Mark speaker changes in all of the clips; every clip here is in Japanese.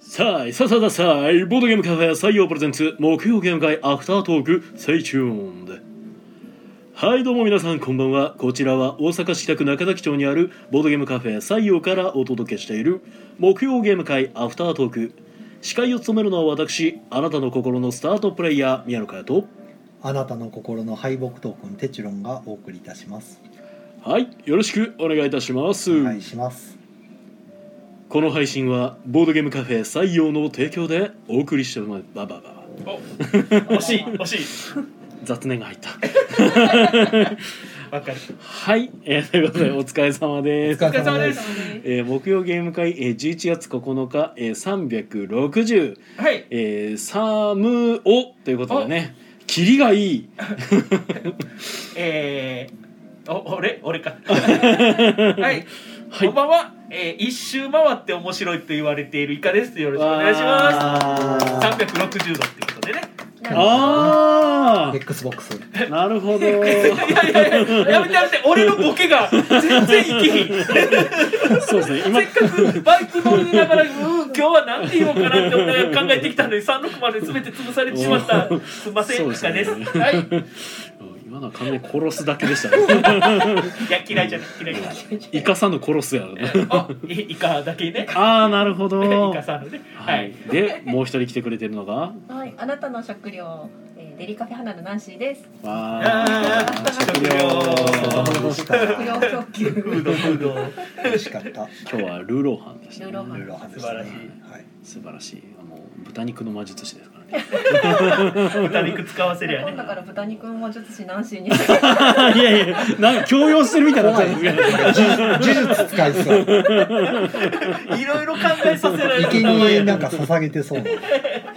Speaker 1: さあ、さあさあださい。ボードゲームカフェ採用プレゼンツ、木曜ゲーム会アフタートーク、Stay tuned。はい、どうも皆さん、こんばんは。こちらは大阪市北区中崎町にあるボードゲームカフェ採用からお届けしている、木曜ゲーム会アフタートーク。司会を務めるのは私、あなたの心のスタートプレイヤー、宮野佳代と。
Speaker 2: あなたの心の敗北トークンテチロンがお送りいたします。
Speaker 1: はい、よろしくお願いいたします。
Speaker 2: お願いします。
Speaker 1: この配信は、ボードゲームカフェ採用の提供でお送りしてまいばばば。
Speaker 3: お惜しい惜しい
Speaker 1: 雑念が入った。
Speaker 3: わかる
Speaker 1: はい、えー、ということでお疲れ様
Speaker 2: お
Speaker 1: です。
Speaker 2: 疲
Speaker 3: お疲
Speaker 2: れ
Speaker 3: れ
Speaker 2: 様
Speaker 3: 様
Speaker 2: で
Speaker 3: ですす。
Speaker 1: えー、木曜ゲーム会、えー、11月9日、えー、360、
Speaker 3: はい
Speaker 1: えー、サムオということでね、キリがいい。
Speaker 3: えー、お俺俺 かはい、
Speaker 1: はい
Speaker 3: こんばんは、えー、一周回って面白いと言われているイカですよろしくお願いし
Speaker 1: ま
Speaker 3: ま
Speaker 1: す
Speaker 3: 三百六十度ってことでね
Speaker 1: あ
Speaker 2: Xbox。
Speaker 1: ー、なる ほど。
Speaker 3: いやいやいややめてやめて俺のボケが全然いけひんせ
Speaker 1: そうですね、今
Speaker 3: っ、かくバイク乗りながらうん今日は何て言おうかなって俺が考えてきたのに三六まで全て潰されてしまった
Speaker 1: お
Speaker 3: すいませ
Speaker 1: そうんで
Speaker 3: イ
Speaker 1: すね
Speaker 3: カですはいい
Speaker 1: 今のは完全に殺すだけでしたね。
Speaker 3: や嫌いじゃない嫌いじゃない
Speaker 1: イカさんの殺すやろ ね。
Speaker 3: あいイカだけね
Speaker 1: あー、なるほど。
Speaker 3: イカさんのね
Speaker 1: は
Speaker 3: はい
Speaker 1: い、で、もう一人来てくれてるのが。
Speaker 4: はい、あなたの食料、えー、デリカフェ花のナンシーです。
Speaker 1: わ
Speaker 3: あ
Speaker 1: ー、
Speaker 3: ー
Speaker 1: 食
Speaker 3: あ
Speaker 1: 料
Speaker 3: ー。
Speaker 2: 美味しか
Speaker 4: 食料
Speaker 2: った。
Speaker 4: 供給。
Speaker 3: フードフード
Speaker 2: 美味しかった。
Speaker 1: 今日はルーローハンでした、
Speaker 4: ルーロ
Speaker 2: いろい
Speaker 4: ー
Speaker 2: ろ
Speaker 4: ハ
Speaker 2: 話
Speaker 3: 素
Speaker 2: した
Speaker 3: 晴
Speaker 2: ね
Speaker 3: らしい
Speaker 2: はい。
Speaker 1: 素晴らしいもう豚肉の魔術師ですからね
Speaker 3: 豚肉使わせりゃ
Speaker 4: 今
Speaker 3: ね
Speaker 4: 度から豚肉魔術師ナンシーに。
Speaker 1: いやいやなんか強要してるみたいになっちゃうんですけど
Speaker 2: 呪術使いそう。
Speaker 3: いろいろ考えさせられ
Speaker 2: 生
Speaker 3: る名
Speaker 2: 贄
Speaker 3: 前
Speaker 2: になん
Speaker 3: や
Speaker 2: か捧げてそうな。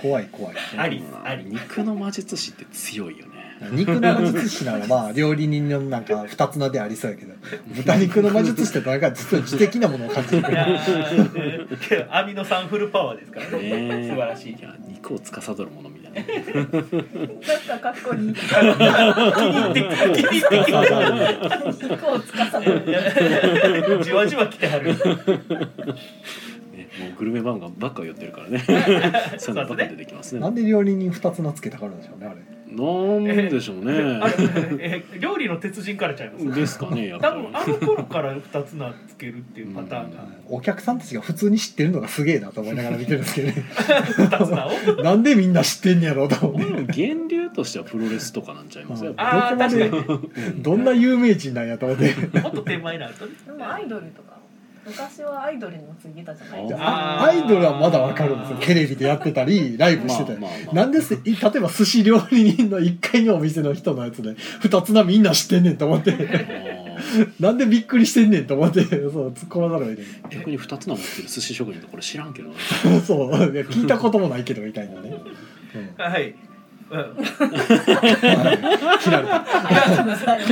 Speaker 2: 怖い怖い。
Speaker 3: ありあり
Speaker 1: 肉の魔術師って強いよね
Speaker 2: 肉の魔術師ならまあ料理人のなんか二つ名でありそうやけど豚肉の魔術師ってなんか実は知的なものを感じる
Speaker 3: いやーけどアミノ酸フルパワーですからね
Speaker 1: ね
Speaker 3: 素晴らしい
Speaker 1: いや肉を司るものみたいな
Speaker 4: なんかかっこいい。
Speaker 3: 気に入って気に入って
Speaker 4: 肉をつかさない。
Speaker 3: きてじわじわ来てはる
Speaker 1: ねもうグルメ番組ばっか言ってるからねそういうのばっか出てきますね
Speaker 2: な
Speaker 1: なん
Speaker 2: で料理人二つ名つけたからでしょうねあれ
Speaker 1: んでしょう
Speaker 3: あれ
Speaker 1: ね
Speaker 3: えー料理の鉄人からちゃいます
Speaker 1: ですかねやっぱ
Speaker 3: 多
Speaker 1: り
Speaker 3: 分あの頃から二つ名つけるっていうパターンが
Speaker 2: お客さんたちが普通に知ってるのがすげえなと思いながら見てるんですけどね
Speaker 3: 二つ名を
Speaker 2: なんでみんな知ってんねやろうと思って
Speaker 1: うん源流としてはプロレスとかなんちゃいますよ、
Speaker 3: ああ確かにね
Speaker 1: うん
Speaker 2: どんな有名人なんやと思って
Speaker 3: もっと手前になるとね
Speaker 4: でもアイドルとか。昔はアイドルにもついてたじゃないですか。
Speaker 3: あー
Speaker 2: アイドルはまだわかるんですよテレビでやってたりライブしてたり、
Speaker 1: まあまあまあ
Speaker 2: なんです例えば寿司料理人の1階のお店の人のやつで2つなみんな知ってんねんと思って なんでびっくりしてんねんと思ってそう突っ込まざるを得
Speaker 1: あー逆に二つ名持ってる寿司職人とこれ知らんけどね
Speaker 2: ないそういや聞いたこともないけどみたいなね、うん
Speaker 3: はいうん
Speaker 2: はい切られた
Speaker 3: い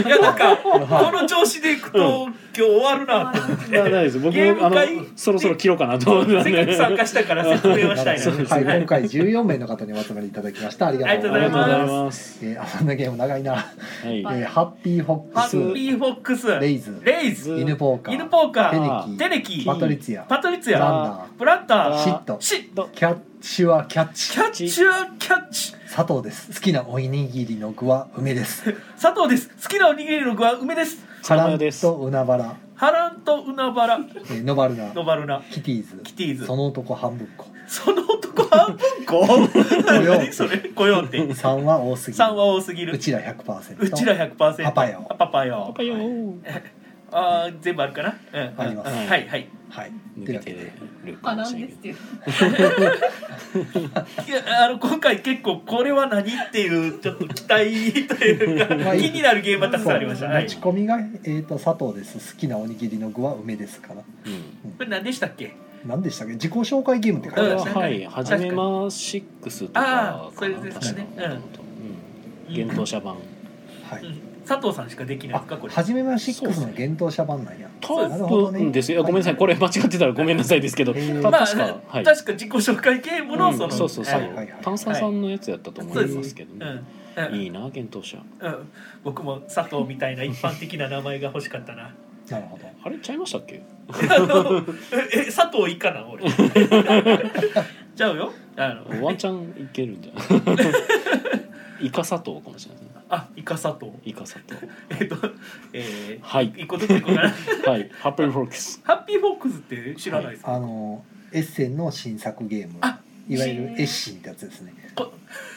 Speaker 3: やなんかこの調子でいくと今日終わるなと思って
Speaker 1: いやないです僕
Speaker 3: ゲーム
Speaker 1: もあ
Speaker 3: 会
Speaker 1: のそろそろ切ろうかなと思ってたん
Speaker 3: せっかく
Speaker 1: で
Speaker 3: 参加したから説明はしたいな
Speaker 1: そうですね
Speaker 2: はい、今回14名の方にお集まりいただきましたありがとうござ
Speaker 3: あ
Speaker 2: い
Speaker 3: りがとうござい
Speaker 2: ま
Speaker 3: ま
Speaker 1: す
Speaker 3: す
Speaker 2: えー、あこんなゲーム長いな、
Speaker 1: はい、
Speaker 2: えー、ハッピーホッ
Speaker 3: ハ
Speaker 2: クス
Speaker 3: ッピーフォックス
Speaker 2: レイズ
Speaker 3: レイズ
Speaker 2: 犬ポーカー
Speaker 3: 犬ポーカー
Speaker 2: テネキ
Speaker 3: テネキ
Speaker 2: パトリツィア
Speaker 3: パトリツィ
Speaker 2: ラン
Speaker 3: ア
Speaker 2: ナ
Speaker 3: プランター
Speaker 2: シット
Speaker 3: シッ
Speaker 2: キャッチはキャッチ
Speaker 3: キャッチはキャッチ
Speaker 2: 佐藤です好きなおにぎりの具は梅 です
Speaker 3: 佐藤です好きなおにぎりの具は梅です
Speaker 2: ハラン
Speaker 1: です
Speaker 2: と海原、
Speaker 3: ハランとウナバラ
Speaker 2: えー、ノバルナ
Speaker 3: ノバルナ
Speaker 2: キティーズ
Speaker 3: キティーズ
Speaker 2: その男半分こ
Speaker 3: その男半分 こ
Speaker 2: よう
Speaker 3: 何それ雇用って
Speaker 2: 3は多すぎる
Speaker 3: 3は多すぎる
Speaker 2: うちら100%
Speaker 3: うちら100%
Speaker 2: パパよ
Speaker 3: あパパよ
Speaker 1: よ
Speaker 3: あー全部あるかなうん
Speaker 2: あります
Speaker 3: うんはいはい
Speaker 2: はい
Speaker 1: 抜
Speaker 2: とい
Speaker 1: け
Speaker 2: うわけで
Speaker 1: てるか
Speaker 4: あ、
Speaker 1: も
Speaker 4: な
Speaker 1: し
Speaker 4: ん
Speaker 1: れん
Speaker 4: で
Speaker 1: け
Speaker 4: す
Speaker 1: ど
Speaker 4: よ。
Speaker 3: いやあの今回結構これは何っていうちょっと期待というか
Speaker 2: はい
Speaker 3: 気になるゲームがたくさんありました、
Speaker 2: そう
Speaker 3: はい、
Speaker 2: 持ち込みが、えー、と佐藤です好きなおにぎりの具は梅ですから
Speaker 1: うん
Speaker 3: これ何でしたっけ
Speaker 2: 何でしたっけ自己紹介ゲームって書い
Speaker 1: こ
Speaker 2: て
Speaker 1: れは
Speaker 2: ある
Speaker 3: うん
Speaker 1: はい「はじめま6」とか
Speaker 3: あーそれですね
Speaker 1: 確か
Speaker 3: うん
Speaker 1: うん幻冬者版
Speaker 2: はい、
Speaker 3: うん佐藤さんしかできない
Speaker 2: あ
Speaker 3: ですかこれ
Speaker 2: はじめまシックスの幻冬者版なんや。
Speaker 1: 多
Speaker 2: なるほどね
Speaker 1: 分ですよいやごめんなさいこれ間違ってたらごめんなさいですけど
Speaker 2: えー
Speaker 1: まあ
Speaker 3: まあ
Speaker 1: 確かはい
Speaker 3: 確か自己紹介ゲームの
Speaker 1: うん
Speaker 3: その、
Speaker 1: そうそうそ
Speaker 3: は
Speaker 1: う
Speaker 3: い
Speaker 2: はいはい
Speaker 1: 炭酸さんのやつやったと思いますけど
Speaker 3: うん
Speaker 1: ね
Speaker 3: うん
Speaker 1: いいな幻冬者
Speaker 3: うん、僕も佐藤みたいな一般的な名前が欲しかったな
Speaker 2: なるほど。
Speaker 1: あれちゃいましたっけ
Speaker 3: あのええ佐藤以下な俺ちゃうよあの
Speaker 1: ワンチャンいけるんじゃないイカ砂糖かもしれないですね
Speaker 3: あイカ砂糖
Speaker 1: イカ砂糖
Speaker 3: えっとえー、
Speaker 1: はい
Speaker 3: 一個ずついこうかな
Speaker 1: はいハッピーフォックス
Speaker 3: ハッピーフォックスって知らないですか、
Speaker 2: あのエッセンの新作ゲーム
Speaker 3: あ
Speaker 2: いわゆるエッシンってやつですね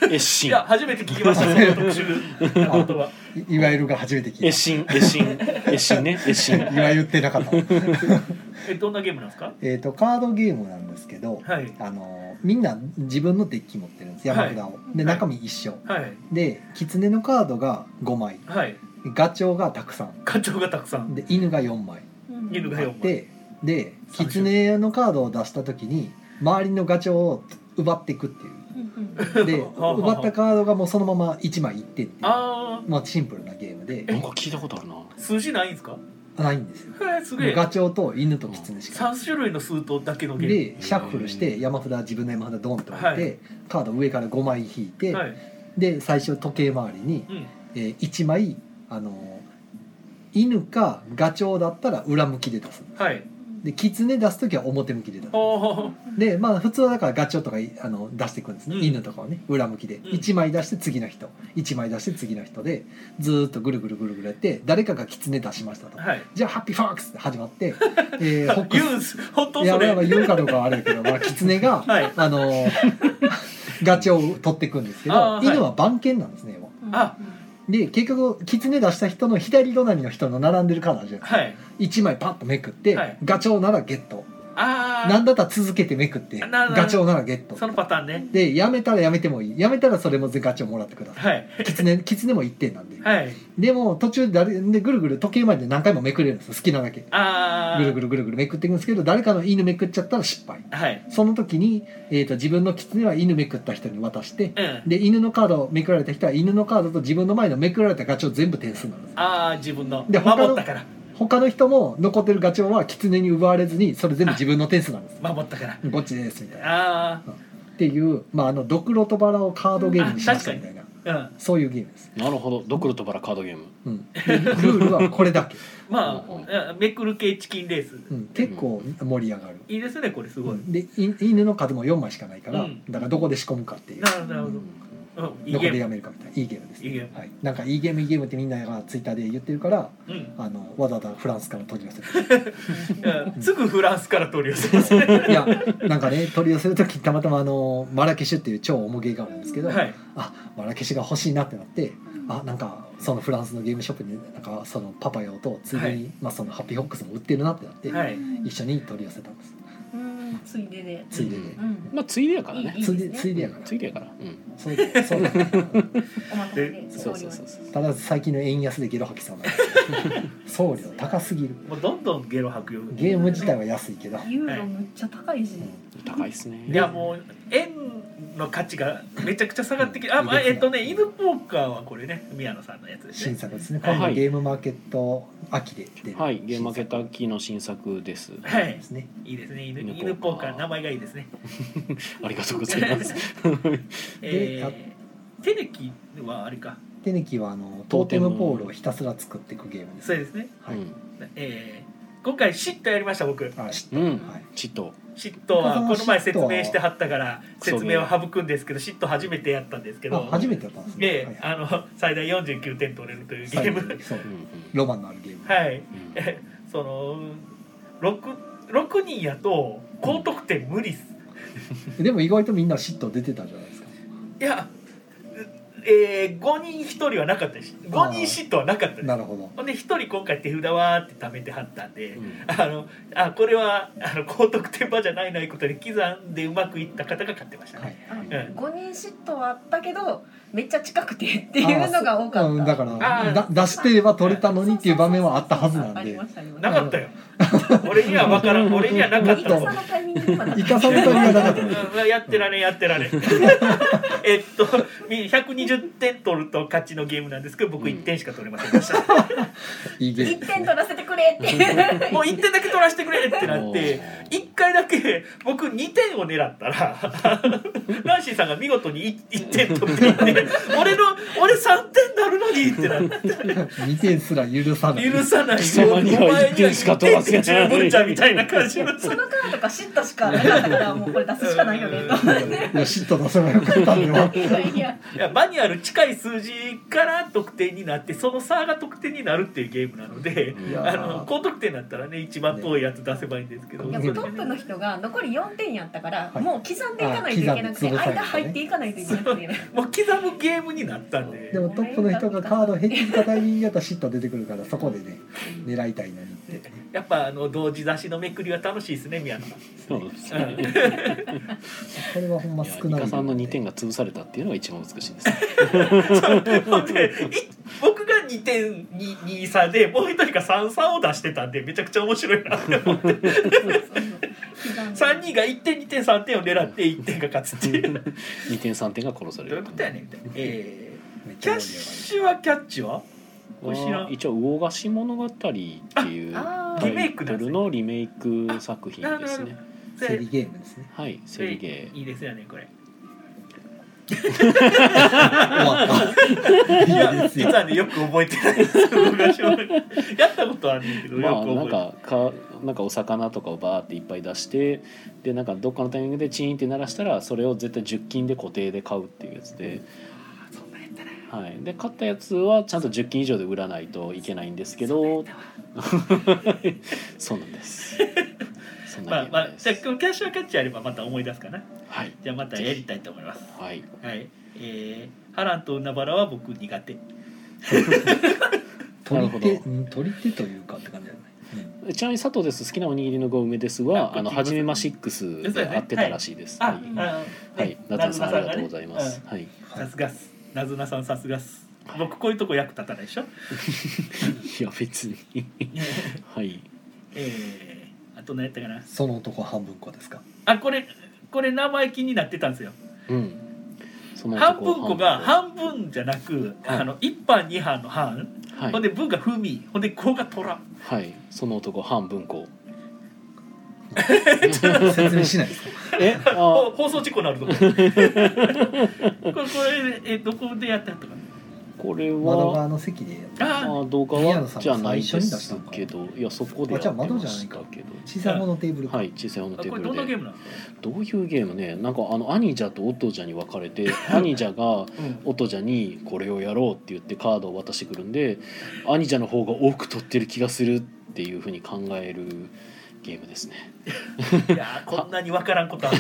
Speaker 1: エッ
Speaker 3: い
Speaker 1: シン
Speaker 3: や初めて聞きましたその特集の言葉
Speaker 2: いいわゆるが初めて聞
Speaker 1: エッ
Speaker 2: いた
Speaker 1: シンエッシンエッシンねエッシ ン
Speaker 2: 今言ってなかった
Speaker 3: えどんなゲームなんですか
Speaker 2: えっとカードゲームなんですけど
Speaker 3: はい
Speaker 2: あのみんな自分のデッキ持ってるんです山札を、で
Speaker 3: はい
Speaker 2: 中身一緒
Speaker 3: はい
Speaker 2: で狐のカードが5枚
Speaker 3: はい
Speaker 2: ガチョウがたくさん
Speaker 3: 課長がたくさん
Speaker 2: で犬が4枚
Speaker 4: うん
Speaker 3: 犬が
Speaker 2: あっ
Speaker 3: 4枚
Speaker 2: てで
Speaker 3: 三種
Speaker 2: 狐のカードを出した時に周りのガチョウを奪っていくっていう
Speaker 4: うん
Speaker 2: で
Speaker 3: はあはあ
Speaker 2: 奪ったカードがもうそのまま1枚いってっていう
Speaker 3: あ
Speaker 2: まあシンプルなゲームで
Speaker 1: なんか聞いたことあるな
Speaker 3: あ数字ないんですか
Speaker 2: ないんですよ
Speaker 3: えーすげえ
Speaker 2: ガチョウと犬と狐しか
Speaker 3: 三種類の数刀だけのゲー
Speaker 2: でシャッフルして山札自分の山札ドンと置い
Speaker 3: は
Speaker 2: て
Speaker 3: い
Speaker 2: カード上から5枚引いて
Speaker 3: ムはい
Speaker 2: で最初時計回りに
Speaker 3: うん
Speaker 2: え1枚あの犬かガチョウだったら裏向きで出す
Speaker 3: はい
Speaker 2: で狐出す時は表向きで出す
Speaker 3: おー
Speaker 2: でまあ普通はだからガチョウとかいあの出していくんですね、
Speaker 3: うん
Speaker 2: 犬とかをね裏向きで、
Speaker 3: ん
Speaker 2: 1枚出して次の人1枚出して次の人でずーっとぐるぐるぐるぐるやって誰かがキツネ出しましたと。
Speaker 3: はい
Speaker 2: じゃあハッピーフォックスって始ま って、えー、ホック
Speaker 3: 言
Speaker 2: ス
Speaker 3: うんす本当
Speaker 2: いや
Speaker 3: そ
Speaker 2: ま
Speaker 3: れ
Speaker 2: あまあ言うかどうかはあれだけど、まあ、キツネが、
Speaker 3: はい
Speaker 2: あの ーガチョウを取っていくんですけど、
Speaker 3: あーはい
Speaker 2: 犬は番犬なんですね要は
Speaker 4: うん
Speaker 3: あ
Speaker 2: で結局キツネ出した人の左隣の人の並んでるカードあるじゃないですか、
Speaker 3: はい
Speaker 2: 1枚パッとめくって、
Speaker 3: はい
Speaker 2: ガチョウならゲット
Speaker 3: あ
Speaker 2: なん
Speaker 3: あ
Speaker 2: だったら続けてめくって
Speaker 3: なるほど
Speaker 2: ガチョウならゲット
Speaker 3: そのパターンね
Speaker 2: でやめたらやめてもいいやめたらそれもガチョウもらってくださ
Speaker 3: はい
Speaker 2: いキツネキツネも1点なんで、
Speaker 3: はい
Speaker 2: でも途中で誰でぐるぐる時計まで何回もめくれるんですよ好きなだけ
Speaker 3: ああ
Speaker 2: ぐるぐるぐるぐるめくっていくんですけど誰かの犬めくっちゃったら失敗
Speaker 3: はい
Speaker 2: その時に、えー、と自分のキツネは犬めくった人に渡して
Speaker 3: うん
Speaker 2: で犬のカードをめくられた人は犬のカードと自分の前のめくられたガチョウ全部点数なんです
Speaker 3: ああ自分の
Speaker 2: で他の
Speaker 3: 守ったから
Speaker 2: 他の人も残ってるガチョウはキツネに奪われずにそれ全部自分の点数なんです
Speaker 3: 守ったから
Speaker 2: ゴチですみたいな
Speaker 3: あ
Speaker 2: っていう、まあ、あのドクロとバラをカードゲームにしましたみたいな
Speaker 3: あうん
Speaker 2: そういうゲームです、
Speaker 1: なるほどドクロとバラカードゲーム
Speaker 2: うん、でルールはこれだけ、
Speaker 3: ま
Speaker 1: うんうん
Speaker 3: あめくる系チキンレース
Speaker 2: うん、結構盛り上がる、
Speaker 3: いいですねこれす
Speaker 2: う
Speaker 3: ごい
Speaker 2: ん、でい犬の数も4枚しかないから、
Speaker 3: うん
Speaker 2: だからどこで仕込むかっていう
Speaker 3: なるほどなるほどうんいい
Speaker 2: どこ
Speaker 3: ゲ
Speaker 2: で
Speaker 3: ー
Speaker 2: やめるかみたいないいゲームです、ね
Speaker 3: いいゲーム
Speaker 2: はい、なんかいいゲームいいゲームってみんながツイッターで言ってるから
Speaker 3: ムうん
Speaker 2: あのわざわざフランスから取り寄せ
Speaker 3: うんすぐフランスから取り寄せますね。
Speaker 2: ていやなんかね取り寄せる時たまたまあのマラケシュっていう超重ゲーがあるんですけど、
Speaker 3: はい。
Speaker 2: あマラケシュが欲しいなってなってあなんかそのフランスのゲームショップになんかそのパパ用とついでに、
Speaker 3: はい
Speaker 2: まあ、そのハッピーホックスも売ってるなってなって、
Speaker 3: はい。
Speaker 2: 一緒に取り寄せたんです
Speaker 4: うんついでで
Speaker 2: ついでで、
Speaker 1: う
Speaker 4: うん
Speaker 1: まあついでやからね
Speaker 4: いい
Speaker 2: ついで
Speaker 4: ですね
Speaker 2: ついでやから
Speaker 1: ついでやからうん
Speaker 2: そうだそうだね
Speaker 4: お待たせで
Speaker 1: そ
Speaker 4: 送
Speaker 1: うそ
Speaker 4: 料
Speaker 1: うそうそう
Speaker 2: ただ最近の円安でゲロ吐きそうなんです送料高すぎる
Speaker 3: もうどんどんゲロ吐くように。
Speaker 2: ゲーム自体は安いけど
Speaker 4: ユーロむっちゃ高いし
Speaker 1: 高いっすね
Speaker 3: いやもう円の価値がめちゃくちゃ下がってきて、あ、ま
Speaker 2: い
Speaker 3: あ
Speaker 2: いですね
Speaker 3: えっとね犬ポーカーはこれね宮野さんのやつです
Speaker 2: 新
Speaker 3: ね。
Speaker 2: 作ですね
Speaker 1: はい
Speaker 2: 今度ゲームマーケット秋で出る
Speaker 1: はいゲームマーケットアッキーの新作です
Speaker 3: はい
Speaker 2: で。すね
Speaker 3: いいですね犬
Speaker 1: 犬
Speaker 3: 犬ポ
Speaker 1: ポ
Speaker 3: ー
Speaker 1: ー
Speaker 3: カ
Speaker 1: カー
Speaker 3: ー名前がいいですね。
Speaker 1: ありがとうございます
Speaker 3: え
Speaker 2: あ
Speaker 3: ー、テレキはあれか。
Speaker 2: テネキはあのトーテムポールをひたすら作っていくゲームです
Speaker 3: そうですね。
Speaker 2: はい、
Speaker 3: えー、今回シットやりました僕。
Speaker 2: あ知っ
Speaker 1: うん、うん
Speaker 2: はい
Speaker 1: ちっと
Speaker 3: 嫉妬はこの前説明してはったから
Speaker 1: クソ
Speaker 3: 説
Speaker 1: ゲー
Speaker 3: 明を省くんですけど嫉妬初めてやったんですけ
Speaker 2: たあ
Speaker 3: ど
Speaker 2: 初めてやったんですね、
Speaker 3: で、
Speaker 2: はい
Speaker 3: あの最大49点取れるというゲ
Speaker 2: 最
Speaker 3: ー
Speaker 2: 後
Speaker 3: ム
Speaker 2: にそう
Speaker 1: うんうん
Speaker 2: ロマンのあるゲーム
Speaker 3: はい
Speaker 1: うん
Speaker 3: えその 6, 6人やと高得点無理っす
Speaker 2: でも意外とみんな嫉妬出てたじゃないですか
Speaker 3: いやえー、5人1人はなかったです5人嫉妬はなかったです
Speaker 2: なるほど
Speaker 3: ほんで1人今回手札わーって貯めてはったんで、
Speaker 1: うん
Speaker 3: あのあこれはあの高得点場じゃないないことで刻んでうまくいった方が勝ってましたね、
Speaker 2: はい
Speaker 4: あ
Speaker 3: うん
Speaker 4: 五人嫉妬はあったけどめっちゃ近くてっていうのが多
Speaker 2: あ
Speaker 4: か
Speaker 2: う
Speaker 4: っ
Speaker 2: んだ
Speaker 4: た
Speaker 2: か
Speaker 3: あ
Speaker 2: らだ出してれば取れたのにっていう場面はあったはずなん
Speaker 4: あり
Speaker 2: で
Speaker 4: ましたありまし
Speaker 3: な
Speaker 4: た
Speaker 3: かったよ。俺には分からん。俺にはなかっ
Speaker 4: イ
Speaker 3: た
Speaker 4: カ
Speaker 3: の。
Speaker 4: さんのタイミングとかなかっ
Speaker 2: イ
Speaker 4: た
Speaker 2: カさんのタイミングがなかったです
Speaker 3: うんやってられんやってられんえっとみ120点取ると勝ちのゲームなんですけど僕1点しか取れませんでした、
Speaker 2: いいゲーム
Speaker 4: 一
Speaker 2: で
Speaker 4: 点
Speaker 2: すね
Speaker 4: 取らせてくれって
Speaker 3: もう1点だけ取らせてくれってなって1回だけ僕2点を狙ったらナンシーさんが見事に 1, 点取っていて俺の俺3点なるのにってなって
Speaker 2: 2点すら許さない
Speaker 3: 許 さない
Speaker 1: 貴様には一点しか取らせない
Speaker 3: お前には一点で十分じゃんみたいな感じの
Speaker 4: そのカードか知ったしかなかったからもうこれ出すしかないよねと思って
Speaker 2: いや嫉妬出せばよかったんだよ
Speaker 4: いや
Speaker 3: いやマニュアル近い数字から得点になってその差が得点になるっていうゲームなので
Speaker 2: いやー
Speaker 3: あの高得点だったらね一番遠いやつ出せばいいんですけど、
Speaker 4: いや
Speaker 3: そ
Speaker 4: ト
Speaker 3: れ
Speaker 4: ップの人が残り4点やったから、
Speaker 2: はい
Speaker 4: もう刻んでいかないといけなくて
Speaker 2: あ刻んで
Speaker 4: 間入っていかないといけなくて、
Speaker 3: もう刻むゲームになったんで
Speaker 2: でもトップの人がカード減り方にやったら嫉妬出てくるからそこでね狙いたいのにって
Speaker 3: やっぱあの同時出しのめくりは楽しいですね宮野さん
Speaker 1: そうですね
Speaker 2: これはほんま
Speaker 1: いや
Speaker 2: 少
Speaker 1: イ
Speaker 2: ない
Speaker 1: カさんの2点が潰されたっていうのが一番美しいです
Speaker 3: ほんでい僕が2点2差でもう一人が3差を出してたんでめちゃくちゃ面白いなって思って3人が1点2点3点を狙って1点が勝つっていうど
Speaker 1: 2点3点が殺さ
Speaker 3: う
Speaker 1: れ
Speaker 3: い
Speaker 1: る
Speaker 3: うことやねんみたい な、え
Speaker 2: めっ
Speaker 3: ー
Speaker 2: ち
Speaker 3: キャ
Speaker 2: ゃ
Speaker 3: ッ
Speaker 2: 盛
Speaker 3: シュはキャッチは
Speaker 1: は
Speaker 3: 知らん
Speaker 1: 一応魚菓子物語っていう
Speaker 4: ああ
Speaker 1: タ
Speaker 4: ー
Speaker 1: イトルのリメイク作品ですね
Speaker 2: り上がる競りゲームですね
Speaker 1: はいセリゲー
Speaker 3: いいですよねこれ
Speaker 2: 終わった
Speaker 3: い
Speaker 2: いい
Speaker 3: や
Speaker 2: です
Speaker 3: 実
Speaker 2: よ
Speaker 3: はねよく覚えてないです昔は やったことはあるんだけど、
Speaker 1: ま
Speaker 3: よ
Speaker 1: あ
Speaker 3: く
Speaker 1: なん
Speaker 3: 覚えてない
Speaker 1: かかなんかお魚とかをバーっていっぱい出してでなんかどっかのタイミングでチーンって鳴らしたらそれを絶対10均で固定で買うっていうやつで、
Speaker 3: そんなんやったな
Speaker 1: はい、で買ったやつはちゃんと10均以上で売らないといけないんですけどそうなん ですそん
Speaker 3: ま
Speaker 1: な
Speaker 3: あ
Speaker 1: ゲ
Speaker 3: ま
Speaker 1: ー
Speaker 3: あ
Speaker 1: ムで
Speaker 3: じ
Speaker 1: す
Speaker 3: ゃあ今日キャッシュはキャッチあればまた思い出すかな
Speaker 1: はい
Speaker 3: じゃあまたやりたいと思います
Speaker 1: はい
Speaker 3: はいえー、ハランと海原は僕苦手
Speaker 2: 取り手
Speaker 1: なるほ
Speaker 2: うん取り手というかって感じじゃないうん
Speaker 1: ちなみに佐藤です好きなおにぎりのご梅です
Speaker 3: あ
Speaker 1: は
Speaker 3: こっち
Speaker 1: あの
Speaker 3: 行きます
Speaker 1: 初めまシックスで会ってたらしいです。
Speaker 3: あ
Speaker 1: は、い、
Speaker 3: あ
Speaker 1: は
Speaker 3: の
Speaker 1: い
Speaker 3: ね、
Speaker 1: ナズナさんありがとうございま
Speaker 3: う
Speaker 1: す
Speaker 3: ん。
Speaker 1: はい、
Speaker 3: さすがっすなずなさんさすがっす僕こういうとこ役立たないで しょ
Speaker 1: いや別にはい、
Speaker 3: えー、あと何やったかな
Speaker 2: その男半分こですか
Speaker 3: あこれこれ名前気になってたんですよ
Speaker 1: うん。その
Speaker 3: 半
Speaker 1: 男
Speaker 3: 分こが半分じゃなく、
Speaker 1: はい
Speaker 3: あの一班二班の班、
Speaker 1: はい
Speaker 3: ほんで文がふみほんで子が虎
Speaker 1: はい、その男半分こ。
Speaker 2: 説明しな いですか
Speaker 1: え、
Speaker 3: ほ
Speaker 1: あ、
Speaker 3: 放送事故になる とここれこれえどこでやったとか
Speaker 1: これ
Speaker 2: 窓
Speaker 1: は。
Speaker 2: 側の席でやった
Speaker 1: あ
Speaker 3: あ
Speaker 1: 動画
Speaker 2: 宮
Speaker 1: は
Speaker 2: 野さん
Speaker 1: じゃないで
Speaker 2: 最初に出し
Speaker 1: す
Speaker 2: たのか
Speaker 1: けどいやそこでや
Speaker 2: あじゃあ
Speaker 1: って
Speaker 2: 窓
Speaker 1: ま
Speaker 2: じゃない
Speaker 1: した
Speaker 2: か
Speaker 1: けど
Speaker 2: 小さいものテーブルか
Speaker 1: はい小さい方の
Speaker 3: あ
Speaker 1: テー
Speaker 3: こ
Speaker 1: ブ
Speaker 3: れ
Speaker 1: ル
Speaker 3: どんな
Speaker 1: で
Speaker 3: ゲームなの、
Speaker 1: どういうゲームねなんかあの兄者と弟者に分かれて 兄者が
Speaker 3: うん、
Speaker 1: 音じゃにこれをやろうって言ってカードを渡してくるんで兄者の方が多く取ってる気がするっていうふうに考えるゲームですね
Speaker 3: い やーこんなにわからんことある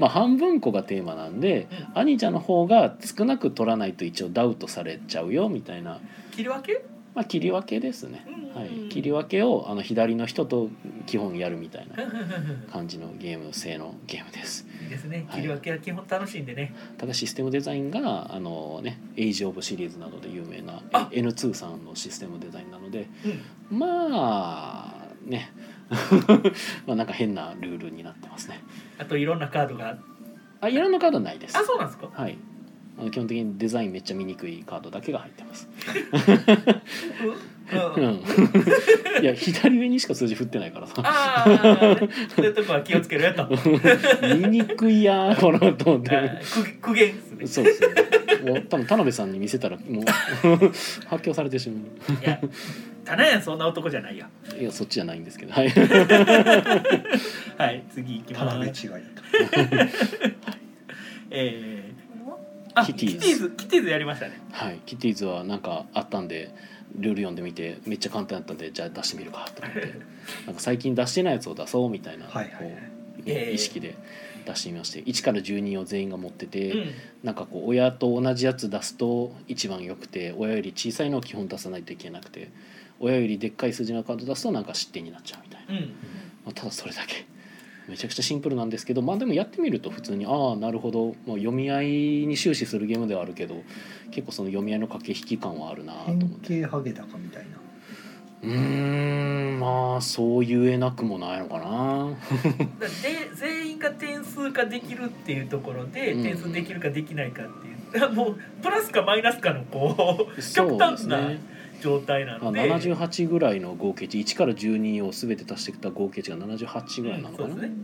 Speaker 1: まあ半分こがテーマなんで兄者の方が少なく取らないと一応ダウトされちゃうよみたいな、
Speaker 3: 切り分け
Speaker 1: まあ、切り分けですね、
Speaker 3: うん
Speaker 1: はい、切り分けをあの左の人と基本やるみたいな
Speaker 3: う
Speaker 1: 感じのゲーム性のゲームです
Speaker 3: んいいですね
Speaker 1: はい
Speaker 3: 切り分けは基本楽しいんでね、
Speaker 1: ただシステムデザインがあのね「エイジ・オブ」シリーズなどで有名な
Speaker 3: あ
Speaker 1: N2 さんのシステムデザインなので
Speaker 3: うん
Speaker 1: まあね まあなんか変なルールになってますね
Speaker 3: あといろんなカードが
Speaker 1: あいらんのカードはないです
Speaker 3: あそうなんですか
Speaker 1: はいあの基本的にデザインめっちゃ見にくいカードだけが入ってます
Speaker 3: うん、
Speaker 1: う
Speaker 3: うん、
Speaker 1: ん いや左上にしか数字振ってないからさ
Speaker 3: ああ、ね、 そういうとこは気をつけるやとあ
Speaker 1: 見にくいやーこのと思って
Speaker 3: ー苦苦言です ね
Speaker 1: そうですねもう多分田辺さんに見せたらもう 発狂されてしまう
Speaker 3: いや棚やんそんな男じゃないよ
Speaker 1: いやそっちじゃないんですけどはい
Speaker 3: はい次行き
Speaker 2: 田辺
Speaker 3: ま
Speaker 2: 違い
Speaker 3: す
Speaker 2: だと
Speaker 3: え
Speaker 4: も
Speaker 3: ー、あ
Speaker 1: キ
Speaker 3: キ
Speaker 1: テ
Speaker 3: テ
Speaker 1: ィ
Speaker 3: ィ
Speaker 1: ーズ
Speaker 3: ーズキティーズやりましたね
Speaker 1: はい、キティーズはなんかあったんでルール読んでみてめっちゃ簡単だったんでじゃあ出してみるかと思 ってなんか最近出してないやつを出そうみたいな、
Speaker 2: はいはいはい
Speaker 1: こう意識で出してみまして1から12を全員が持ってて、
Speaker 3: うん
Speaker 1: なんかこう親と同じやつ出すと一番よくて親より小さいのを基本出さないといけなくて親よりでっかい数字のカード出すとなんか失点になっちゃうみたいな、ま
Speaker 3: うん
Speaker 1: あただそれだけ。めちゃくちゃシンプルなんですけどまあでもやってみると普通にああなるほどもう読み合いに終始するゲームではあるけど結構その読み合いの駆け引き感はあるなと思っ
Speaker 2: 変
Speaker 1: て
Speaker 2: 形ハゲタカみたいな
Speaker 1: うーんまあそう言えなくもないのか な
Speaker 3: だからで全員が点数化できるっていうところで
Speaker 1: うん
Speaker 3: 点数できるかできないかっていうもうプラスかマイナスかのこう
Speaker 1: そう
Speaker 3: 極
Speaker 1: です
Speaker 3: 端な
Speaker 1: ね、
Speaker 3: 状態な
Speaker 1: まあ、
Speaker 3: ので、
Speaker 1: 78ぐらいの合計値1から12を全て足してきた合計値が78ぐらいなのかな、
Speaker 3: うんそう
Speaker 1: ま
Speaker 3: ですね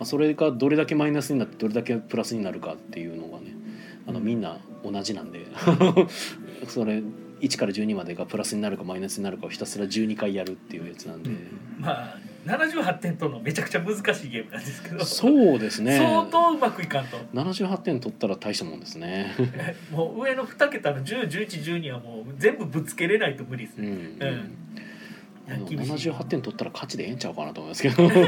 Speaker 1: あ、それがどれだけマイナスになってどれだけプラスになるかっていうのがねあの
Speaker 2: うん
Speaker 1: みんな同じなんで それ1から12までがプラスになるかマイナスになるかをひたすら12回やるっていうやつなんで、
Speaker 3: まあ78点取るのめちゃくちゃ難しいゲームなんですけど、
Speaker 1: そうですね
Speaker 3: 相当うまくいかんと
Speaker 1: 78点取ったら大したもんです ね
Speaker 3: もう上の2桁の101112はもう全部ぶつけれないと無理です
Speaker 1: うん、
Speaker 3: ね、
Speaker 1: うん
Speaker 3: いや厳しい
Speaker 1: 78点取ったら勝ちでええんちゃうかなと思いますけど
Speaker 3: フ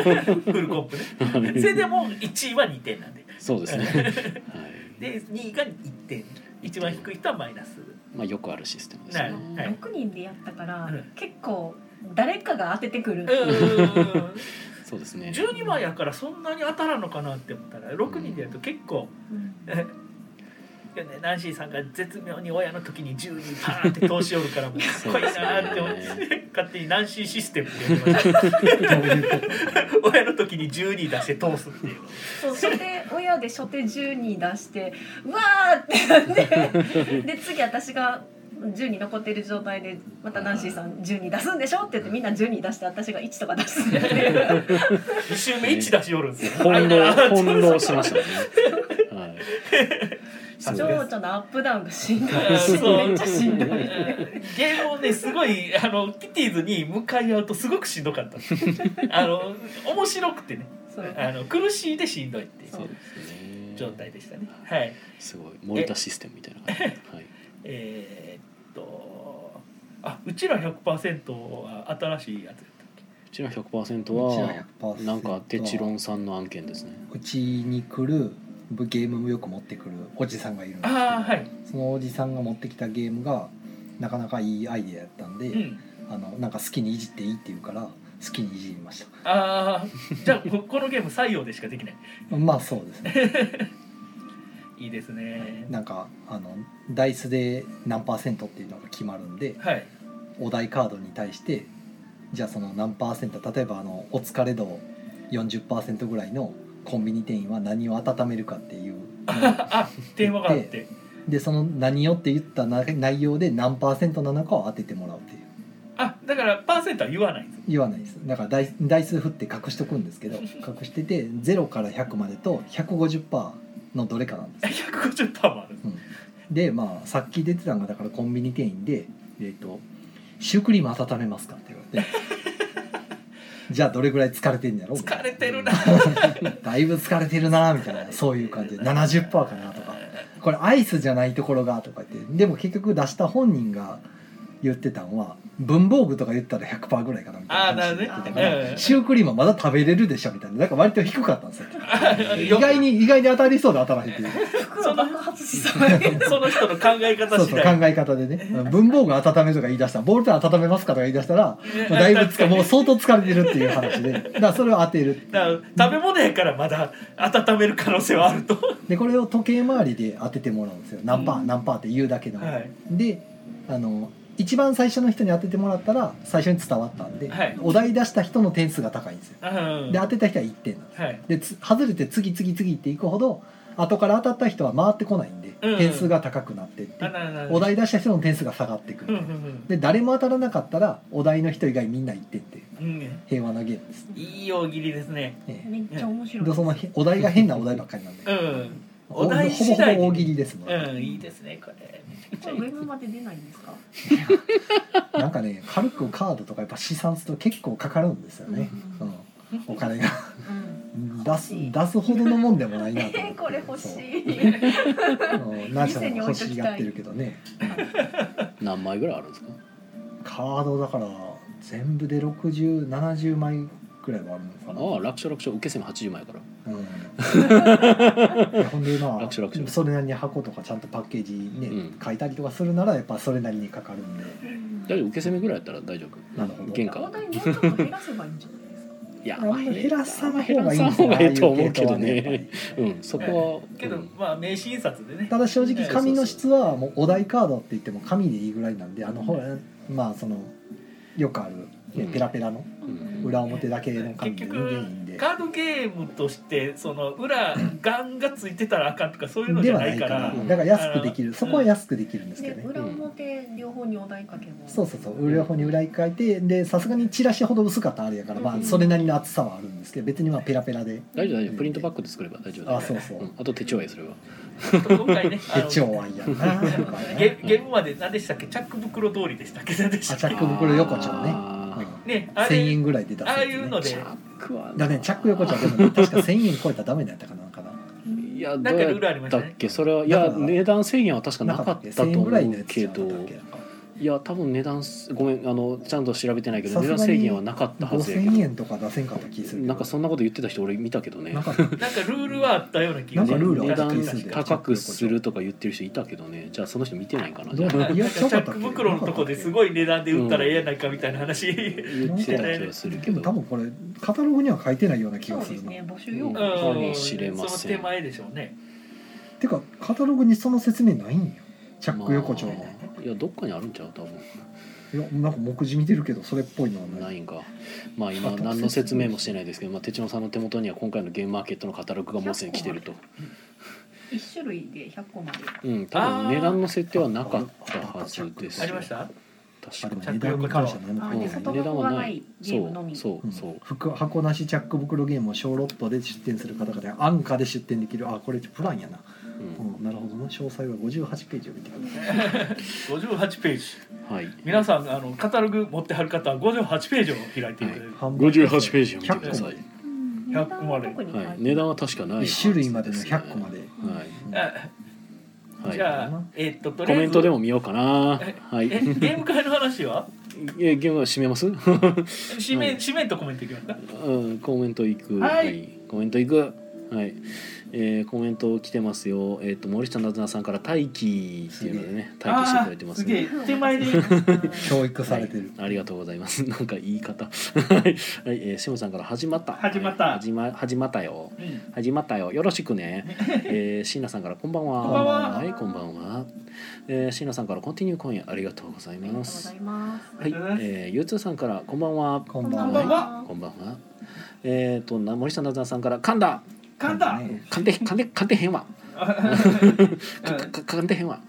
Speaker 3: ルコンプね それでも1位は2点なんで
Speaker 1: そうです ね、はい
Speaker 3: で2位が1点一番低い人はマイナス
Speaker 1: まあ、よくあるシステムですね、
Speaker 3: はい
Speaker 4: うん
Speaker 3: はい
Speaker 4: 6人でやったから、
Speaker 3: うん
Speaker 4: 結構誰かが当ててく
Speaker 3: う
Speaker 4: る、
Speaker 3: ーん
Speaker 1: そうですね
Speaker 3: 12枚やからそんなに当たらんのかなって思ったら6人でやると結構
Speaker 4: うん
Speaker 3: えいやねナンシーさんが絶妙に親の時に12パーンって通しおるからもうかっこいいなーって思っ
Speaker 1: そうで
Speaker 3: て勝手にナンシーシステムって呼んでました 親の時に12出して通すっていう
Speaker 4: そう初手親で初手12出してうわーってなってで次私が12残ってる状態でまたナンシーさん12出すんでしょって言ってみんな12出して私が1とか出すっていう
Speaker 3: 2周目1出しおるんですよ
Speaker 1: 翻
Speaker 3: あ
Speaker 1: 弄
Speaker 3: いやー
Speaker 1: 翻弄しましたね。はい。
Speaker 3: さす
Speaker 4: 情
Speaker 3: が
Speaker 4: 緒のアップダウンがしんどい
Speaker 3: そう
Speaker 4: めっちゃしんどい
Speaker 3: ゲームをねすごいあのキティーズに向かい合うとすごくしんどかったあの面白くてね
Speaker 4: そう
Speaker 3: あの苦しいでしんどいっていう
Speaker 1: そうですね。
Speaker 3: 状態でしたねはい
Speaker 1: すごい森田システムみたいな 感じ。はい。
Speaker 3: えーっとあうちら100%は新しいやつやったっけ
Speaker 1: うちの100%
Speaker 2: うちの
Speaker 1: は
Speaker 2: 100%
Speaker 1: なんかテチロンさんの案件ですね。
Speaker 2: うちに来るゲームもよく持ってくるおじさんがいるんですけど
Speaker 3: ああはい、
Speaker 2: そのおじさんが持ってきたゲームがなかなかいいアイデアやったんで、
Speaker 3: うん、
Speaker 2: あのなんか好きにいじっていいって言うから好きにいじりまし
Speaker 3: ああじゃあここのゲーム採用でしかできない
Speaker 2: たまあそうです ね
Speaker 3: いいですね
Speaker 2: なんかあのダイスで何パーセントっていうのが決まるんで
Speaker 3: はい
Speaker 2: お題カードに対してじゃあその何パーセント例えばあのお疲れ度40%ぐらいのコンビニ店員は何を温めるかっていう
Speaker 3: あテーマがあって
Speaker 2: でその何をって言ったな内容で何パーセントなのかを当ててもらうっていう
Speaker 3: あだからパーセントは言わないんです
Speaker 2: 言わないですだからダイダイス振って隠しとくんですけど隠してて0から100までと150%のどれかなんです、
Speaker 3: 150パーもある
Speaker 2: うんでまあさっき出てたのがだからコンビニ店員で「えー、とシュークリーム温めますか?」って言われてじゃあどれぐらい疲れてんやろ
Speaker 3: 疲れてるな
Speaker 2: だいぶ疲れてるなみたいなそういう感じで70%かなとかこれアイスじゃないところがとか言ってでも結局出した本人が言ってたんは文房具とか言ったら100%ぐらいかなみたいな話になってたか
Speaker 3: あーなるほどね
Speaker 2: らシュークリームはまだ食べれるでしょみたいなだから割と低かったんですよ意
Speaker 3: よ
Speaker 2: 外に意外に当たりそうで当たらへんっていう
Speaker 4: 服を爆発しそうやけど
Speaker 3: その人の考え方
Speaker 2: そう
Speaker 3: 次
Speaker 2: そう
Speaker 3: 第
Speaker 2: 考え方でね文房具温めとか言い出したらボールペン温めますかとか言い出したらもうだいぶつかもう相当疲れてるっていう話でだからそれを当てるっていう
Speaker 3: だから食べ物やからまだ温める可能性はあると
Speaker 2: でこれを時計回りで当ててもらうんですよ何パー、
Speaker 3: うん
Speaker 2: 何パーって言うだけの、
Speaker 3: はい
Speaker 2: であの一番最初の人に当ててもらったら最初に伝わったんで、
Speaker 3: はい
Speaker 2: お題出した人の点数が高いんですよ
Speaker 3: うん
Speaker 2: で当てた人は1点なんです
Speaker 3: はい
Speaker 2: でつ外れて次次次っていくほど後から当たった人は回ってこないんで、
Speaker 3: うん
Speaker 2: 点数が高くなってって
Speaker 3: あなるほど
Speaker 2: お題出した人の点数が下がってく
Speaker 3: うん
Speaker 2: る、で誰も当たらなかったらお題の人以外みんな1点っていう
Speaker 3: うんうんうん
Speaker 2: 平和なゲームです、
Speaker 3: いい大喜利ですね
Speaker 2: え
Speaker 4: めっちゃ面
Speaker 2: え
Speaker 4: 白い
Speaker 2: でそのへお題が変なお題ばっかりなんで、
Speaker 3: うん
Speaker 2: お
Speaker 3: お題
Speaker 2: ほぼ
Speaker 3: 次
Speaker 2: ほ
Speaker 3: 第で
Speaker 2: ぼ大喜利ですもん、
Speaker 3: うんいいですねこれめちゃくちゃいい
Speaker 4: 上まで出ないんですか
Speaker 2: なんかね軽くカードとかやっぱ試算すると結構かかるんですよね、う
Speaker 4: うん
Speaker 2: お金 が
Speaker 4: うん
Speaker 2: 出す出すほどのもんでもないなと思っ
Speaker 4: え
Speaker 2: て
Speaker 4: ーこれ欲し
Speaker 2: そう
Speaker 4: い
Speaker 2: うん何社も欲しがってるけどね
Speaker 1: 何枚ぐらいあるんですか。
Speaker 2: カードだから全部で6070枚くらいはあるのかな
Speaker 1: ああ楽勝楽勝受け線80枚やから。
Speaker 2: うん、ほんでま
Speaker 1: 楽勝楽勝
Speaker 2: あそれなりに箱とかちゃんとパッケージね、
Speaker 1: うん
Speaker 2: 書いたりとかするならやっぱそれなりにかかるんで
Speaker 1: 大丈夫受け攻めぐらいやったら大丈夫。
Speaker 2: なるほど
Speaker 1: 原価
Speaker 4: お題もうちょっと減らせばいいんじゃないですか
Speaker 1: いや
Speaker 2: あんま減らさない方がいい
Speaker 1: 減
Speaker 2: ん
Speaker 1: ら
Speaker 2: で
Speaker 1: さ
Speaker 2: す
Speaker 1: ん
Speaker 2: よ
Speaker 1: 方がいいと思うけど
Speaker 2: ああいう系統はやっぱ
Speaker 1: ね
Speaker 2: り。
Speaker 1: うんそこは。
Speaker 3: けど
Speaker 1: うん
Speaker 3: まあ名刺印刷でね
Speaker 2: ただ正直紙の質はもうお題カードって言っても紙でいいぐらいなんであのほらまあそのよくある、
Speaker 1: う
Speaker 2: ね
Speaker 1: ん
Speaker 2: ペラペラの
Speaker 1: うん
Speaker 2: 裏表だけの感
Speaker 3: 結
Speaker 2: じで
Speaker 3: 局
Speaker 2: ねゲインで
Speaker 3: カードゲームとしてその裏ガンがついてたらあかんとかそういうのじ
Speaker 2: で
Speaker 3: ゃ
Speaker 2: は
Speaker 3: な
Speaker 2: ないい
Speaker 3: か
Speaker 2: かららだから安くでき
Speaker 3: う
Speaker 2: る
Speaker 3: ん
Speaker 2: そこは安くできるんですけど
Speaker 4: で
Speaker 2: ね
Speaker 4: 裏表両方にお題かけも
Speaker 2: そうそうそう裏方に裏一回いてでさすがにチラシほど薄かったらあれやからまあそれなりの厚さはあるんですけど別にまあペラペラで
Speaker 1: 大丈夫大丈夫プリントバッグで作れば大丈夫だ
Speaker 2: あそうそう
Speaker 1: うんあと手帳やそれは
Speaker 3: 今回ねあの
Speaker 2: 手帳 はいやなとか
Speaker 3: ゲ
Speaker 2: ね
Speaker 3: ゲームまで何でしたっけチャック袋通りでしたっけ何でした
Speaker 2: あ
Speaker 3: っ
Speaker 2: チャ
Speaker 3: け
Speaker 2: ック袋横丁ね
Speaker 1: あー
Speaker 2: うん
Speaker 3: ねあ
Speaker 2: 1000
Speaker 3: れ
Speaker 2: 円ぐらいで出せる
Speaker 3: ああ
Speaker 2: やつね
Speaker 3: いうので
Speaker 1: チャックはな
Speaker 2: だねチャック横丁でもね確か1000円超えたらダメだったかなかない
Speaker 1: や
Speaker 3: な
Speaker 1: ど
Speaker 3: ん
Speaker 1: う
Speaker 3: か
Speaker 1: や
Speaker 3: ルールありま
Speaker 1: っ
Speaker 3: したた
Speaker 1: っ
Speaker 3: ね
Speaker 1: けそれはいや
Speaker 2: だから
Speaker 1: 値段制限は確かな
Speaker 2: な
Speaker 1: か
Speaker 2: か
Speaker 1: っ
Speaker 2: ったっけ
Speaker 1: たと
Speaker 2: 1000円
Speaker 1: 思
Speaker 2: ぐらいの
Speaker 1: う
Speaker 2: やつ
Speaker 1: け
Speaker 2: じゃなか
Speaker 1: ど
Speaker 2: ったっけ
Speaker 1: いや多分値段すごめんあのちゃんと調べてないけど
Speaker 2: さ
Speaker 1: 値
Speaker 2: すが
Speaker 1: 段
Speaker 2: に
Speaker 1: 制限はなかったはずやけ
Speaker 2: 5000
Speaker 1: ど
Speaker 2: 円とか出せんかった気するけど
Speaker 1: なんかそんなこと言ってた人俺見たけどね
Speaker 2: なかった
Speaker 3: なんかルールはあったような気が
Speaker 2: なんかルール
Speaker 1: 値
Speaker 2: あった気す
Speaker 1: 段
Speaker 2: るんだよ
Speaker 1: 高くするとか言ってる人いたけどねじゃあその人見てないかなじ
Speaker 2: ど
Speaker 1: ゃ
Speaker 2: う
Speaker 1: あ
Speaker 2: だ
Speaker 3: なんか
Speaker 2: い
Speaker 3: チ
Speaker 2: や
Speaker 3: ャ
Speaker 2: ちゃうか
Speaker 3: ッ
Speaker 2: ったっ
Speaker 3: ク
Speaker 2: け
Speaker 3: 袋のとこですごい値段で売ったらええやないかみたいな
Speaker 1: 言
Speaker 3: 話、
Speaker 1: ってた気がするけ
Speaker 2: でも多
Speaker 1: ど
Speaker 2: 分これカタログには書いてないような気
Speaker 4: そ
Speaker 2: が
Speaker 4: う
Speaker 2: す
Speaker 4: で
Speaker 2: る
Speaker 4: す
Speaker 2: な、
Speaker 4: ね募集要
Speaker 1: う
Speaker 4: 項
Speaker 1: ん
Speaker 4: です
Speaker 1: かも
Speaker 4: ね
Speaker 1: しれません
Speaker 3: その手前でしょうね
Speaker 2: てかカタログにその説明ないんよチャック横丁の、
Speaker 1: まあいやどっかにあるんちゃう多分
Speaker 2: いやなんか目次見てるけどそれっぽいのはな
Speaker 1: ないいんかまあ今何の説明もしてないですけど、まあ、手帳さんの手元には今回のゲームマーケットのカタログがもうすでに来てると
Speaker 4: 一種類で100個まで
Speaker 1: うん多分値段の設定はなかったはずです
Speaker 3: ありました
Speaker 2: あ
Speaker 1: 確か
Speaker 2: でも値段に関しては何も
Speaker 4: あ
Speaker 2: 書い
Speaker 4: で
Speaker 2: てない
Speaker 4: 外
Speaker 1: 値
Speaker 2: ね、
Speaker 1: 段は
Speaker 4: 箱が
Speaker 1: な
Speaker 4: ないいゲー
Speaker 1: そ
Speaker 4: ムの
Speaker 1: う
Speaker 4: み
Speaker 1: そううんそう
Speaker 2: 服箱なしチャック袋ゲームを小ロットで出店する方々や安価で出店できるあこれプランやな、
Speaker 1: う
Speaker 2: うん、なるほどな詳細は58ページを見てください
Speaker 3: 58ページ
Speaker 1: んはい
Speaker 3: 皆さんあのカタログ持ってはる方は58ページを開いていただいて、
Speaker 1: 58ページを見てください
Speaker 2: 100
Speaker 4: 値段は特
Speaker 1: は
Speaker 4: に書いて
Speaker 1: い
Speaker 4: ない
Speaker 1: 値段は確かないはず
Speaker 2: 個
Speaker 1: ですね
Speaker 2: 1種類までの100個まで、
Speaker 1: は
Speaker 3: あ
Speaker 1: い
Speaker 3: じ
Speaker 1: は
Speaker 3: ゃあ、えっとと
Speaker 1: いコ
Speaker 3: りあ
Speaker 1: メ
Speaker 3: え
Speaker 1: ン
Speaker 3: ず
Speaker 1: トでも見ようかな
Speaker 3: え
Speaker 1: は
Speaker 3: え
Speaker 1: い
Speaker 3: ゲーム会の話は
Speaker 1: えゲームは締めます
Speaker 3: 紙面紙面とコメントいきますか
Speaker 1: うん、コメントいく、
Speaker 3: はい
Speaker 1: コメントいく、はい、えー、コメント来てますよ。えっ、と、森下なずなさんから待機っていうのでね、待機していただいてますね。
Speaker 3: あーすげえ手前で
Speaker 2: 教育されてる、
Speaker 1: はいありがとうございます。 なんか言い方。はい、はいえー、しもさんから始まった。
Speaker 3: 始まった
Speaker 1: はい始ま、始まったよ。始まったよ。よろしく ね。えー、椎名さんからこんばんは。、
Speaker 3: こんばんはい
Speaker 1: こんばんは。えー、椎名さんからコンティニュー今夜ありがとうござい
Speaker 4: ありがとう
Speaker 1: ま
Speaker 4: ご
Speaker 1: す。
Speaker 4: ざいます
Speaker 1: はい、えー、ゆうつーさんからこんばんは。
Speaker 2: こんばん
Speaker 3: こ
Speaker 2: は
Speaker 3: んばん
Speaker 1: こんばんは。えっ、と、な、森下なずなさんから、噛んだ。
Speaker 3: 簡単、
Speaker 2: ね
Speaker 1: 噛んで、噛んで、噛んでへんわ。 か、か、か噛んでへんわ。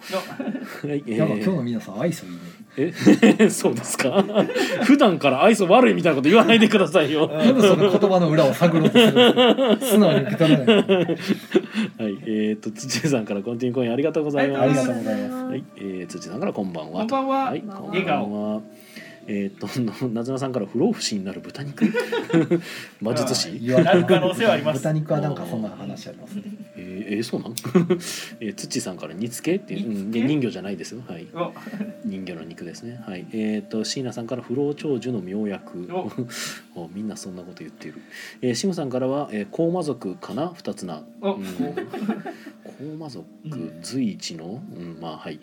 Speaker 1: はい、え
Speaker 2: なんか今日
Speaker 1: ー
Speaker 2: の皆さん愛想いいね
Speaker 1: え、 そうですか。普段から愛想悪いみたいなこと言わないでくださいよ。 は
Speaker 2: なんでその言葉の裏を探ろうとするんですか素直に受け取れない
Speaker 1: い、えっ、と、土屋さんから、コンティニューコインありがとうござい
Speaker 2: あ
Speaker 1: ま
Speaker 2: り
Speaker 1: す。
Speaker 2: がとうございます
Speaker 4: す
Speaker 1: はい、えー、土屋さんから、こんばんは。
Speaker 3: こんばんは、
Speaker 1: はい、こんばんは。
Speaker 3: 笑
Speaker 1: えっ、と、なずなさんから、不老不死になる豚 肉。魔術師。
Speaker 2: 言われた
Speaker 3: なる可能性はあります
Speaker 2: 豚肉はなんかそんな話ありますね
Speaker 1: えー、えーそうなん えー、土さんから「煮つけ」っていう、うん、
Speaker 3: 煮付け
Speaker 1: で人魚じゃないですよはい
Speaker 3: お
Speaker 1: 人魚の肉ですねはいえっ、と椎名さんから「不老長寿の妙薬」
Speaker 3: お
Speaker 1: おみんなそんなこと言ってるえー、シムさんからは「えー、高魔族かな二つな」
Speaker 3: お
Speaker 1: うん高魔族
Speaker 3: うん
Speaker 1: 随一の、うん、まあはい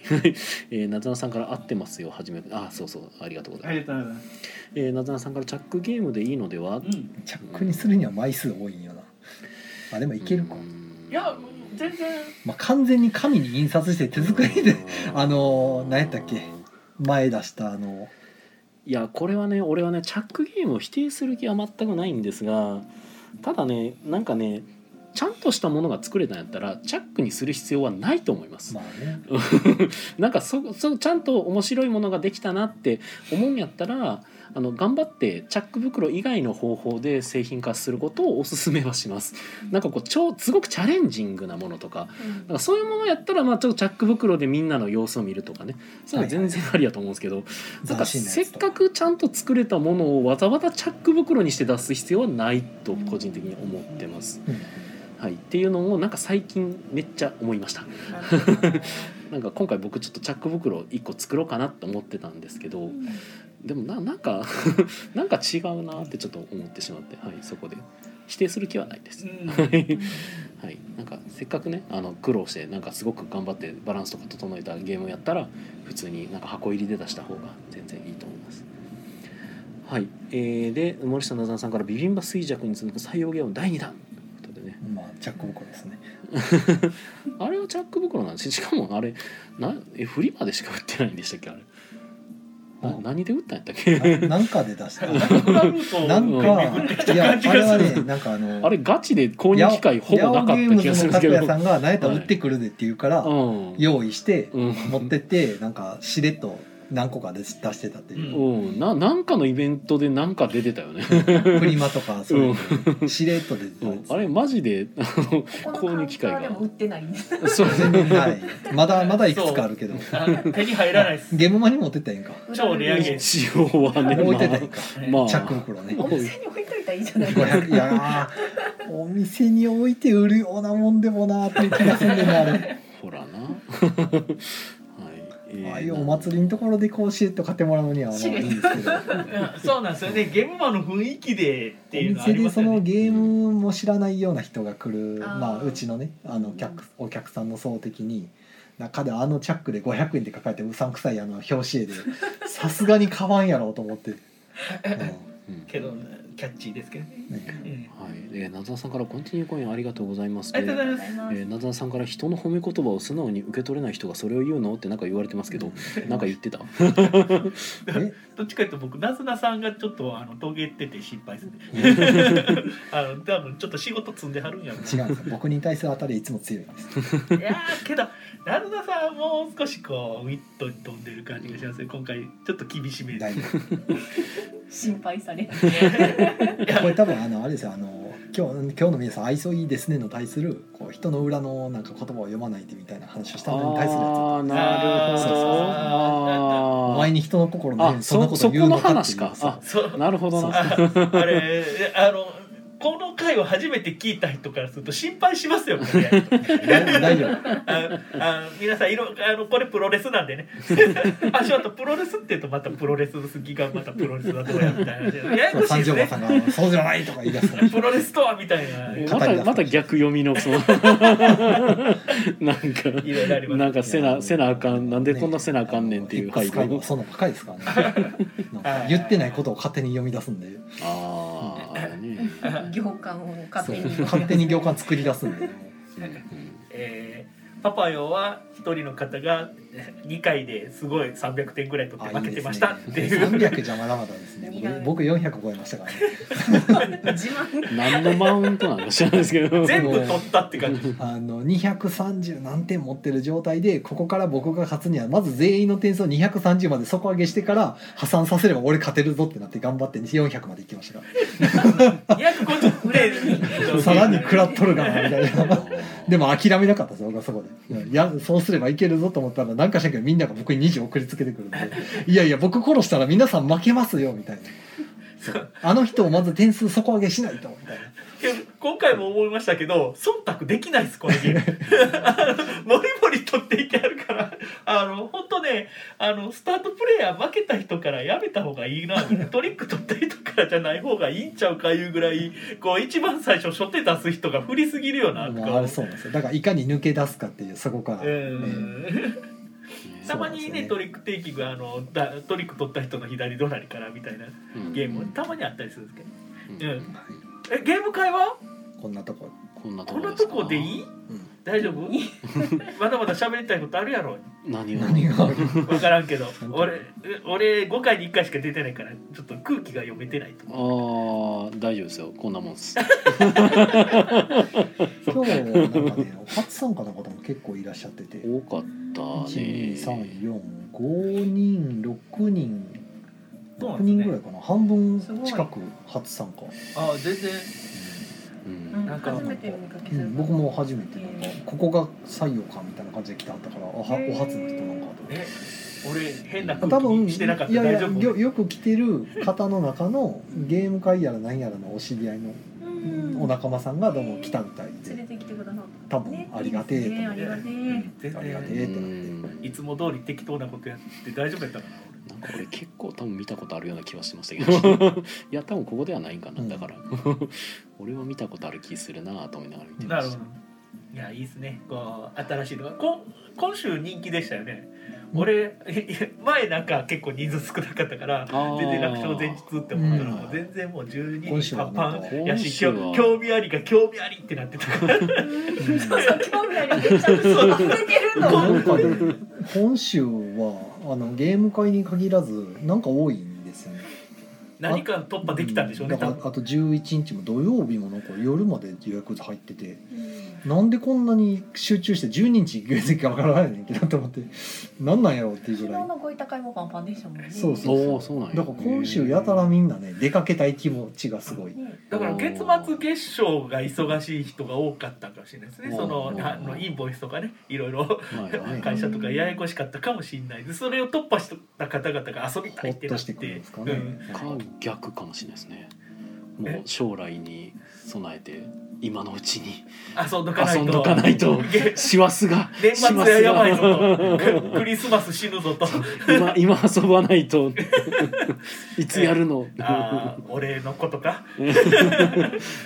Speaker 1: えー、なずなさんから「合ってますよ」はじめあそうそうありがとうござ
Speaker 3: あ
Speaker 1: い
Speaker 3: り
Speaker 1: ま、
Speaker 3: がとうございます
Speaker 1: えー、なずなさんから「チャックゲームでいいのでは?」
Speaker 3: す、うん
Speaker 2: チャックにするには枚数多いんよなあでもいけるか、
Speaker 1: うん
Speaker 3: いや全然
Speaker 2: まあ、完全に紙に印刷して手作りで あのー何やったっけ前出したあの
Speaker 1: いやこれはね俺はねチャックゲームを否定する気は全くないんですがただねなんかねちゃんとしたものが作れたんやったらチャックにする必要はないと思います、
Speaker 2: まあね
Speaker 1: なんかそそちゃんと面白いものができたなって思うんやったらあの頑張ってチャック袋以外の方法で製品化することをおすすめはしますなんかこう超すごくチャレンジングなものとかだからそういうものやったらまあちょっとチャック袋でみんなの様子を見るとかねそういうの全然ありやと思うんですけど、なんか
Speaker 2: 斬新な
Speaker 1: せ
Speaker 2: や
Speaker 1: っ
Speaker 2: つと
Speaker 1: かくちゃんと作れたものをわざわざチャック袋にして出す必要はないと個人的に思ってます。
Speaker 2: うん
Speaker 1: はい、っていうのをなんか最近めっちゃ思いました。なんか今回僕ちょっとチャック袋1個作ろうかなと思ってたんですけどでもななんか なんか違うなってちょっと思ってしまって、はい、そこで否定する気はないです。はいはい、なんかせっかくねあの苦労してなんかすごく頑張ってバランスとか整えたゲームをやったら普通になんか箱入りで出した方が全然いいと思います。はい、えー、で森下なずなさんから「ビビンバ衰弱に続く採用ゲーム第2弾」ということでね
Speaker 2: まあチャック袋ですね
Speaker 1: あれはチャック袋なんですししかもあれなえフリマでしか売ってないんでしたっけあれな何で打ったんやったっけ
Speaker 2: ななんかで出した
Speaker 3: 僕がルートを
Speaker 2: なん
Speaker 3: 巡ってき
Speaker 2: か
Speaker 3: た
Speaker 2: いやあ
Speaker 3: 感じが
Speaker 2: れは
Speaker 3: する
Speaker 2: ねなんかあの
Speaker 1: あれガチで購入機会ほぼなかった気がするんですけ
Speaker 2: ヤオゲームズの拓也さ
Speaker 1: ど
Speaker 2: んが「何やったら打ってくるで」って言うから
Speaker 1: うん
Speaker 2: 用意して
Speaker 1: うん
Speaker 2: 持ってってなんかしれっと何個かで出してたっていう
Speaker 1: うんななんかのイベントでなんか出てたよね、
Speaker 2: フリマとかそういうのしれっと出てた
Speaker 1: う
Speaker 2: や
Speaker 1: ん
Speaker 2: つ
Speaker 1: あれマジで あの
Speaker 4: ここのカウンターでも売ってないんです。
Speaker 1: そう
Speaker 2: 全然ないまだまだいくつかあるけど
Speaker 3: あ手に入らないです
Speaker 2: ゲームマに持ってったらいいんか
Speaker 3: 超レアゲーム
Speaker 1: 一応はね
Speaker 2: 置いてたらいいんか
Speaker 1: まあ、
Speaker 2: チャック
Speaker 1: ま
Speaker 2: 袋ね
Speaker 4: お店に置いといたらいいじゃないですか。
Speaker 2: 500いやーお店に置いて売るようなもんでもなーっていう気がするんだよねあれ
Speaker 1: あ、ほらな はい、えー
Speaker 2: ああいうお祭りのところでこうシルエット買ってもらうにはまあいいんですけど
Speaker 3: うんそうなんですよねゲームマンの雰囲気でっていう
Speaker 2: お
Speaker 3: のあり
Speaker 2: 店で
Speaker 3: ます
Speaker 2: そ
Speaker 3: よ
Speaker 2: の
Speaker 3: ね
Speaker 2: ゲームも知らないような人が来る
Speaker 4: あー
Speaker 2: まあ、うちのねあの客お客さんの層的に中であのチャックで500円って書かれてうさんくさいあの表紙絵 でさすがに買わんやろうと思って、う
Speaker 1: うん
Speaker 3: けどキャッチーですけどね
Speaker 2: んね
Speaker 3: うん
Speaker 1: はい、えー、なずなさんからコンティニューコインありがとうございます。
Speaker 3: ありがとうござい
Speaker 1: えー、なずなさんから人の褒め言葉を素直に受け取れない人がそれを言うのってなんか言われてますけど、なんか言ってた。
Speaker 2: え
Speaker 3: ますどっちかというと僕なずなさんがちょっとあのトゲってて心配する あの多分ちょっと仕事積んではるんやろうな
Speaker 2: 違うんですよ僕に対する当たりはいつも強いんです
Speaker 3: いやーけどなずなさんもう少しこうウィットに飛んでる感じがしますね今回ちょっと厳しめで
Speaker 2: だいぶ
Speaker 4: 心配され る。
Speaker 2: これ多分あのあれですよあの今日今日の皆さん愛想いいですねの対するこう人の裏のなんか言葉を読まないでみたいな話をしたのに対するやつ
Speaker 1: ああ、なるほ
Speaker 2: そうそうそう
Speaker 1: ど。
Speaker 2: お
Speaker 1: あ
Speaker 2: 前に人の心の
Speaker 1: あ、
Speaker 2: ねそんな
Speaker 1: そ、
Speaker 2: こと
Speaker 1: そこ
Speaker 2: 言う
Speaker 1: の
Speaker 2: のかっ
Speaker 1: 話
Speaker 2: ていう
Speaker 1: か。あ、
Speaker 3: そう
Speaker 1: なるほどな。
Speaker 3: ああれあのこの回を初めて聞いた人からすると心配しますよ、これ
Speaker 2: 大大丈夫
Speaker 3: ああ皆さんいろあのこれプロレスなんで ねあしまったプロレスって言うとまたプロレス好きがまたプロレスだとかやみたいなややこし
Speaker 2: 三
Speaker 3: いです
Speaker 2: 条馬
Speaker 3: ね
Speaker 2: さんが「そうじゃない!」とか言い出すから
Speaker 3: プロレスとはみたいな
Speaker 1: え
Speaker 3: い
Speaker 1: ま
Speaker 2: 語り出
Speaker 1: た
Speaker 2: す
Speaker 1: また逆読みのその なんか
Speaker 3: ろいろあります
Speaker 1: なんか せなせなあかんなんでこんなせなあかんねんっていう
Speaker 2: 回
Speaker 1: 回
Speaker 2: 回
Speaker 1: 路
Speaker 2: はそんな高いですから ねなんか言ってないことを勝手に読み出すんで
Speaker 1: あああれね、
Speaker 4: 行間を
Speaker 2: そ
Speaker 4: 勝
Speaker 2: う
Speaker 4: 手に。
Speaker 2: 勝手に行間作り出すん で
Speaker 1: うん
Speaker 3: えーパパよは一人の方が2回ですごい300点ぐらい取って負けてましたっていう
Speaker 2: 300じゃまだまだですね僕僕400超えましたからね
Speaker 4: 自慢。
Speaker 1: 何のマウントなのか知らないですけど
Speaker 3: 全部取ったって感じ
Speaker 2: あの230何点持ってる状態でここから僕が勝つにはまず全員の点数を230まで底上げしてから破産させれば俺勝てるぞってなって頑張って400まで行きましたか
Speaker 3: 250
Speaker 2: ら
Speaker 3: 点
Speaker 2: さらに食らっとるがなみたいなで
Speaker 1: も
Speaker 2: も諦めなかったです僕はそこで いやそうすればいけるぞと思ったらなんかしなきゃみんなが僕に2時送りつけてくるんでいやいや僕殺したら皆さん負けますよみたいなそうあの人をまず点数底上げしないとみたいな
Speaker 3: 今回も思いましたけど忖度できないですこのゲームあの もりもり取っていけあるからあの本当ねあのスタートプレイヤー負けた人からやめた方がいいなトリック取った人からじゃない方がいいんちゃうかいうぐらいこう一番最初初手出す人が振りすぎるよなと
Speaker 2: ま
Speaker 3: か
Speaker 2: ああれそうなんですよだからいかに抜け出すかっていう そこから、
Speaker 3: うん
Speaker 2: そ
Speaker 3: た
Speaker 2: う
Speaker 3: ま
Speaker 2: なんです
Speaker 3: に
Speaker 2: よね
Speaker 3: ねトリックテイキングあのだトリック取った人の左隣からみたいなゲームもたまにあったりするんですけど、うん、えゲーム会は
Speaker 2: こんなところ、
Speaker 1: こんなとこ
Speaker 3: こんな
Speaker 1: です
Speaker 3: と
Speaker 1: か
Speaker 3: こでいい
Speaker 2: うん
Speaker 3: 大 丈夫まだまだ喋りたいことあるやろ
Speaker 1: 何を
Speaker 2: 何 がある
Speaker 3: 分からんけど
Speaker 2: 本当
Speaker 3: 俺え俺5回に1回しか出てないからちょっと空気が読めてないと
Speaker 1: あー大丈夫ですよこんなもんです
Speaker 2: 今日なんかね、初参加の方も結構いらっしゃってて、
Speaker 1: 多かったね
Speaker 2: 1,2,3,4,5人、6人、
Speaker 3: そうな
Speaker 2: 6
Speaker 3: んですね
Speaker 2: 人ぐらいかな、半分
Speaker 4: すごい
Speaker 2: 近く初参加。
Speaker 3: あ全然
Speaker 1: うん
Speaker 3: なんか
Speaker 4: 初めて見かけ
Speaker 2: う
Speaker 4: た。
Speaker 2: ん、僕も初めてなんかここが採用かみたいな感じで来たんだからあはお
Speaker 4: へー
Speaker 2: 初の人なんかと
Speaker 3: え俺変な
Speaker 2: あ多
Speaker 3: 空気
Speaker 2: 分
Speaker 3: にしてなかった
Speaker 2: いやい
Speaker 3: 大
Speaker 2: や
Speaker 3: 丈夫
Speaker 2: よよく来てる方の中のゲーム会やら何やらのお知り合いの
Speaker 4: うん
Speaker 2: お仲間さんがどうも来たみたい
Speaker 4: 連れ
Speaker 2: で
Speaker 4: てきてくださった。
Speaker 2: 多分ありがてえと
Speaker 4: ねありがてえ。
Speaker 3: 全
Speaker 2: ありがて
Speaker 1: う
Speaker 2: え
Speaker 3: 然
Speaker 2: ってなって。
Speaker 1: ん
Speaker 3: いつも通り適当なことやって大丈夫やったかな俺
Speaker 1: なんか俺結構多分見たことあるような気はしましたけどいや多分ここではないんかなだから俺は見たことある気するなと思いながら見て
Speaker 3: な
Speaker 1: ま
Speaker 3: るほ
Speaker 1: し
Speaker 3: ど
Speaker 1: た。
Speaker 3: いやいいですね。こう新しいのがこ今週人気でしたよね。俺 いや前なんか結構人数少なかったから
Speaker 1: あー
Speaker 3: 全然楽勝前日って思ったらもう全然もう12
Speaker 2: 今
Speaker 3: 人
Speaker 2: 週
Speaker 3: パ
Speaker 2: は
Speaker 3: ンパ
Speaker 2: なんか
Speaker 3: ンやし
Speaker 1: 今週は
Speaker 3: 興興味ありが興味ありってなってたから
Speaker 4: そうそう興味ありめっちゃ溢れてる。るの
Speaker 2: なんかね本州はあのゲーム界に限らずなんか多いんですよね。
Speaker 3: 何か突破できたんでしょうね
Speaker 2: だから
Speaker 3: 多分
Speaker 2: あと11日も土曜日もなんか夜まで予約入っててなんでこんなに集中して12日行くかわからないねんけどと思ってなんなんやろうっていう
Speaker 4: 昨
Speaker 2: ぐ
Speaker 4: 日
Speaker 2: らい
Speaker 4: のご委託会もパンパンでしたもんね
Speaker 2: そうそう
Speaker 1: おーそうなんや
Speaker 2: だから今週やたらみんなね出かけたい気持ちがすごい
Speaker 4: ね
Speaker 3: だから月末月賞が忙しい人が多かったかもしれないですねそのあのインボイスとかねいろいろ
Speaker 1: はいはい
Speaker 3: 会社とかややこしかったかもしれないでそれを突破した方々が遊びた
Speaker 2: ほ
Speaker 3: い
Speaker 2: っ
Speaker 3: って
Speaker 2: と
Speaker 3: なっ
Speaker 2: しててくるんですか
Speaker 3: う
Speaker 2: ね
Speaker 3: ん、
Speaker 1: か逆かもしれないですねも
Speaker 3: え
Speaker 1: う将来に備えて今のうちに
Speaker 3: 遊んどかないと
Speaker 1: 遊んどかないと
Speaker 3: げ
Speaker 1: 師走が
Speaker 3: 年末
Speaker 1: 師
Speaker 3: は
Speaker 1: 走が
Speaker 3: やばいぞと クリスマス死ぬ ぞと
Speaker 1: 今今遊ばないといつやるの
Speaker 3: ああ俺のことか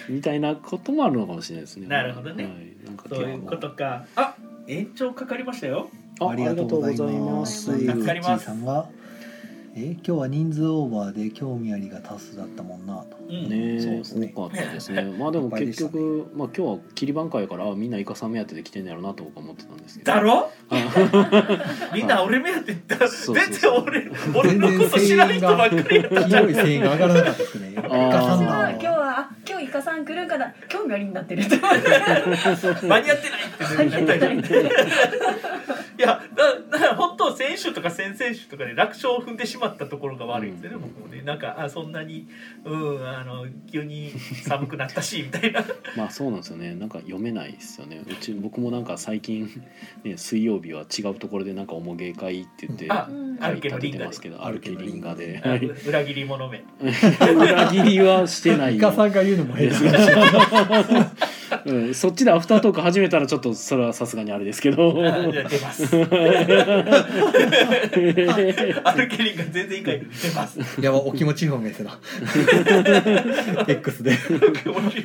Speaker 1: みたいなこともあるのかもしれないですね
Speaker 3: なるほどね
Speaker 1: はい、なんか
Speaker 3: そういうことかあ延長かかりましたよ
Speaker 1: あありがとうございます
Speaker 4: ありがとう
Speaker 2: う
Speaker 3: ご
Speaker 2: っ
Speaker 3: ざい
Speaker 2: ち
Speaker 3: ます
Speaker 2: ーさんが「え今日は人数オーバーで興味ありが多数だったもんな」と
Speaker 3: うん
Speaker 1: ね
Speaker 2: そう
Speaker 1: え
Speaker 2: ですね
Speaker 1: 多かったですね まあでも結局まあ今日は切り番会やからあみんなイカさん目当てで来てんねやろなと僕は思ってたんですけど
Speaker 3: だろ
Speaker 1: あ
Speaker 3: みんな俺目当てだ
Speaker 1: そうそう
Speaker 3: 全然俺俺のこと知らん人ばっかりやったじゃ
Speaker 2: 広
Speaker 3: ん
Speaker 2: い声援が上がらなかったです ね。イカサ
Speaker 4: 私
Speaker 2: ン
Speaker 4: は
Speaker 2: ダ
Speaker 4: 今
Speaker 2: ー
Speaker 4: 日
Speaker 2: は
Speaker 4: はあ今日イカさん来るんかな興味ありになってると思って
Speaker 3: 間に合ってないって絶対言ったじゃん いやだだから本当先週とか先々週とかで楽勝を踏んでしまったところが悪いんですよね、
Speaker 1: うん
Speaker 3: 僕もねなんかあそんなにうんあの急に寒くなったしみたいな
Speaker 1: まあそうなんですよねなんか読めないですよねうち僕もなんか最近、ね、水曜日は違うところでなんか「おもげ会」って言って
Speaker 3: あ
Speaker 4: うん
Speaker 3: ア
Speaker 1: 会
Speaker 3: ルケの
Speaker 1: 立て
Speaker 3: リン
Speaker 1: て
Speaker 3: ガ
Speaker 1: ま
Speaker 3: です
Speaker 1: けど
Speaker 2: ア
Speaker 1: ア
Speaker 2: ル
Speaker 1: ル
Speaker 2: ケ
Speaker 1: ケ
Speaker 2: の
Speaker 1: リ
Speaker 2: リン
Speaker 1: ン
Speaker 2: ガ
Speaker 1: ガ で、
Speaker 3: あ
Speaker 1: はい
Speaker 3: 裏切り者め
Speaker 1: 裏切りはしてない
Speaker 2: イカさんが言うのも変だし。
Speaker 1: うん、そっちでアフタートーク始めたらちょっとそれはさすがにあれですけど
Speaker 3: あじゃあ出ます アルケリンが全然以外に出 ます
Speaker 2: やばお気持ち表明せ な X で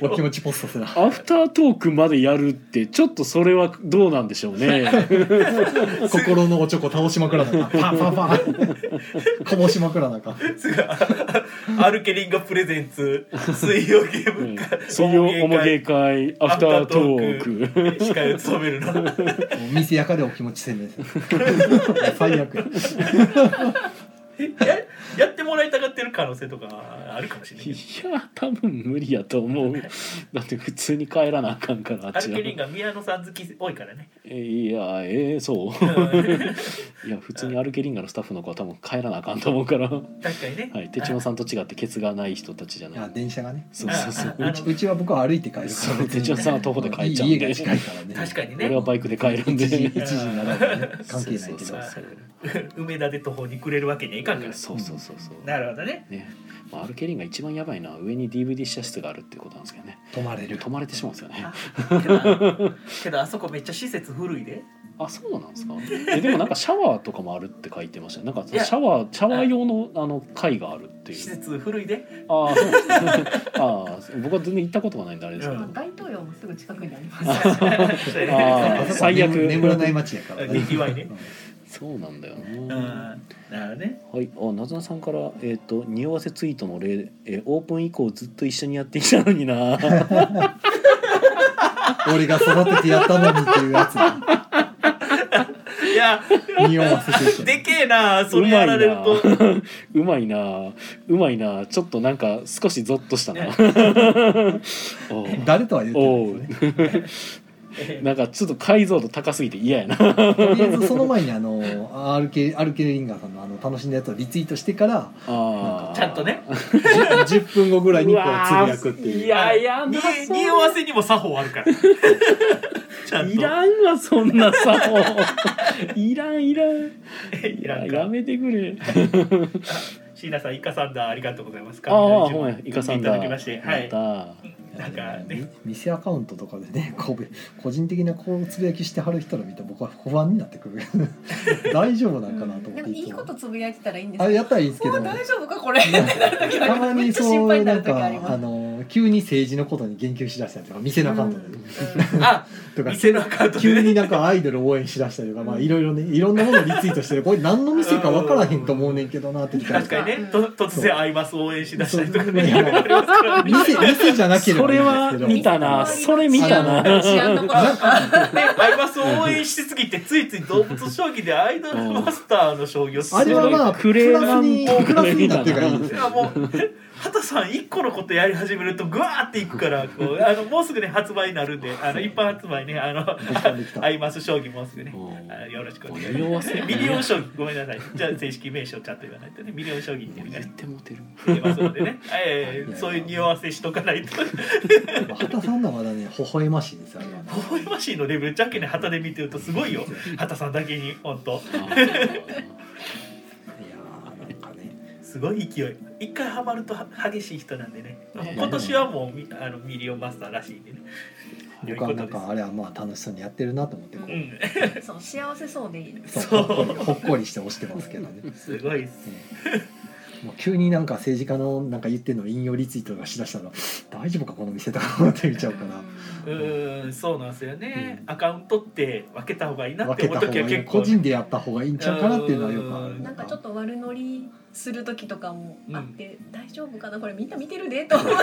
Speaker 2: お気持ちポストせな
Speaker 1: アフタートークまでやるってちょっとそれはどうなんでしょうね
Speaker 2: 心のおちょこ倒しまくらなあかんパンパンパンこぼしまくらなあかん
Speaker 3: すぐ アルケリンがプレゼンツ水曜ゲー
Speaker 1: うん
Speaker 3: ム会
Speaker 1: 水曜おもげ会アフタートーク
Speaker 3: 司会を務めるの
Speaker 2: 見せやかでお気持ちせんです 最悪
Speaker 3: ややってもらいたがってる可能性とかあるかもしれないけ
Speaker 1: い
Speaker 3: ど
Speaker 1: や多分無理やと思うだって普通に帰らなあかんからあ
Speaker 3: ア
Speaker 1: っち
Speaker 3: ル
Speaker 1: は
Speaker 3: ケリンが宮野さん好き多いからね
Speaker 1: いやえー、そう
Speaker 3: うん
Speaker 1: いや普通にアルケリンガのスタッフの子は多分帰らなあかんと思うからは
Speaker 3: 確かにね、
Speaker 1: い手島さんと違ってケツがない人たちじゃない
Speaker 2: あ電車がね
Speaker 1: そうそうそう
Speaker 3: ああ
Speaker 2: うちうちは僕は歩いて帰るか
Speaker 1: そ
Speaker 2: ら
Speaker 1: う手
Speaker 2: 別
Speaker 1: 島
Speaker 2: に
Speaker 1: さんは徒歩で帰っちゃう
Speaker 2: い
Speaker 1: ん
Speaker 2: い家
Speaker 1: で
Speaker 2: が近いからね
Speaker 3: 確かに
Speaker 1: 俺は
Speaker 3: ね
Speaker 1: バイクで帰るん
Speaker 2: 一時
Speaker 1: で
Speaker 2: 一時にならないね関係ないけど
Speaker 1: そうそう
Speaker 3: 梅田で途方に暮れるわけにはいかんから、
Speaker 1: そうそうそうそう
Speaker 3: なるほどね
Speaker 1: ねまあ、アルケリンが一番やばいのは上に DVD 試写室があるってことなんですけどね
Speaker 2: 泊まれる
Speaker 1: 泊まれてしまうんですよね
Speaker 3: あけど けどあそこめっちゃ施設古いで
Speaker 1: あそうなんですかえでもなんかシャワーとかもあるって書いてましたねなんか
Speaker 3: いや
Speaker 1: シャワーシャワー用のあの階があるって
Speaker 3: 施
Speaker 1: いう
Speaker 3: 設古いで
Speaker 1: ああそう ですねああ僕は全然行ったことがないんであれですけど、
Speaker 3: うん
Speaker 4: 大統領もすぐ近くにあります
Speaker 1: あー最悪
Speaker 2: 眠眠らない街やから
Speaker 3: にぎわいね
Speaker 2: うん
Speaker 1: そうなんだよ
Speaker 3: うん
Speaker 1: な、
Speaker 3: なるほどね
Speaker 1: はいあなずなさんからえっ、と匂わせツイートの例、えーオープン以降ずっと一緒にやってきたのにな
Speaker 2: 俺が育ててやったのにっていうやつだ
Speaker 3: いや
Speaker 2: 匂わせて
Speaker 3: でけえなそれやられると
Speaker 1: ううまいな うまいなちょっとなんか少しゾッとしたな おう
Speaker 2: 誰とは言ってないですね
Speaker 3: え
Speaker 1: なんかちょっと解像度高すぎて嫌やな。
Speaker 2: とりあえずその前にあの RK, RK リンガーさんのあの楽しんだやつをリツイートしてから
Speaker 1: あー
Speaker 3: ちゃんとね。
Speaker 2: 10分後ぐらいにこうつぶやくって
Speaker 1: い
Speaker 2: いう
Speaker 1: やいや
Speaker 3: に
Speaker 1: なそう
Speaker 3: 匂わせにも作法ある からちゃんと
Speaker 1: いらんわそんなさもう いらんいらん。
Speaker 3: いらん
Speaker 1: や
Speaker 3: か
Speaker 1: めてくれ。
Speaker 3: 椎名さんイカサンダーありがとうございます
Speaker 1: ああごめんイカさんだ。
Speaker 3: いただきましては
Speaker 1: やっ
Speaker 3: い
Speaker 1: た
Speaker 3: なんかね
Speaker 2: 店アカウントとかでねこう個人的なこうつぶやきしてはる人ら見たら僕は不安になってくる 大丈夫なんかなと思
Speaker 4: で
Speaker 2: って
Speaker 4: もいい
Speaker 2: つ
Speaker 4: こ
Speaker 2: も
Speaker 4: とつぶやいてたらいいんです
Speaker 2: あ
Speaker 4: けど
Speaker 2: やったらいいんですけ
Speaker 4: も
Speaker 2: ど
Speaker 4: う大丈夫かこれってなる時あ
Speaker 2: た
Speaker 4: りま
Speaker 2: ます
Speaker 4: めっ
Speaker 2: に
Speaker 4: ちゃ心
Speaker 2: そう
Speaker 4: 配に
Speaker 2: な
Speaker 4: なる
Speaker 2: ん
Speaker 4: 時あり
Speaker 2: か
Speaker 4: ま
Speaker 2: あ
Speaker 4: す
Speaker 2: の急に政治のことに言及しだしたりとか店のアカウントで、
Speaker 3: あ
Speaker 2: とか
Speaker 3: 店のアカウント
Speaker 2: 急
Speaker 3: でね
Speaker 2: になんかアイドル応援しだしたりとかまあいろいろねいろんなものをリツイートしてるこれ何の店か分からへんと思うねんけどなって言ったら
Speaker 3: 確かにねと突然「アイマス」応援しだしたりとか
Speaker 2: そうい
Speaker 3: ね
Speaker 2: や店店じゃなけれ
Speaker 1: そ
Speaker 2: ばい
Speaker 1: れ
Speaker 2: い
Speaker 1: は
Speaker 2: んです
Speaker 1: 見
Speaker 2: けど
Speaker 1: たなそれ見たな
Speaker 4: 治安の頃とか
Speaker 3: ね アイマスを応援しすぎてついつい動物将棋でアイドルマスターの将棋を進
Speaker 2: あれはまあ
Speaker 1: ク
Speaker 2: プ
Speaker 1: レー
Speaker 2: ラ
Speaker 1: マン
Speaker 2: スにプラスになってからいいんですよ
Speaker 3: もう畑さん一個のことやり始めるとグワーっていくからこうあのもうすぐね発売になるんであの一般発売ねあのアイマス将棋もうすぐね
Speaker 1: うん
Speaker 3: あのよろしくお願いし
Speaker 1: 匂
Speaker 3: ま
Speaker 1: わ
Speaker 3: す
Speaker 1: せやな
Speaker 3: ミリオン将棋ごめんなさいじゃあ正式名称ちゃんと言わないとねミリオン将棋 っていうのが
Speaker 1: 言っ
Speaker 3: ね
Speaker 1: てもてる
Speaker 3: 出ますので ね、えー、そういう匂わせしとかないと
Speaker 2: 畑さんのはまだね微笑ましいですよあれは
Speaker 3: 微笑ましいのレベルじゃんけんね旗で見てるとすごい よ畑さんだけに本当
Speaker 1: あー
Speaker 2: いやーなんかね
Speaker 3: すごい勢い一回ハマるとは激しい人なんでね今年はもうみあのミリオンマスターらしいんでね良い
Speaker 2: 僕は
Speaker 3: こと
Speaker 2: なん
Speaker 3: です
Speaker 2: かあれはまあ楽しそうにやってるなと思ってこ
Speaker 3: うん
Speaker 4: そう幸せそうでいいで
Speaker 2: う
Speaker 4: す
Speaker 2: そうほっこりほっこりして押してますけどね
Speaker 3: すごいっす
Speaker 2: うんもう急になんか政治家のなんか言ってるの引用リツイートがしだしたら大丈夫かこの店とか思って見ちゃうから
Speaker 3: うーんそうなんですよね、
Speaker 2: う
Speaker 3: アカウントって分けた方がいいなっ
Speaker 2: 分
Speaker 3: て
Speaker 2: け
Speaker 3: 思う
Speaker 2: た方
Speaker 3: 時は
Speaker 2: がいい
Speaker 3: 結
Speaker 2: 個
Speaker 3: 構
Speaker 2: 人でやった方がいいんちゃうかなっていうのはよくあ
Speaker 3: う
Speaker 2: る
Speaker 4: なんかちょっと悪乗りする時とかもあって、大丈夫かなこれみんな見てるでと思って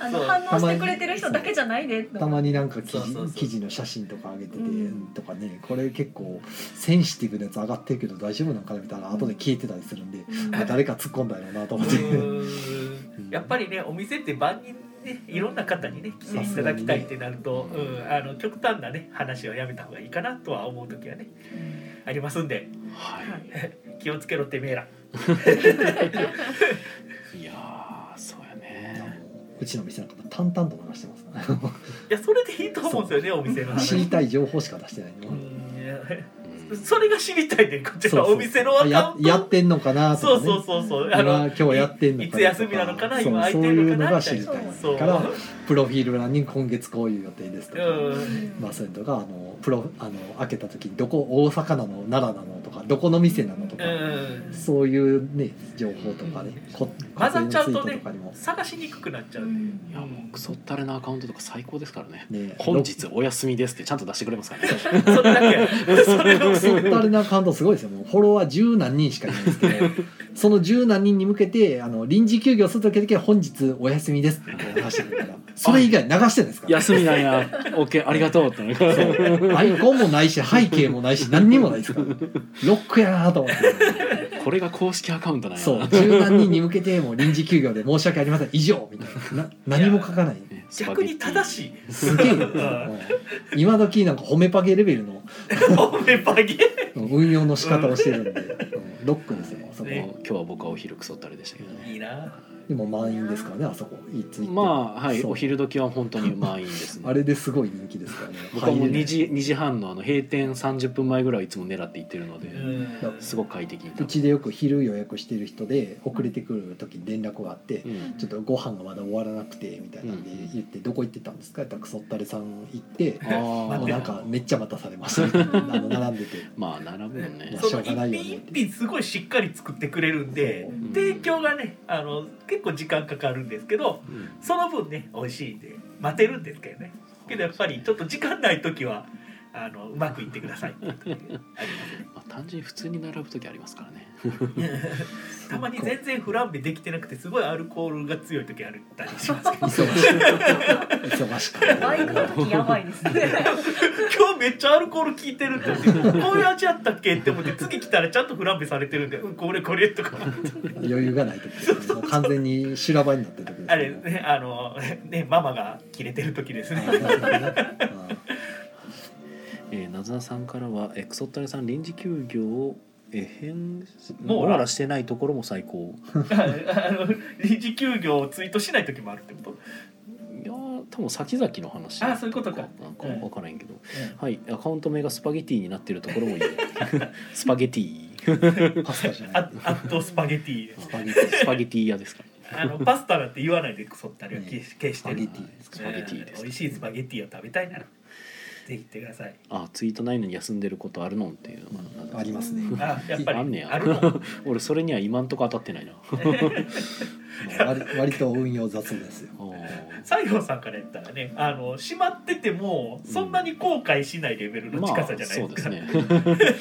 Speaker 4: あの
Speaker 3: そう
Speaker 4: 反応してくれてる人だけじゃないでと
Speaker 2: たまになんか記
Speaker 3: そうそうそう
Speaker 2: 事記事の写真とか上げてて、
Speaker 4: うん
Speaker 2: とかねこれ結構センシティブなやつ上がってるけど大丈夫なんかなみたいな後で消えてたりするんで、
Speaker 4: うん
Speaker 2: まあ誰か突っ込んだよなと
Speaker 3: う
Speaker 2: 思って。
Speaker 3: ーんやっぱりねお店って万人ねいろんな方にね来ていただきたいってなると、
Speaker 1: さすがにね
Speaker 3: うんあの極端なね話はやめた方がいいかなとは思う時はねありますんで
Speaker 1: は
Speaker 3: 気をつけろてめえら
Speaker 1: いいやーそうやね
Speaker 2: うちの店なんかも淡々と流してま
Speaker 3: いやそれでいいと思うんですよねお店の
Speaker 2: す知り
Speaker 3: 話。
Speaker 2: たい情報しか出してないの、
Speaker 3: うんいや
Speaker 1: うん
Speaker 3: それが知りたいでこち
Speaker 2: そう
Speaker 3: ら
Speaker 2: そう
Speaker 3: お店のアカ
Speaker 2: や
Speaker 3: ウント
Speaker 2: やってんのかなと
Speaker 3: そ
Speaker 2: か、
Speaker 3: う
Speaker 2: ね、
Speaker 3: そうそうそうあ
Speaker 2: 今
Speaker 3: の
Speaker 2: 今日やってんのかなとか
Speaker 3: いつ休みなのかな
Speaker 2: そう
Speaker 3: 今空いてるのかなみ
Speaker 2: そ
Speaker 3: た
Speaker 2: う
Speaker 3: い
Speaker 2: いう
Speaker 3: な
Speaker 2: のが知りた
Speaker 3: そう
Speaker 2: いからプロフィール欄に今月こういう予定ですとか、
Speaker 3: うん
Speaker 2: まあ、そういうのとかあのプロあの開けた時にどこ大阪なの奈良なのとかどこの店なのとか、
Speaker 3: うん
Speaker 2: そういうね情報とかね、こ
Speaker 3: 混ざっちゃうと
Speaker 2: 家庭
Speaker 3: ね
Speaker 2: のツイートとかにも
Speaker 3: 探しにくくなっちゃうね
Speaker 1: いやもうクソったれなアカウントとか最高ですからね
Speaker 2: ね
Speaker 1: 本日お休みですってちゃんと出してくれますからね
Speaker 3: それだけそれの
Speaker 2: ソッタレなアカウントすごいですよもうフォロワー十何人しかいないんですけ どその十何人に向けてあの臨時休業する時だけ本日お休みですって流してく れたらそれ以外流してるんですから
Speaker 1: 休みなん や OK ありがとうってなんか
Speaker 2: アイコンもないし背景もないし何にもな いですからロックやなと思って
Speaker 1: これが公式アカウントなんや
Speaker 2: そ
Speaker 1: な
Speaker 2: う十何人に向けてもう臨時休業で申し訳ありません以上みたいなな何も書かない
Speaker 1: ねスパ
Speaker 3: 逆
Speaker 1: ゲッティ
Speaker 3: に正しい
Speaker 2: すげえよ、
Speaker 3: うん
Speaker 2: うん今時なんか褒めパゲレベルの
Speaker 3: おめばげ
Speaker 2: 運用の仕方をしてるんで、うんロックですよそこ、
Speaker 1: もう今日は僕はお昼クソったれでしたけどね
Speaker 3: いいな
Speaker 2: でも満員ですからねあそこいつ行っても
Speaker 1: まあはい
Speaker 2: そう
Speaker 1: お昼時は本当に満員ですね
Speaker 2: あれですごい人気ですからね
Speaker 1: 僕はもう
Speaker 2: 入れな
Speaker 1: 2
Speaker 2: い
Speaker 1: 時二時半のあの閉店30分前ぐらいはいつも狙って行ってるので、
Speaker 3: うん
Speaker 1: すごく快適に
Speaker 2: うちでよく昼予約してる人で遅れてくる時に連絡があって、
Speaker 1: うん
Speaker 2: ちょっとご飯がまだ終わらなくてみたいなんで
Speaker 1: うん
Speaker 2: 言って「どこ行ってたんですか?」って言ったら「クソったれさん行って
Speaker 1: あ」ー
Speaker 2: もうなんかめっちゃ待たされ ましたみたいなあの並んでて
Speaker 1: まあ並ぶよね
Speaker 2: そう
Speaker 3: その一品一品すごいしっかり作ってくれるんで
Speaker 2: そう
Speaker 3: 提供がねあの結構時間かかるんですけど
Speaker 1: うん
Speaker 3: その分ね美味しいんで待てるんですけどねけどやっぱりちょっと時間ない時はあのうまくいってくださいっていう時あり
Speaker 1: まあ、単純に普通に並ぶ時ありますからね
Speaker 3: ますねたまに全然フランベできてなくてすごいアルコールが強い時あるったりしますけど
Speaker 2: 忙しく忙しくて
Speaker 4: バイクの時やばいですね。
Speaker 3: 今日めっちゃアルコール効いてるって思ってこういう味あったっけって思って次来たらちゃんとフランベされてるんで「うんこれこれ」とか
Speaker 2: 余裕がない時ですねもう完全に修羅場になってる時です
Speaker 3: あれねあのねママがキレてる時です
Speaker 2: あ
Speaker 3: ね
Speaker 2: ーなるほどねあー
Speaker 1: えー、なずなさんからは「えークソったれさん臨時休業をえー変
Speaker 3: 網
Speaker 1: 網
Speaker 3: 羅
Speaker 1: 羅してないところも最高」
Speaker 3: あの臨時休業をツイートしない時もあるってこと
Speaker 1: いやー多分先々の話
Speaker 3: あそういうことか
Speaker 1: なんか
Speaker 3: うん
Speaker 1: 分からへんけど、
Speaker 3: ん
Speaker 1: はいアカウント名がスパゲティになってるところもいい スパゲティ
Speaker 2: パスタじゃない
Speaker 3: ああとスパゲティ
Speaker 2: スパゲティ
Speaker 1: スパゲティ屋ですから、
Speaker 3: あのパスタなんて言わないでそったりは
Speaker 2: ね
Speaker 3: 決決し
Speaker 2: ス
Speaker 3: て
Speaker 2: パゲ
Speaker 3: る
Speaker 2: ティです
Speaker 1: スパゲティです
Speaker 3: 美味しいスパゲティを食べたいならぜひ行ってください。
Speaker 1: あツイートないのに休んでることあるのんっていうのが、
Speaker 2: ありますね
Speaker 3: あ、やっぱり。
Speaker 1: あんねや
Speaker 3: あるの。
Speaker 1: 俺それには今んとこ当たって ないな
Speaker 2: 割割と運用雑ですよ
Speaker 1: あー
Speaker 3: 西郷さんから言ったらね、あの閉まっててもそんなに後悔しないレベルの
Speaker 1: ま
Speaker 3: 近
Speaker 1: あ
Speaker 3: さじゃない
Speaker 1: そ
Speaker 3: で
Speaker 1: う
Speaker 3: す
Speaker 1: で
Speaker 3: か。
Speaker 1: すね、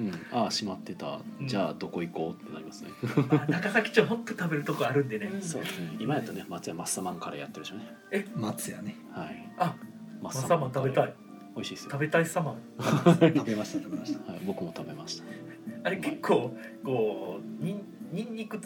Speaker 1: うん、ああ閉まってたじゃあどこ行こうってなりますね、
Speaker 3: まあ高崎町本当食べるとこあるんでね。
Speaker 4: うん
Speaker 1: そうですね今やとね松屋マッサマンカレーやってるでしょうね
Speaker 2: 松屋ね
Speaker 1: はい
Speaker 3: あ、
Speaker 1: マ
Speaker 3: マサマン食べたい。
Speaker 1: 美味しいですよ
Speaker 3: 食べたいサマン。
Speaker 2: 食べました食べました
Speaker 1: はい、僕も食べました
Speaker 3: あれ結構こうにんにんにく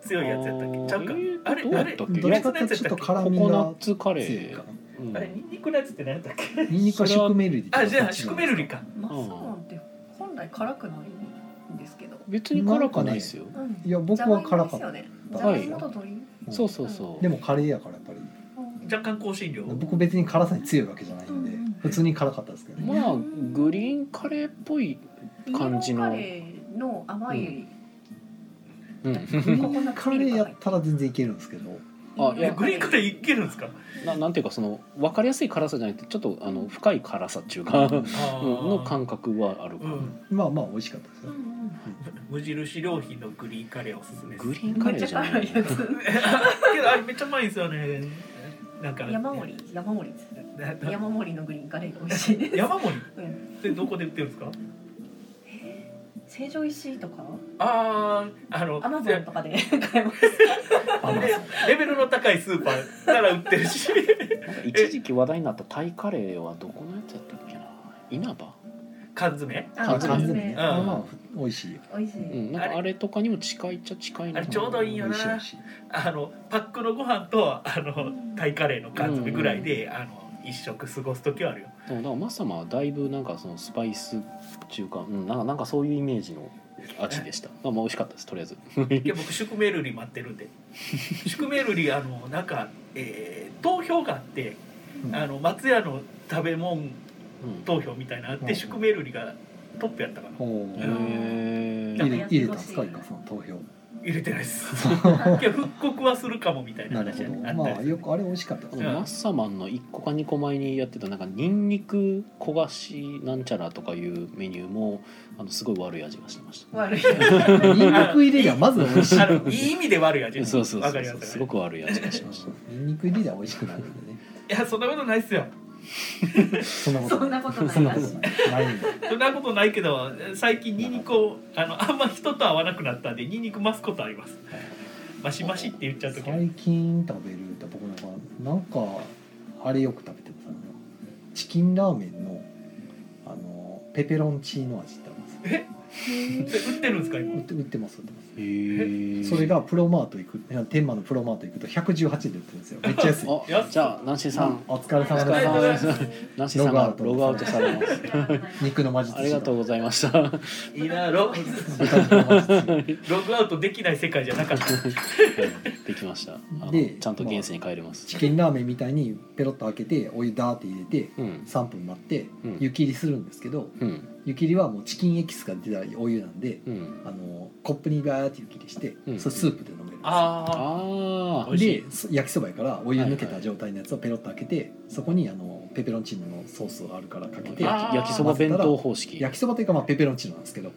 Speaker 3: 強いやつやったっけ？ちゃうか
Speaker 1: あー。
Speaker 3: あれ
Speaker 1: どうや
Speaker 3: あ
Speaker 1: ったっ
Speaker 3: れ
Speaker 1: け
Speaker 2: どっちかっていうとちょっと辛
Speaker 1: コ
Speaker 2: み
Speaker 1: コナ
Speaker 2: が
Speaker 1: ッツカレ
Speaker 2: 強
Speaker 1: ー
Speaker 2: いかな
Speaker 1: うん
Speaker 3: あれニンニクのやつって何やったっけ？
Speaker 2: ニンニクはシュクメルリ
Speaker 3: あじゃあシュクメルリか。
Speaker 4: マッサマンって本来辛くないんですけど。
Speaker 1: 別に辛くないですよ、
Speaker 4: うん
Speaker 2: いや僕は辛かっ
Speaker 4: じゃがいもですよね。じゃ
Speaker 1: は
Speaker 4: が
Speaker 1: い
Speaker 4: いもと鶏。
Speaker 2: た
Speaker 1: そうそうそう
Speaker 2: でもカレーやからやっぱり
Speaker 3: 若干香辛料。
Speaker 2: 僕別に辛さに強いわけじゃないんで
Speaker 4: うん
Speaker 2: 普通に辛かったですけどね
Speaker 1: まあグリーンカレーっぽい感じの
Speaker 4: イエローカレーの甘い。
Speaker 1: うん
Speaker 2: グリーンカレーやったら全然いけるんですけど
Speaker 1: あい
Speaker 3: え
Speaker 1: や
Speaker 3: グリーンカレーいけるんですか？
Speaker 1: ななんていうかその分かりやすい辛さじゃなくてちょっとあの深い辛さっていうか、うん、
Speaker 3: あー
Speaker 1: の感覚はあるか
Speaker 3: う
Speaker 1: な、
Speaker 3: ん。
Speaker 2: まあまあ美味しかったです
Speaker 4: う
Speaker 2: よ
Speaker 4: んうん
Speaker 3: 無印良品のグリーンカレーおすすめです。
Speaker 1: グリーンカ
Speaker 4: めっ
Speaker 1: レー
Speaker 4: ち
Speaker 1: じゃ
Speaker 4: ゃ
Speaker 1: な
Speaker 4: 辛
Speaker 1: い
Speaker 4: いやつ。
Speaker 3: けどあれめっちゃうまいんですよね。なんか
Speaker 4: 山盛り山盛りです。
Speaker 3: なな
Speaker 4: 山盛りのグリーンカレーが美味しいです。
Speaker 3: 山盛り
Speaker 4: う
Speaker 3: っ
Speaker 4: ん
Speaker 3: てどこで売ってるんですか？
Speaker 4: 成城石井とか
Speaker 3: あああの
Speaker 4: アマゾンとかで 買えます。
Speaker 2: あまあ
Speaker 3: レベルの高いスーパーなら売ってるし。
Speaker 1: なんか一時期話題になったタイカレーはどこのやつやったっけな稲葉、
Speaker 3: 缶詰
Speaker 4: あの
Speaker 1: 缶
Speaker 2: 缶詰
Speaker 1: 詰
Speaker 2: ね
Speaker 4: ね
Speaker 2: まあまあ美味しいよ
Speaker 4: 美味し
Speaker 1: う
Speaker 4: い。
Speaker 1: ん、なんかあれとかにも近いっちゃ近い
Speaker 3: あ
Speaker 1: な
Speaker 3: れちょうどいいよな
Speaker 2: 美味しい美味しい
Speaker 3: あのパックのご飯とあのタイカレーの缶詰ぐらいであの一食過ごす時はあるよ。
Speaker 1: でもだからマッサマンはだいぶなんかそのスパイスっていうか、うん、なんかなんかそういうイメージの味でした、まあ、まあ美味しかったですとりあえず
Speaker 3: いや僕シュクメルリ待ってるんで。シュクメルリあのなんか、えー投票があって
Speaker 2: うん
Speaker 3: あの松屋の食べ物
Speaker 1: うん
Speaker 3: 投票みたいなのあっ
Speaker 2: うん
Speaker 3: てシュクメルリがトップやったかな。
Speaker 2: お
Speaker 1: へえ
Speaker 2: ー入れ
Speaker 4: なんか
Speaker 2: 入れたんですかいかさん投票
Speaker 3: 入れてない です。いや復刻はするかもみたいな
Speaker 2: なる
Speaker 3: 話
Speaker 2: ほ
Speaker 3: が
Speaker 2: ど
Speaker 3: あった
Speaker 2: まあ
Speaker 3: りする
Speaker 2: よくあれ美味しかったです
Speaker 1: マ
Speaker 3: ん
Speaker 2: ね
Speaker 1: ッサマンの1個か2個前にやってたなんかニンニク焦がしなんちゃらとかいうメニューもあのすごい悪い味がしてました、
Speaker 4: 悪い。
Speaker 2: ニンニク入れりゃまず美味 しい
Speaker 3: あのいい意味で悪い味。
Speaker 1: そうそう
Speaker 3: わ
Speaker 1: そ
Speaker 3: か
Speaker 1: う
Speaker 3: りま
Speaker 1: そう
Speaker 3: すかね。
Speaker 1: すごく悪い味がしまし
Speaker 2: ニンニク入りでは美味しくなるんでね。
Speaker 3: いやそんなことないっすよ
Speaker 2: そんな
Speaker 4: そんなことない
Speaker 2: そんなことない。ないんだ。
Speaker 3: そんなことないけど最近ニンニクをあのあんま人と会わなくなったんでニンニク増すことありますマシマシって言っちゃうとき
Speaker 2: 最近食べると僕なんかなんかあれよく食べてますあのチキンラーメンのあのペペロンチーノ味ってあります。
Speaker 3: 売ってるんですか
Speaker 2: 売
Speaker 3: 今
Speaker 2: って売ってます売ってます。
Speaker 1: たへー
Speaker 2: それがプロマート行くいや天満のプロマート行くと118円で売ってるんですよ。めっちゃ安い。
Speaker 1: あじゃあナンシーさん
Speaker 2: お疲れ 様
Speaker 1: お疲れ様
Speaker 2: で。
Speaker 1: ですすナンシーさんがロ
Speaker 2: ロ
Speaker 1: グ
Speaker 2: グ
Speaker 1: ア
Speaker 2: ア
Speaker 1: ウ
Speaker 2: ウ
Speaker 1: ト
Speaker 2: ト
Speaker 1: されます
Speaker 2: 肉の 魔術師。
Speaker 1: ありがとうございま した
Speaker 3: いいなロ
Speaker 2: 豚肉の魔術師
Speaker 3: ログアウトできない世界じゃなかった
Speaker 1: できましたあの
Speaker 2: で
Speaker 1: ちゃんと現世に帰れます、
Speaker 2: チキンラーメンみたいにペロッと開けてお湯ダーって入れて
Speaker 1: うん
Speaker 2: 3分待って
Speaker 1: うん
Speaker 2: 湯切りするんですけど、
Speaker 1: うん
Speaker 2: 湯切りはもうチキンエキスが出たお湯なんで
Speaker 1: うん
Speaker 2: あのコップにガーって湯切りして、
Speaker 1: うん
Speaker 2: それスープで飲めるんですよ
Speaker 3: あ
Speaker 1: あ
Speaker 3: 美
Speaker 1: あ
Speaker 3: 味しい
Speaker 2: でそ焼きそばやからお湯抜けた状態のやつをペロッと開けて、そこにあのペペロンチーノのソースがあるからかけて
Speaker 3: あー
Speaker 1: 焼きそば弁当方式
Speaker 2: 焼きそばというかまあペペロンチーノなんですけど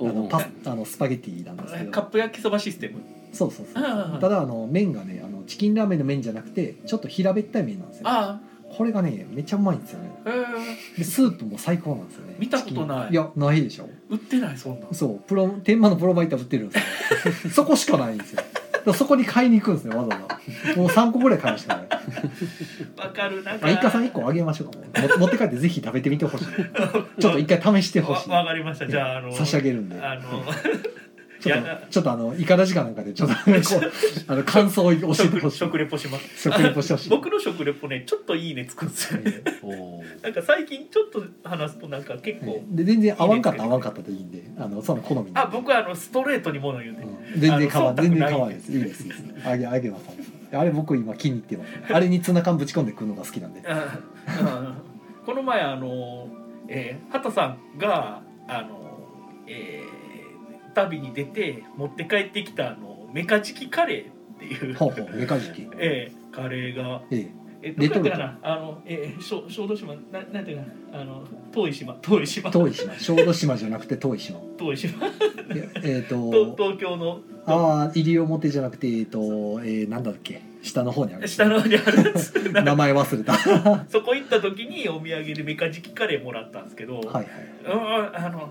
Speaker 2: あ
Speaker 1: うん
Speaker 2: のパスあのスパゲティなんですけ
Speaker 3: カッ
Speaker 2: ど
Speaker 3: プ焼きそばシステム
Speaker 2: そうそうそう
Speaker 3: あ
Speaker 2: ただあの麺がねあのチキンラーメンの麺じゃなくてちょっと平べったい麺なんですよ
Speaker 3: あ
Speaker 2: これがねめっちゃうまいんですよね
Speaker 3: えー、
Speaker 2: でスープも最高なんですよね
Speaker 3: 見たことな
Speaker 2: チ
Speaker 3: い
Speaker 2: キンいやないでしょ
Speaker 3: 売ってないそんなん
Speaker 2: そうプロ天満のプロバイター売ってるんですよ そこしかないんですよだからそこに買いに行くんですねわざわざもう3個ぐらい買うしかない
Speaker 3: わかるなんか
Speaker 2: あイカさん1個 あげましょうかもうも持って帰ってぜひ食べてみてほしいちょっと一回試してほ
Speaker 3: わ
Speaker 2: しい
Speaker 3: わかりましたじゃああの
Speaker 2: 差し上げるんで
Speaker 3: あの
Speaker 2: ちょっ
Speaker 3: いや
Speaker 2: とちょっとあのイカラ時間なんかでちょっとこうあの感想を教えてほ
Speaker 3: 食
Speaker 2: しい
Speaker 3: 食レポします
Speaker 2: 食レポしてほしい
Speaker 3: 僕の食レポねちょっといいねつくんですよね
Speaker 1: おおー
Speaker 3: なんか最近ちょっと話すとなんか結構、
Speaker 2: で全然合わんかったら合わんかったでいいんであのその好みなんで
Speaker 3: あ僕はあのストレートにもの言う
Speaker 2: う
Speaker 3: ね、
Speaker 2: ん全然かわ
Speaker 3: あの
Speaker 2: 全然
Speaker 3: 忖
Speaker 2: か
Speaker 3: 度
Speaker 2: わ
Speaker 3: ないい
Speaker 2: で
Speaker 3: です
Speaker 2: いいですいいですあげあげますあれ僕今気に入ってますあれにツナ缶ぶち込んでくるのが好きなんで
Speaker 3: ああこの前あの、えー、畑さんがあの、えー旅に出て持って帰ってきたあのメカジキカレーっていう
Speaker 2: ほうほうメカジキ
Speaker 3: えーカレーが
Speaker 2: ええ
Speaker 3: えっと、
Speaker 2: レ
Speaker 3: ど
Speaker 2: ト
Speaker 3: こ
Speaker 2: ル
Speaker 3: や
Speaker 2: ト
Speaker 3: ったかなあの、えー、小小豆島ななんていうかなあの遠い島遠い島
Speaker 2: 遠い島小豆島じゃなくて遠い島
Speaker 3: 遠い島
Speaker 2: いやえっ、
Speaker 3: 東
Speaker 2: と
Speaker 3: 東京の
Speaker 2: ああ西表じゃなくてえっ、と、えー、なんだっけ下の方にある
Speaker 3: 下の方にあるやつ なんか
Speaker 2: 名前忘れたは
Speaker 3: そこ行った時にお土産でメカジキカレーもらったんですけど、
Speaker 2: いはい
Speaker 3: うんあのあ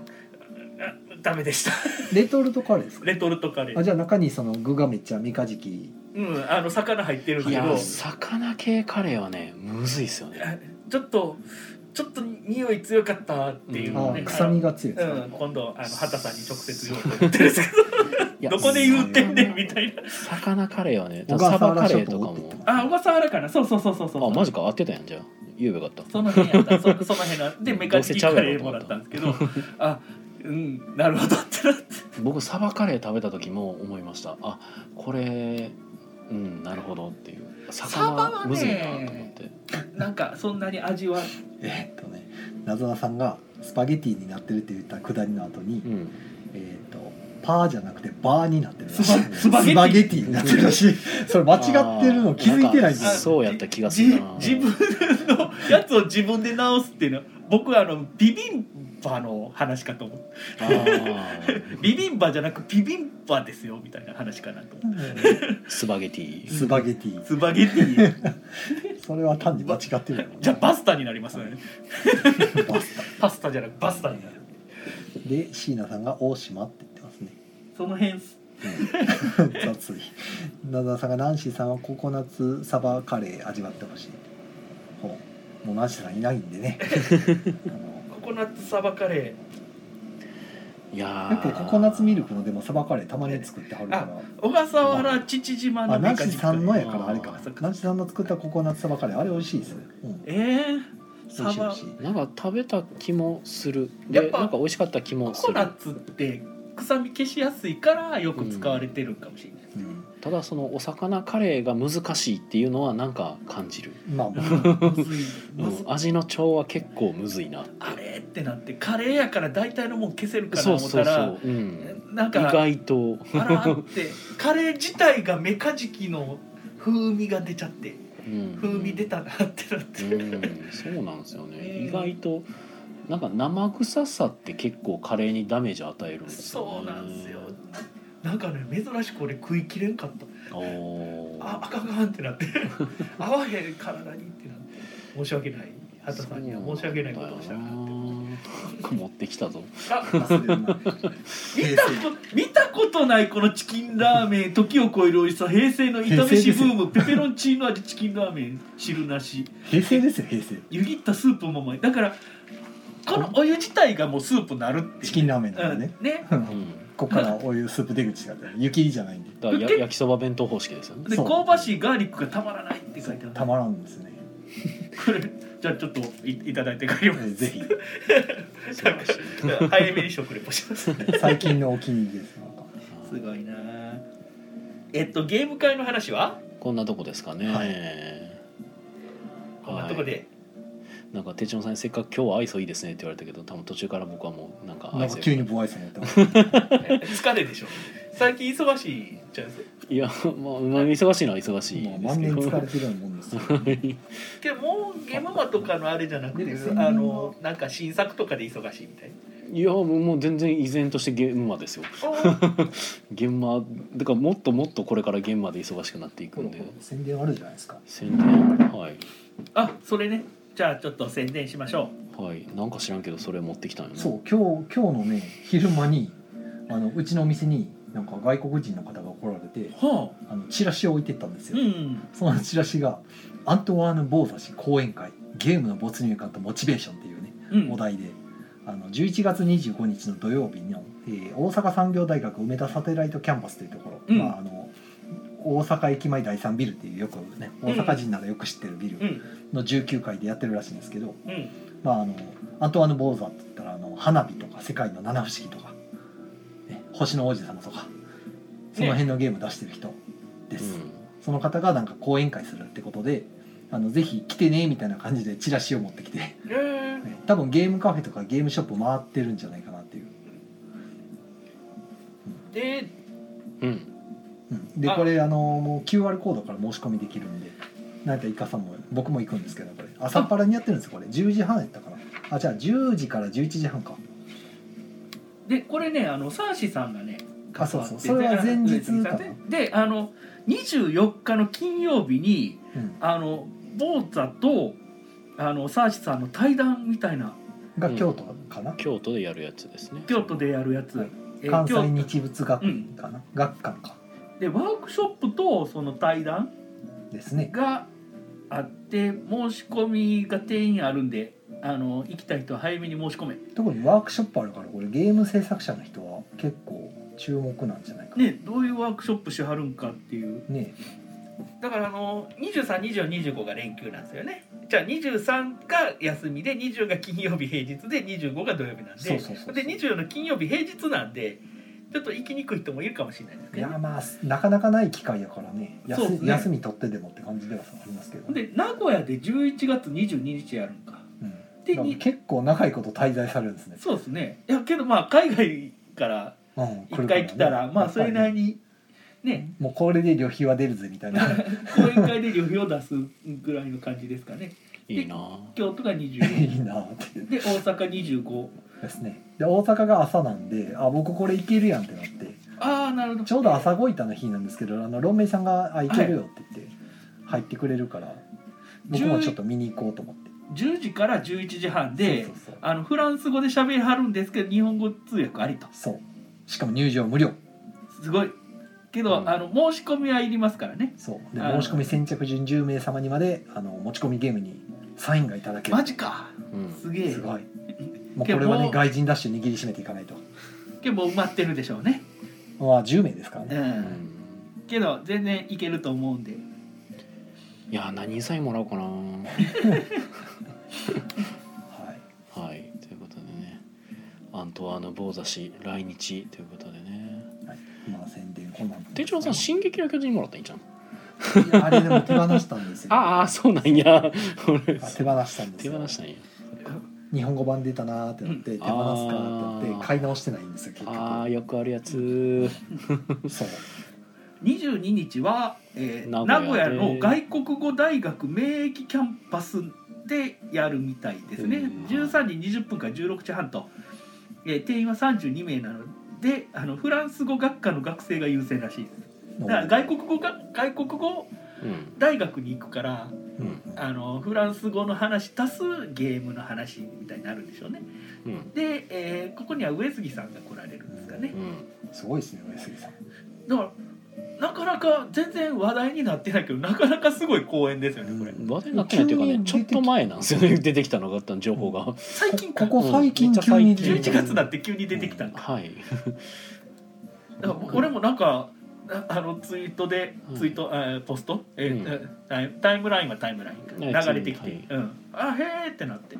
Speaker 3: ダメでした
Speaker 2: レトルトカレーですか
Speaker 3: レトルトカレ
Speaker 2: あ
Speaker 3: ー
Speaker 2: じゃあ中にその具がめっちゃメカジキ
Speaker 3: うんあの魚入ってるん
Speaker 1: い
Speaker 3: だけ
Speaker 1: や
Speaker 3: ど
Speaker 1: 魚系カレーはねむずいっすよね
Speaker 3: ちょっとちょっと匂い強かったっていう
Speaker 2: あ
Speaker 3: の
Speaker 1: う
Speaker 3: ね、
Speaker 2: ー臭みが強いですね、
Speaker 3: うん、今度あの畑さんに直接言おうと思ってるんですけ
Speaker 1: いや
Speaker 3: どどこで言ってんねんみたいな
Speaker 1: 魚カレーはね
Speaker 2: 小
Speaker 1: サ
Speaker 2: 笠
Speaker 1: バ
Speaker 2: 原
Speaker 1: カレ
Speaker 2: 諸
Speaker 1: ーと
Speaker 2: 島
Speaker 1: か
Speaker 2: って言って
Speaker 1: も
Speaker 2: た
Speaker 3: あ小笠原かなそうそうそうそうそう
Speaker 1: あマジか合ってたやんじゃあ言えばよかった
Speaker 3: その辺やったそその辺なでメカジキカレーもらったんですけどあうんなるほどってなって
Speaker 1: 僕サバカレー食べた時も思いましたあこれうんなるほどっていう魚
Speaker 4: サバはね
Speaker 1: むずいなと思って
Speaker 3: なんかそんなに味は
Speaker 2: えーっとね謎なさんがスパゲティになってるって言ったくだりの後に、
Speaker 1: うん
Speaker 2: えーっとパーじゃなくてバーになってるらしい
Speaker 3: スパゲティ
Speaker 2: スパゲティになってるらし いそれ間違ってるの気づいてな
Speaker 1: あーなん
Speaker 2: いんで
Speaker 1: か
Speaker 2: すよ
Speaker 1: そうやった気がするな
Speaker 3: じ自分のやつを自分で直すっていうのは僕あのビビンバの話かと思う
Speaker 1: あー
Speaker 3: ビビンバじゃなくビビンバですよみたいな話かなと思う
Speaker 1: スパゲティ
Speaker 2: スパゲティ
Speaker 3: スパゲティ
Speaker 2: それは単に間違ってるやろ
Speaker 3: じゃあバスタになりますよね
Speaker 2: バスタ
Speaker 3: パスタじゃなくバスタになる
Speaker 2: で椎名さんが「大島」って言って ますね
Speaker 3: その辺
Speaker 2: 雑い謎なさんが「ナンシーさんはココナッツサバカレー味わってほしい」ほうもうナンシーさんいないんで ねあの
Speaker 3: ココナッツサバカレ
Speaker 1: いや
Speaker 2: よくココナッツミルクのでもサバカレーたまに作ってはるから
Speaker 3: ー小笠原父島
Speaker 2: あ
Speaker 3: の
Speaker 2: ナ
Speaker 3: メ
Speaker 2: ンシ
Speaker 3: カ
Speaker 2: ー
Speaker 3: ジキ
Speaker 2: さんのやからあれ
Speaker 1: あ
Speaker 2: か
Speaker 3: そっか
Speaker 2: ナンシーさんの作ったココナッツサバカレーあれ美味しいですよ、うん、
Speaker 3: えー、
Speaker 2: 美
Speaker 3: サ
Speaker 2: 味しい美
Speaker 3: バ
Speaker 2: 味しい
Speaker 1: なんか食べた気もする
Speaker 3: やっ
Speaker 1: で
Speaker 3: ぱ
Speaker 1: なんか美味しかった気
Speaker 3: コ
Speaker 1: もす
Speaker 3: コ
Speaker 1: る
Speaker 3: ナッツって臭み消しやすいからよく使われてるんかもしれない、
Speaker 2: うん
Speaker 1: ただそのお魚カレーが難しいっていうのはなんか感じる、
Speaker 2: まあまあ
Speaker 3: うんむずい
Speaker 1: うん
Speaker 3: むずい
Speaker 1: 味の調は結構むずいな
Speaker 3: あれってなってカレーやから大体のもん消せるかな
Speaker 1: そう
Speaker 3: 思っ
Speaker 1: そ
Speaker 3: た
Speaker 1: うそ
Speaker 3: ら
Speaker 1: う、うん、
Speaker 3: なん
Speaker 1: 意
Speaker 3: か
Speaker 1: 外と
Speaker 3: あらあってカレー自体がメカジキの風味が出ちゃって
Speaker 1: うん
Speaker 3: 風味出たなってなって、
Speaker 1: うん、そうなんですよね、
Speaker 3: うん
Speaker 1: 意外となんか生臭さって結構カレーにダメージ与えるんですよ、ね、
Speaker 3: そうなんですよなんかね珍しく俺食いきれんかった
Speaker 1: おー
Speaker 3: ああかんあかんってなって 合わへん体にってなって申し訳ない畑さんには申し訳ないことをしたなって思って
Speaker 1: なんか持ってきたぞ
Speaker 3: あ
Speaker 2: 忘れるな
Speaker 3: 見たこ見たことないこのチキンラーメン時を超える美味しさ平成の炒めしブームペペロンチーノ味チキンラーメン汁なし
Speaker 2: 平成ですよ平成
Speaker 3: 湯切ったスープもうまいだからこのお湯自体がもうスープになるっていう
Speaker 2: チキンラーメンだ
Speaker 3: う
Speaker 2: よ
Speaker 3: ん
Speaker 2: ね、
Speaker 3: ね
Speaker 2: う
Speaker 1: うんん
Speaker 2: こっからお湯スープ出口だから雪じゃないんで
Speaker 1: だからや焼きそば弁当方式ですよね
Speaker 3: で
Speaker 2: そう
Speaker 3: 香ばしいガーリックがたまらないって書いてある
Speaker 2: たまらんですね
Speaker 3: これじゃあちょっといいただいて帰り
Speaker 2: え
Speaker 3: ます
Speaker 2: ーぜひ
Speaker 1: 素晴らしい
Speaker 3: 早めに食レポし ます
Speaker 2: 最近のお気に入りですなんか
Speaker 3: すごいなあえっとゲーム会の話は
Speaker 1: こんなとこですかね、
Speaker 2: は
Speaker 3: こんなとこで、
Speaker 1: なんか手帳さんにせっかく今日は愛想いいですねって言われたけど多分途中から僕はもうなんか
Speaker 2: な
Speaker 1: 愛
Speaker 2: んか
Speaker 1: 想
Speaker 2: 急に不愛想になった
Speaker 3: 疲れでしょ最近忙しいじゃん
Speaker 1: いやまあまあ忙しいのは忙しい
Speaker 2: もう
Speaker 1: です
Speaker 2: 万
Speaker 1: け
Speaker 2: 年
Speaker 1: ど
Speaker 2: 疲れてるようなもんですよ
Speaker 3: けどもうゲママとかのあれじゃなくて
Speaker 2: でも
Speaker 3: あのなんか新作とかで忙しいみたいない
Speaker 1: やもうもう全然依然として現場ですよ現場だからもっともっとこれから現場で忙しくなっていくんで
Speaker 2: 宣伝あるじゃないですか
Speaker 1: 宣伝はい
Speaker 3: あそれねじゃあちょっと宣伝しましょ
Speaker 1: はいなんか知らんけどそれ持ってきたんよね
Speaker 2: そう今日今日のね昼間にあのうちのお店になんか外国人の方が来られて
Speaker 3: うは
Speaker 2: あのチラシを置いてったんです
Speaker 3: あう
Speaker 2: よ、
Speaker 3: ん
Speaker 2: そのチラシが「アントワーヌ・ボーザ氏講演会ゲームの没入感とモチベーション」っていうね
Speaker 3: うん
Speaker 2: お題であの11月25日の土曜日の、えー大阪産業大学梅田サテライトキャンパスというところ、
Speaker 3: うん
Speaker 2: まあ、あの大阪駅前第3ビルっていうよくね大阪人ならよく知ってるビル
Speaker 3: うん
Speaker 2: の19階でやってるらしいんですけど、
Speaker 3: うん
Speaker 2: まあ、あのアントワーヌ・ボーザって言ったらあの花火とか世界の七不思議とか、ね、星の王子様とかその辺のゲーム出してる人です。
Speaker 1: う
Speaker 2: その方がなんか講演会するってことであのぜひ来てねみたいな感じでチラシを持ってきて、 ね
Speaker 3: えー
Speaker 2: 多分ゲームカフェとかゲームショップ回ってるんじゃないかなっていう、
Speaker 3: で
Speaker 1: ん、うん、
Speaker 2: うんで
Speaker 3: あ
Speaker 2: これあのもう QR コードから申し込みできるんでなんてイカさんも僕も行くんですけどこれ朝っぱらにやってるんですこれ10時半やったからあじゃあ10時から11時半か
Speaker 3: でこれねあのサーシさんがね
Speaker 2: あそうそうそれは前日かな、
Speaker 3: であの24日の金曜日に
Speaker 2: うん、
Speaker 3: あのボーザとあのサーシさんの対談みたいな
Speaker 2: が京都かな、
Speaker 1: 京都でやるやつですね
Speaker 3: 京都でやるやつ、
Speaker 2: はい
Speaker 3: えー
Speaker 2: 関
Speaker 3: 京
Speaker 2: 西日仏学院かな、学館か
Speaker 3: でワークショップとその対談
Speaker 2: ですね
Speaker 3: があって申し込みが定員あるんであの行きたい人は早めに申し込め
Speaker 2: 特にワークショップあるからこれゲーム制作者の人は結構注目なんじゃないかな
Speaker 3: ねどういうワークショップしはるんかっていう
Speaker 2: ね
Speaker 3: だからあの232425が連休なんですよねじゃあ23が休みで20が金曜日平日で25が土曜日なんで
Speaker 2: そうそうそうそう
Speaker 3: で24の金曜日平日なんでちょっと行きにくい人もいるかもしれないです
Speaker 2: い
Speaker 3: けど
Speaker 2: や
Speaker 3: ね、
Speaker 2: まあなかなかない機会やからね
Speaker 3: そう
Speaker 2: 休
Speaker 3: ですね
Speaker 2: 休み取ってでもって感じではありますけど、
Speaker 3: ほんで名古屋で11月22日やるんか
Speaker 2: うん、
Speaker 3: で
Speaker 2: だから
Speaker 3: に
Speaker 2: 結構長いこと滞在されるんですね、
Speaker 3: そうですねいやけどまあ海外から
Speaker 2: うん、
Speaker 3: 一回来たら、まあそれなり
Speaker 2: に
Speaker 3: にね
Speaker 2: もうこれで旅費は出るぜみたいな
Speaker 3: 講演会で旅費を出すぐらいの感じですかね
Speaker 1: いいなぁ
Speaker 3: 京都が24
Speaker 2: いいなって
Speaker 3: で大阪25
Speaker 2: ですねで大阪が朝なんであ僕これ行けるやんってなって
Speaker 3: ああなるほど
Speaker 2: ちょうど朝ごいたの日なんですけどあのロンメイさんが「あ行けるよ」って言って入ってくれるから僕もちょっと見に行こうと思って
Speaker 3: 10時から11時半で
Speaker 2: そうそうそう
Speaker 3: あのフランス語で喋りはるんですけど日本語通訳ありと
Speaker 2: そうしかも入場無料
Speaker 3: すごいけど、
Speaker 1: うん
Speaker 3: あの申し込みはいりますからね
Speaker 2: そうで
Speaker 3: あ
Speaker 2: 申
Speaker 3: ー
Speaker 2: し込み先着順10名様にまであの持ち込みゲームにサインがいただける
Speaker 3: マジか
Speaker 1: うん
Speaker 3: すげえ
Speaker 2: すごいもうこ
Speaker 3: けど
Speaker 2: れは
Speaker 3: も
Speaker 2: ね
Speaker 3: う
Speaker 2: 外人ダッシュ握りしめていかないと
Speaker 3: けどもう埋まってるでしょうね
Speaker 2: まあ10名ですから
Speaker 3: う
Speaker 2: ね
Speaker 3: んけど全然いけると思うんで
Speaker 1: いや何サインもらおうかな
Speaker 2: はい
Speaker 1: はいということでねアントワーヌ・ボーザ氏来日ということでね
Speaker 2: まあ宣伝こんなん
Speaker 1: 手帳さん「進撃の巨人」もらったらいいんじゃん
Speaker 2: いやあれでも手放したんですよあ
Speaker 1: ああそうなんや俺
Speaker 2: 手放したんです
Speaker 1: 手
Speaker 2: よ
Speaker 1: 放したんや
Speaker 2: 日本語版出たなーってなって手放すかーって
Speaker 1: あ
Speaker 2: なっ
Speaker 1: ー
Speaker 2: て買い直してないんですよ結
Speaker 1: あーよくあるやつ
Speaker 2: 局そう
Speaker 3: 22日は、えー名
Speaker 1: 名
Speaker 3: 古
Speaker 1: 古屋
Speaker 3: 屋
Speaker 1: で
Speaker 3: の外国語大学免疫キャンパスでやるみたいですね、
Speaker 1: うん
Speaker 3: 13時20分から16時半と、えー定員は32名なのであのフランス語学科の学生が優先らしいですだから外国語が外国語
Speaker 1: うん
Speaker 3: 大学に行くから
Speaker 2: うんうん
Speaker 3: あのフランス語の話足すゲームの話みたいになるんでしょうね
Speaker 1: うん
Speaker 3: で、えーここには上杉さんが来られるんですかね
Speaker 1: うん
Speaker 2: すごいですね上杉さん
Speaker 3: だからなかなか全然話題になってないけどなかなかすごい公演ですよねこれ
Speaker 1: 話題になってないっていうか
Speaker 2: 急
Speaker 1: ね
Speaker 2: に
Speaker 1: ちょっと前なんですよね出てきたのがあった情報が
Speaker 3: 最近
Speaker 2: ここ最近
Speaker 1: うん
Speaker 2: 急に
Speaker 1: めっち
Speaker 3: 11
Speaker 1: ゃ最近
Speaker 3: 月だって急に出てきたんか
Speaker 1: はい
Speaker 3: だから俺もなんかああのツイートで
Speaker 1: うん
Speaker 3: ツイート、えーポスト、えー
Speaker 1: うん
Speaker 3: えータイタイムラインはタイムライ
Speaker 1: は
Speaker 3: ンか
Speaker 1: い
Speaker 3: 流れてきて、
Speaker 1: はい
Speaker 3: うん、あへーってなって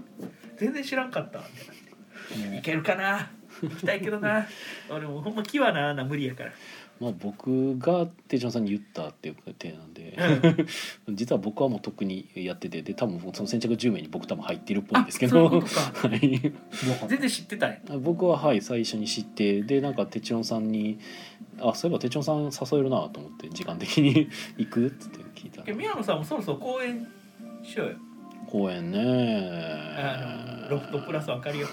Speaker 3: 全然知らんかったってなってい
Speaker 2: ね
Speaker 3: けるかな行きたいけ どな俺もほんま気はなあな無理やから
Speaker 1: まあ僕が手嶋さんに言ったっていう手なん で実は僕はもうとっくにやっててで多分その先着10名に僕多分入ってるっぽいんですけ
Speaker 3: あそういう
Speaker 1: ど
Speaker 3: ことか
Speaker 1: はい
Speaker 2: よかった
Speaker 3: 全然知ってたんや
Speaker 1: 僕ははい最初に知ってでなんかテチオンさんに「あそういえばテチオンさん誘えるな」と思って時間的に 「行く?」っつって聞いた
Speaker 3: け
Speaker 1: ら
Speaker 3: 宮野さんもそろそろ公演しようよ
Speaker 1: 公園
Speaker 3: あ
Speaker 1: ね
Speaker 3: のロフトプラスわかるよ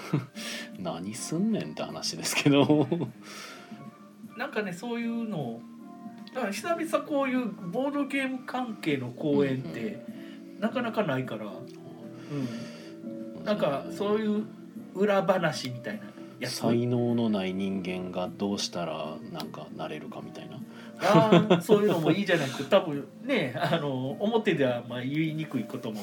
Speaker 1: 何すんねんって話ですけど
Speaker 3: なんかねそういうのをだから久々こういうボードゲーム関係の公演ってなかなかないから、うん、 なんかそういう裏話みたいなやつ
Speaker 1: 才能のない人間がどうしたらなんかなれるかみたいな
Speaker 3: あーそういうのもいいじゃなくて多分ねあの表ではまあ言いにくいことも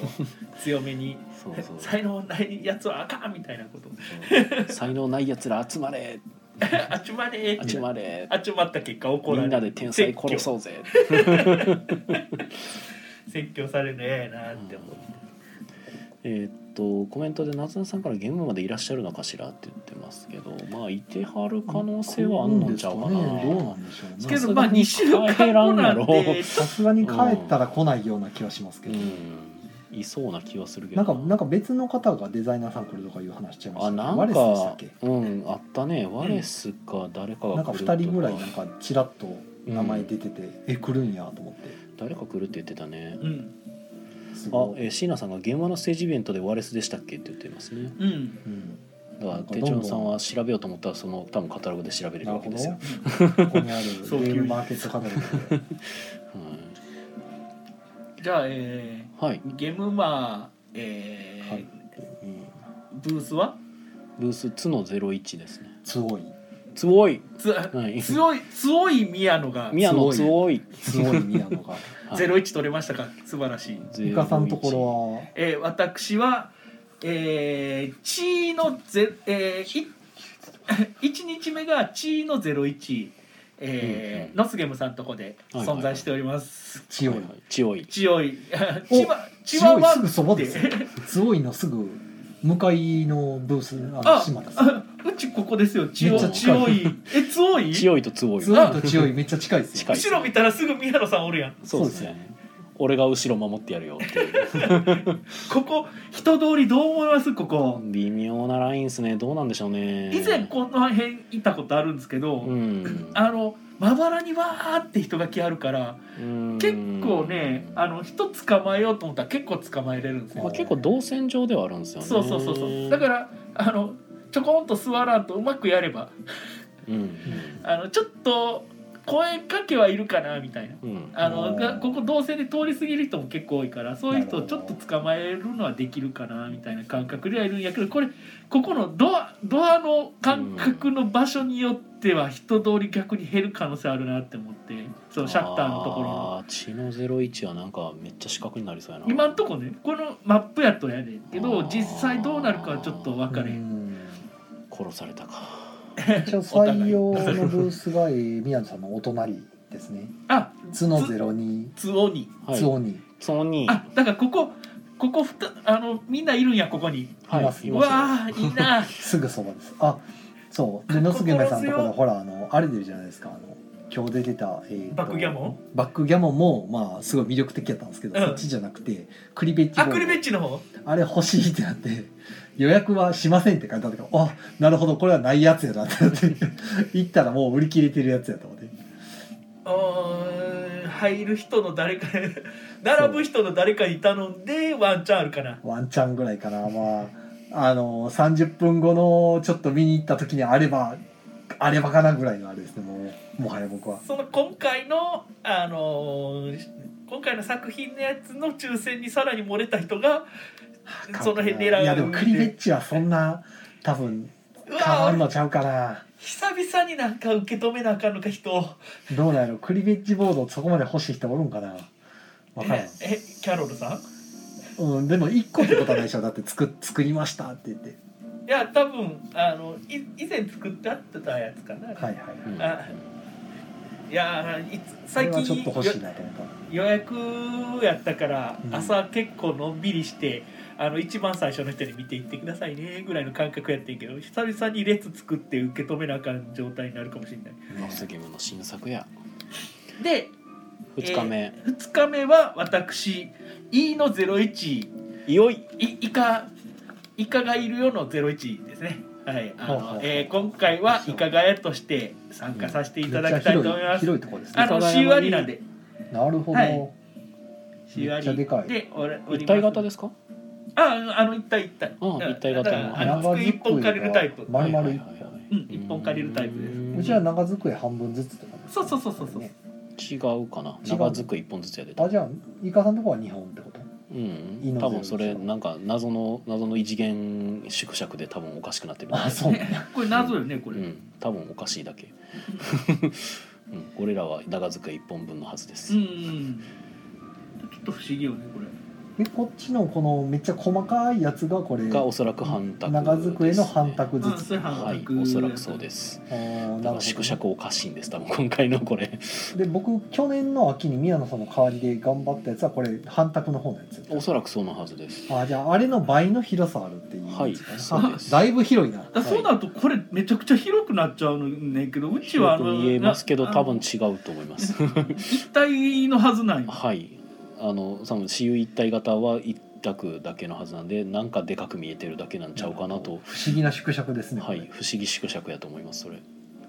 Speaker 3: 強めに
Speaker 1: そうそう
Speaker 3: 才能ないやつはあかんみたいなこと
Speaker 1: そう才能ないやつら集まれ
Speaker 3: あっちまでーって
Speaker 1: 集まれ
Speaker 3: 集まった結果 怒ら
Speaker 1: み
Speaker 3: れ
Speaker 1: んなで天才殺そうぜ
Speaker 3: 説教説教されるの嫌やなって思う、
Speaker 1: えーっとコメントで夏菜さんから「現場までいらっしゃるのかしら?」って言ってますけどまあいてはる可能性はあんのんちゃうかな。
Speaker 2: どうなんでしょう
Speaker 3: け
Speaker 2: ね
Speaker 3: どまあ2週間後なんで
Speaker 2: さすがに帰ったら来ないような気はしますけ
Speaker 1: う
Speaker 2: ど、
Speaker 1: んいそうな気はするけ
Speaker 2: な
Speaker 1: ど
Speaker 2: んかなんか別の方がデザイナーさん来るとかいう話しちゃいまし
Speaker 1: あ
Speaker 2: たね
Speaker 1: なん
Speaker 2: ワレスでしたっ
Speaker 1: か
Speaker 2: け
Speaker 1: うんあったねワレスか誰か
Speaker 2: な
Speaker 1: が
Speaker 2: んか
Speaker 1: 来る
Speaker 2: 2人ぐらいなん
Speaker 1: と
Speaker 2: かちらっと名前出てて、え来るんやと思って
Speaker 1: 誰か来るって言ってたね
Speaker 3: うん
Speaker 2: す
Speaker 1: あ
Speaker 2: ご、い
Speaker 1: えー、椎名さんが「現場のステージイベントでワレスでしたっけ?」って言ってますね
Speaker 3: うん
Speaker 2: うん
Speaker 1: だから手帳さんは調べようと思ったらその多分カタログで調べれる
Speaker 2: なる
Speaker 1: わけ
Speaker 2: ほ
Speaker 1: で
Speaker 2: ど
Speaker 1: すよ、
Speaker 2: ここにあるゲ
Speaker 3: そう
Speaker 2: ームマーケットカタログ
Speaker 1: は
Speaker 3: じゃあ、え
Speaker 1: い、はい
Speaker 3: ー、ゲームマー、えー
Speaker 2: はい
Speaker 1: うん
Speaker 3: ブースは
Speaker 1: ブース「つの01」ですね
Speaker 2: すごい
Speaker 1: つおい、
Speaker 3: つ
Speaker 1: はい、
Speaker 3: 強い強い宮野が
Speaker 1: 宮野
Speaker 2: つ
Speaker 1: つ
Speaker 2: お
Speaker 1: おい
Speaker 2: すごい宮 野が
Speaker 1: はい
Speaker 3: ゼロ一取れましたか素晴らしい。
Speaker 2: ゆかさんのところ
Speaker 3: えー、私は、えー、地位のゼ、えー、い 一日目が地位のゼロ一、え
Speaker 1: うんう
Speaker 3: ー
Speaker 1: ん
Speaker 3: ノスゲムさんとこで
Speaker 1: はいはいはい
Speaker 3: 存在しております。
Speaker 2: は強い
Speaker 1: ちおい
Speaker 3: 千代い
Speaker 2: お
Speaker 3: 千葉千葉は
Speaker 2: すぐそばですよ強いのすぐ向かいのブースあの
Speaker 3: あ
Speaker 2: 島です
Speaker 3: あうちここですよ千
Speaker 2: めっち
Speaker 3: 代
Speaker 2: ゃ
Speaker 3: 千
Speaker 2: 近い
Speaker 3: 代いえ強い
Speaker 1: ちおいとつおい
Speaker 2: 強いと強いめっちゃ近いですよ
Speaker 1: 近い
Speaker 3: 後ろ見たらすぐ宮野さんおるやん
Speaker 1: そうですね俺が後ろ守ってやるよっていう
Speaker 3: ここ人通りどう思いますここ
Speaker 1: 微妙なラインですねどうなんでしょうね
Speaker 3: 以前この辺行ったことあるんですけど、
Speaker 1: うん
Speaker 3: あのまばらにわーって人が来あるから
Speaker 1: うん
Speaker 3: 結構ねあの人捕まえようと思ったら結構捕まえれるんです
Speaker 1: まあ
Speaker 3: よ
Speaker 1: 結構動線上ではあるんですよね、
Speaker 3: そうそうそうそうだかららあのちょこんと座らんとうまくやれば
Speaker 1: うん
Speaker 3: あのちょっと声かけはいるかなみたいな
Speaker 1: うんうん、
Speaker 3: あの
Speaker 2: おー
Speaker 3: がここ動線で通り過ぎる人も結構多いからそういう人をちょっと捕まえるのはできるかなみたいな感覚ではいるんやけどこれここのドアドアの感覚の場所によっては人通り逆に減る可能性あるなって思ってそのシャッターのところ
Speaker 1: あ
Speaker 3: の。
Speaker 1: ー血の01はなんかめっちゃ四角になりそうやな
Speaker 3: 今んとこねこのマップやとやねんけ
Speaker 1: あ
Speaker 3: ど
Speaker 1: ー
Speaker 3: 実際どうなるかはちょっと分かれへ
Speaker 2: うんん
Speaker 1: 殺されたか
Speaker 2: 一応採用のブースがえー宮野さんのお隣ですね
Speaker 3: あ
Speaker 2: 角ゼロに
Speaker 3: つおに
Speaker 1: はい
Speaker 2: 角に
Speaker 1: その2
Speaker 3: あだからここここふたあのみんないるんやここに
Speaker 1: はい
Speaker 2: います
Speaker 1: いうます
Speaker 3: わーい いな
Speaker 2: すぐそばですあそうで野杉梅さんのところでほらあのあれ出るじゃないですかあの今日出てた、えーと
Speaker 3: バックギャモン
Speaker 2: バックギャモンもまあすごい魅力的やったんですけど、
Speaker 3: うん
Speaker 2: そっちじゃなくてクリベッチボー
Speaker 3: あ
Speaker 2: ル
Speaker 3: クリベッチの方
Speaker 2: あれ欲しいってなって予約はしませんって書いてあったからあなるほどこれはないやつやなってなって行ったらもう売り切れてるやつやと思って
Speaker 3: うーん入る人の誰か 並ぶ人の誰かに頼んでワンチャンあるかな
Speaker 2: ワンチャンぐらいかなまああの30分後のちょっと見に行った時にあればあればかなぐらいのあれですねもうもはや僕は
Speaker 3: その今回のあのー今回の作品のやつの抽選にさらに漏れた人がその辺狙う
Speaker 2: いやでもクリベッチはそんな多分
Speaker 3: うわ
Speaker 2: 変わん
Speaker 3: ー
Speaker 2: のちゃうかな
Speaker 3: 久々になんか受け止めなあかんのか人を
Speaker 2: どうなんやろクリベッチボードそこまで欲しい人おるんかなわからん
Speaker 3: ええキャロルさん
Speaker 2: うん、でも1個ってことはないでしょだって作作りましたって言って
Speaker 3: いや多分あのい以前作ってあったやつかな、
Speaker 2: はいはい
Speaker 1: うん
Speaker 3: あい、やーいつ最
Speaker 2: これはちょっ
Speaker 3: 近
Speaker 2: と欲しいなと思っ
Speaker 3: 予約やったから
Speaker 2: うん
Speaker 3: 朝結構のんびりして、あの一番最初の人に見ていってくださいねぐらいの感覚やってんけど久々に列作って受け止めなあかん状態になるかもしれない
Speaker 1: ノスゲムの新作や
Speaker 3: で
Speaker 1: 2日目、
Speaker 3: 2日目は私 E の01
Speaker 1: いよい
Speaker 3: いイカイカがいるよの01ですねはいあ
Speaker 2: ほうほうほ
Speaker 3: の
Speaker 2: う
Speaker 3: えー今回はイカガヤとして参加させていた
Speaker 2: た
Speaker 3: だきたいと思います、
Speaker 2: 広い広いところです
Speaker 3: あ
Speaker 2: ね
Speaker 3: の C 割なんで
Speaker 2: なるほど、
Speaker 3: はい
Speaker 2: め
Speaker 3: シ
Speaker 2: っちゃでかい
Speaker 3: でおらおります
Speaker 1: 一体型ですか
Speaker 3: ああの一体一体
Speaker 1: うん
Speaker 3: だ
Speaker 1: 一体型の
Speaker 3: だからあの
Speaker 2: 長机
Speaker 3: 一本借りるタイプ
Speaker 2: が丸々
Speaker 1: はい
Speaker 2: 一
Speaker 1: はいはいはい
Speaker 3: うん一本借りるタイプです
Speaker 1: ん
Speaker 2: うちは長机半分ずつとかね
Speaker 3: そうそうそうそうそう
Speaker 1: 違うかな長づく一本ずつやでた
Speaker 2: あじゃあイカさんのとこは2本って こと
Speaker 1: うん
Speaker 2: いの
Speaker 1: 多分それ
Speaker 2: ゼロ
Speaker 1: なんか謎の謎の異次元縮尺で多分おかしくなってる
Speaker 2: あそうなんだ
Speaker 3: これ謎よねこ
Speaker 1: う
Speaker 3: れ、
Speaker 1: ん多分おかしいだ けうん俺らは長づく一本分のはずで
Speaker 3: う
Speaker 1: す
Speaker 3: ん、ちょっと不思議よねこれ
Speaker 2: でこっちのこのめっちゃ細かいやつがこれ
Speaker 1: がおそらく半卓
Speaker 2: 長机の半卓ず
Speaker 3: あ
Speaker 2: つ
Speaker 3: それ半
Speaker 1: はい
Speaker 3: 額
Speaker 1: おそらくそうです
Speaker 2: あ
Speaker 1: だ
Speaker 2: ーな
Speaker 1: か
Speaker 2: る
Speaker 1: ら縮
Speaker 2: ほどね
Speaker 1: 尺おかしいんです多分今回のこれ
Speaker 2: で僕去年の秋に宮野さんの代わりで頑張ったやつはこれ半卓の方のやつ
Speaker 1: おそらくそのはずです
Speaker 2: あじゃああれの倍の広さあるっていう
Speaker 1: はい
Speaker 2: か
Speaker 1: そうです
Speaker 2: だいぶ広いな
Speaker 3: だそうなるとこれめちゃくちゃ広くなっちゃうのねんけどうちはあ
Speaker 1: よく
Speaker 3: の
Speaker 1: 見えますけど
Speaker 3: な
Speaker 1: 多分違うと思います
Speaker 3: 一体のはずなんよ
Speaker 1: はいあの多分私有一体型は一択だけのはずなんでなんかでかく見えてるだけなんちゃうかなと
Speaker 2: 不思議な縮尺ですね、こ
Speaker 1: は
Speaker 2: れ
Speaker 1: い不思議縮尺やと思いますそれ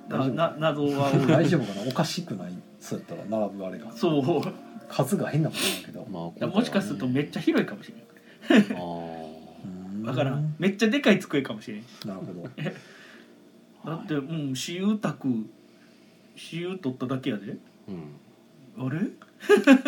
Speaker 3: だな謎は多い
Speaker 2: 大丈夫かなおかしくないそうやったら並ぶあれが
Speaker 3: そう
Speaker 2: 数が変なことなんだけど
Speaker 1: まあ今回はね
Speaker 3: もしかするとめっちゃ広いかもしれない
Speaker 1: あー
Speaker 3: わからんめっちゃでかい机かもしれん
Speaker 2: なるほど
Speaker 3: だってうん私有宅私有取っただけやで
Speaker 1: うん
Speaker 3: あれ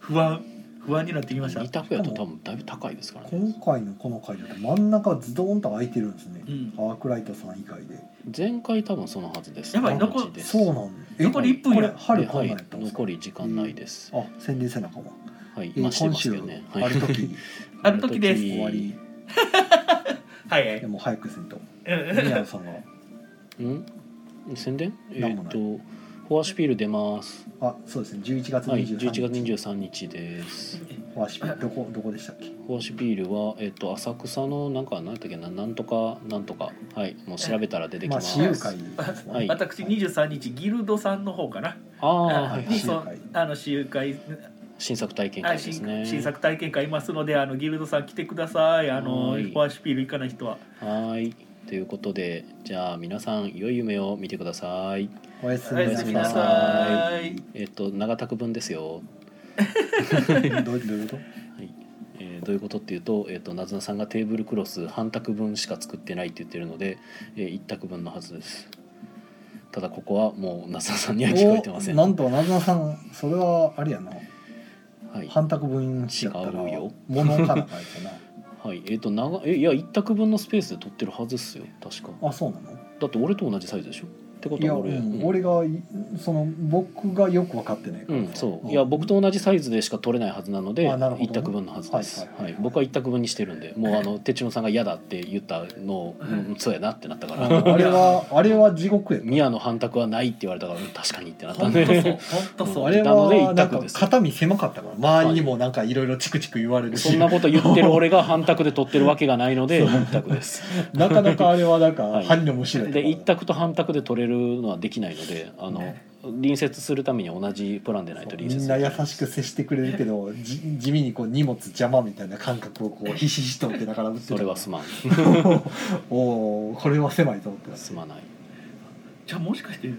Speaker 3: 不安不安になってきました
Speaker 1: 二択やと多分だいぶ高いですからね
Speaker 2: 今回のこの回だと真ん中ズドーンと空いてるんですね、
Speaker 3: うん
Speaker 2: アークライトさん以外で
Speaker 1: 前回多分そのはずです
Speaker 3: やばい
Speaker 1: あ
Speaker 3: 残
Speaker 1: 同じです
Speaker 2: そうなんだえ
Speaker 3: 残り一分
Speaker 2: こ
Speaker 3: や
Speaker 2: れ春
Speaker 1: では
Speaker 2: 来ない
Speaker 1: い
Speaker 2: やったんですか
Speaker 1: 残り時間ないです
Speaker 2: あ宣伝せなあかも、
Speaker 1: はい
Speaker 2: え
Speaker 1: まあして
Speaker 2: 今
Speaker 1: ます
Speaker 2: 週、
Speaker 1: けどね
Speaker 2: ある時
Speaker 3: ある時です
Speaker 2: 終わり
Speaker 3: はいはい
Speaker 2: でも早くせ んと
Speaker 3: うん
Speaker 2: 宮野さんが
Speaker 1: うん宣伝え
Speaker 2: なん
Speaker 1: ー
Speaker 2: もな
Speaker 1: っ
Speaker 2: い
Speaker 1: とフォアシュピール出ます
Speaker 2: あそうですね11月
Speaker 1: はい11
Speaker 2: 23日、
Speaker 1: 月23日です
Speaker 2: わしどこどこでしたっけ
Speaker 1: フォアシュピールはえーっと浅草のなんか何だっけななんとかなんとかはいもう調べたら出てき
Speaker 2: まあ
Speaker 1: ま
Speaker 2: 私
Speaker 1: す
Speaker 2: 有会ですね、
Speaker 1: はい
Speaker 3: 私23日ギルドさんの方かな
Speaker 1: ああはいは
Speaker 3: に
Speaker 1: い
Speaker 2: そう
Speaker 3: そあの私有会
Speaker 1: 新作体験
Speaker 3: あ
Speaker 1: 会です
Speaker 3: 新
Speaker 1: ね
Speaker 3: 新作体験会いますのであのギルドさん来てくださいあの
Speaker 1: は
Speaker 3: フ
Speaker 1: い
Speaker 3: ォアシュピール行かない人は
Speaker 1: はーいということでじゃあ皆さん良い夢を見てください
Speaker 2: おやす
Speaker 3: お
Speaker 2: み
Speaker 3: や
Speaker 2: な
Speaker 3: す
Speaker 2: さ
Speaker 3: み
Speaker 2: い
Speaker 3: なさい
Speaker 1: えっと長田区分ですよ
Speaker 2: どうどういうこと
Speaker 1: はいえーどういうことっていうと,、えー、となずなさんがテーブルクロス半卓分しか作ってないって言ってるので、え1卓分のはずですただここはもうなずなさんには聞こえてません
Speaker 2: おなんとなずなさんそれはあれやな
Speaker 1: はい、
Speaker 2: 半卓分やったら
Speaker 1: 違うよ
Speaker 2: 物置かなあかんやつや
Speaker 1: はい、えっ、と長えいや1卓分のスペースで取ってるはずっすよ確か
Speaker 2: なあそうなの
Speaker 1: だって俺と同じサイズでしょってこ
Speaker 2: い
Speaker 1: と
Speaker 2: や、
Speaker 1: は
Speaker 2: う
Speaker 1: 俺
Speaker 2: ん、俺がいその僕がよく分かってないか
Speaker 1: う
Speaker 2: ら
Speaker 1: ん、そういや僕と同じサイズでしか取れないはずなので
Speaker 2: あなるほどね
Speaker 1: 一択分のはずです、
Speaker 2: は
Speaker 1: はいい
Speaker 2: はいはい
Speaker 1: 僕は一択分にしてるんでもうあ の手帳さんが嫌だって言ったのを、うん、そうやなってなったか
Speaker 2: あ
Speaker 1: ら
Speaker 2: あれ はあれは地獄や
Speaker 1: 宮の反択はないって言われたからうん確かにってなった
Speaker 3: 本
Speaker 1: ん
Speaker 3: 当そう
Speaker 1: で
Speaker 3: 本当
Speaker 1: そ
Speaker 3: そうう
Speaker 2: あれ
Speaker 1: なので
Speaker 2: は
Speaker 1: 一
Speaker 2: なん
Speaker 1: 択
Speaker 2: か
Speaker 1: です
Speaker 2: 肩身狭かったから周りにもなんかいろいろチクチク言われるし、
Speaker 1: そんなこと言ってる俺が反択で取ってるわけがないの で一択です
Speaker 2: なかなかあれはなんか
Speaker 1: はい
Speaker 2: 針の虫だったから
Speaker 1: で一択と反択で取れるのはできないのであの
Speaker 3: ね
Speaker 1: 隣接するためには同じプランでないと
Speaker 2: み
Speaker 1: 隣接
Speaker 2: ん
Speaker 1: でき
Speaker 2: な
Speaker 1: ない
Speaker 2: 優しく接してくれる けどじ地味にこう荷物邪魔みたいな感覚をこうひしひしと受けながら打ってた
Speaker 1: それは すまん
Speaker 2: おおこれは狭いと思ってます
Speaker 1: すまない
Speaker 3: じゃあもしかして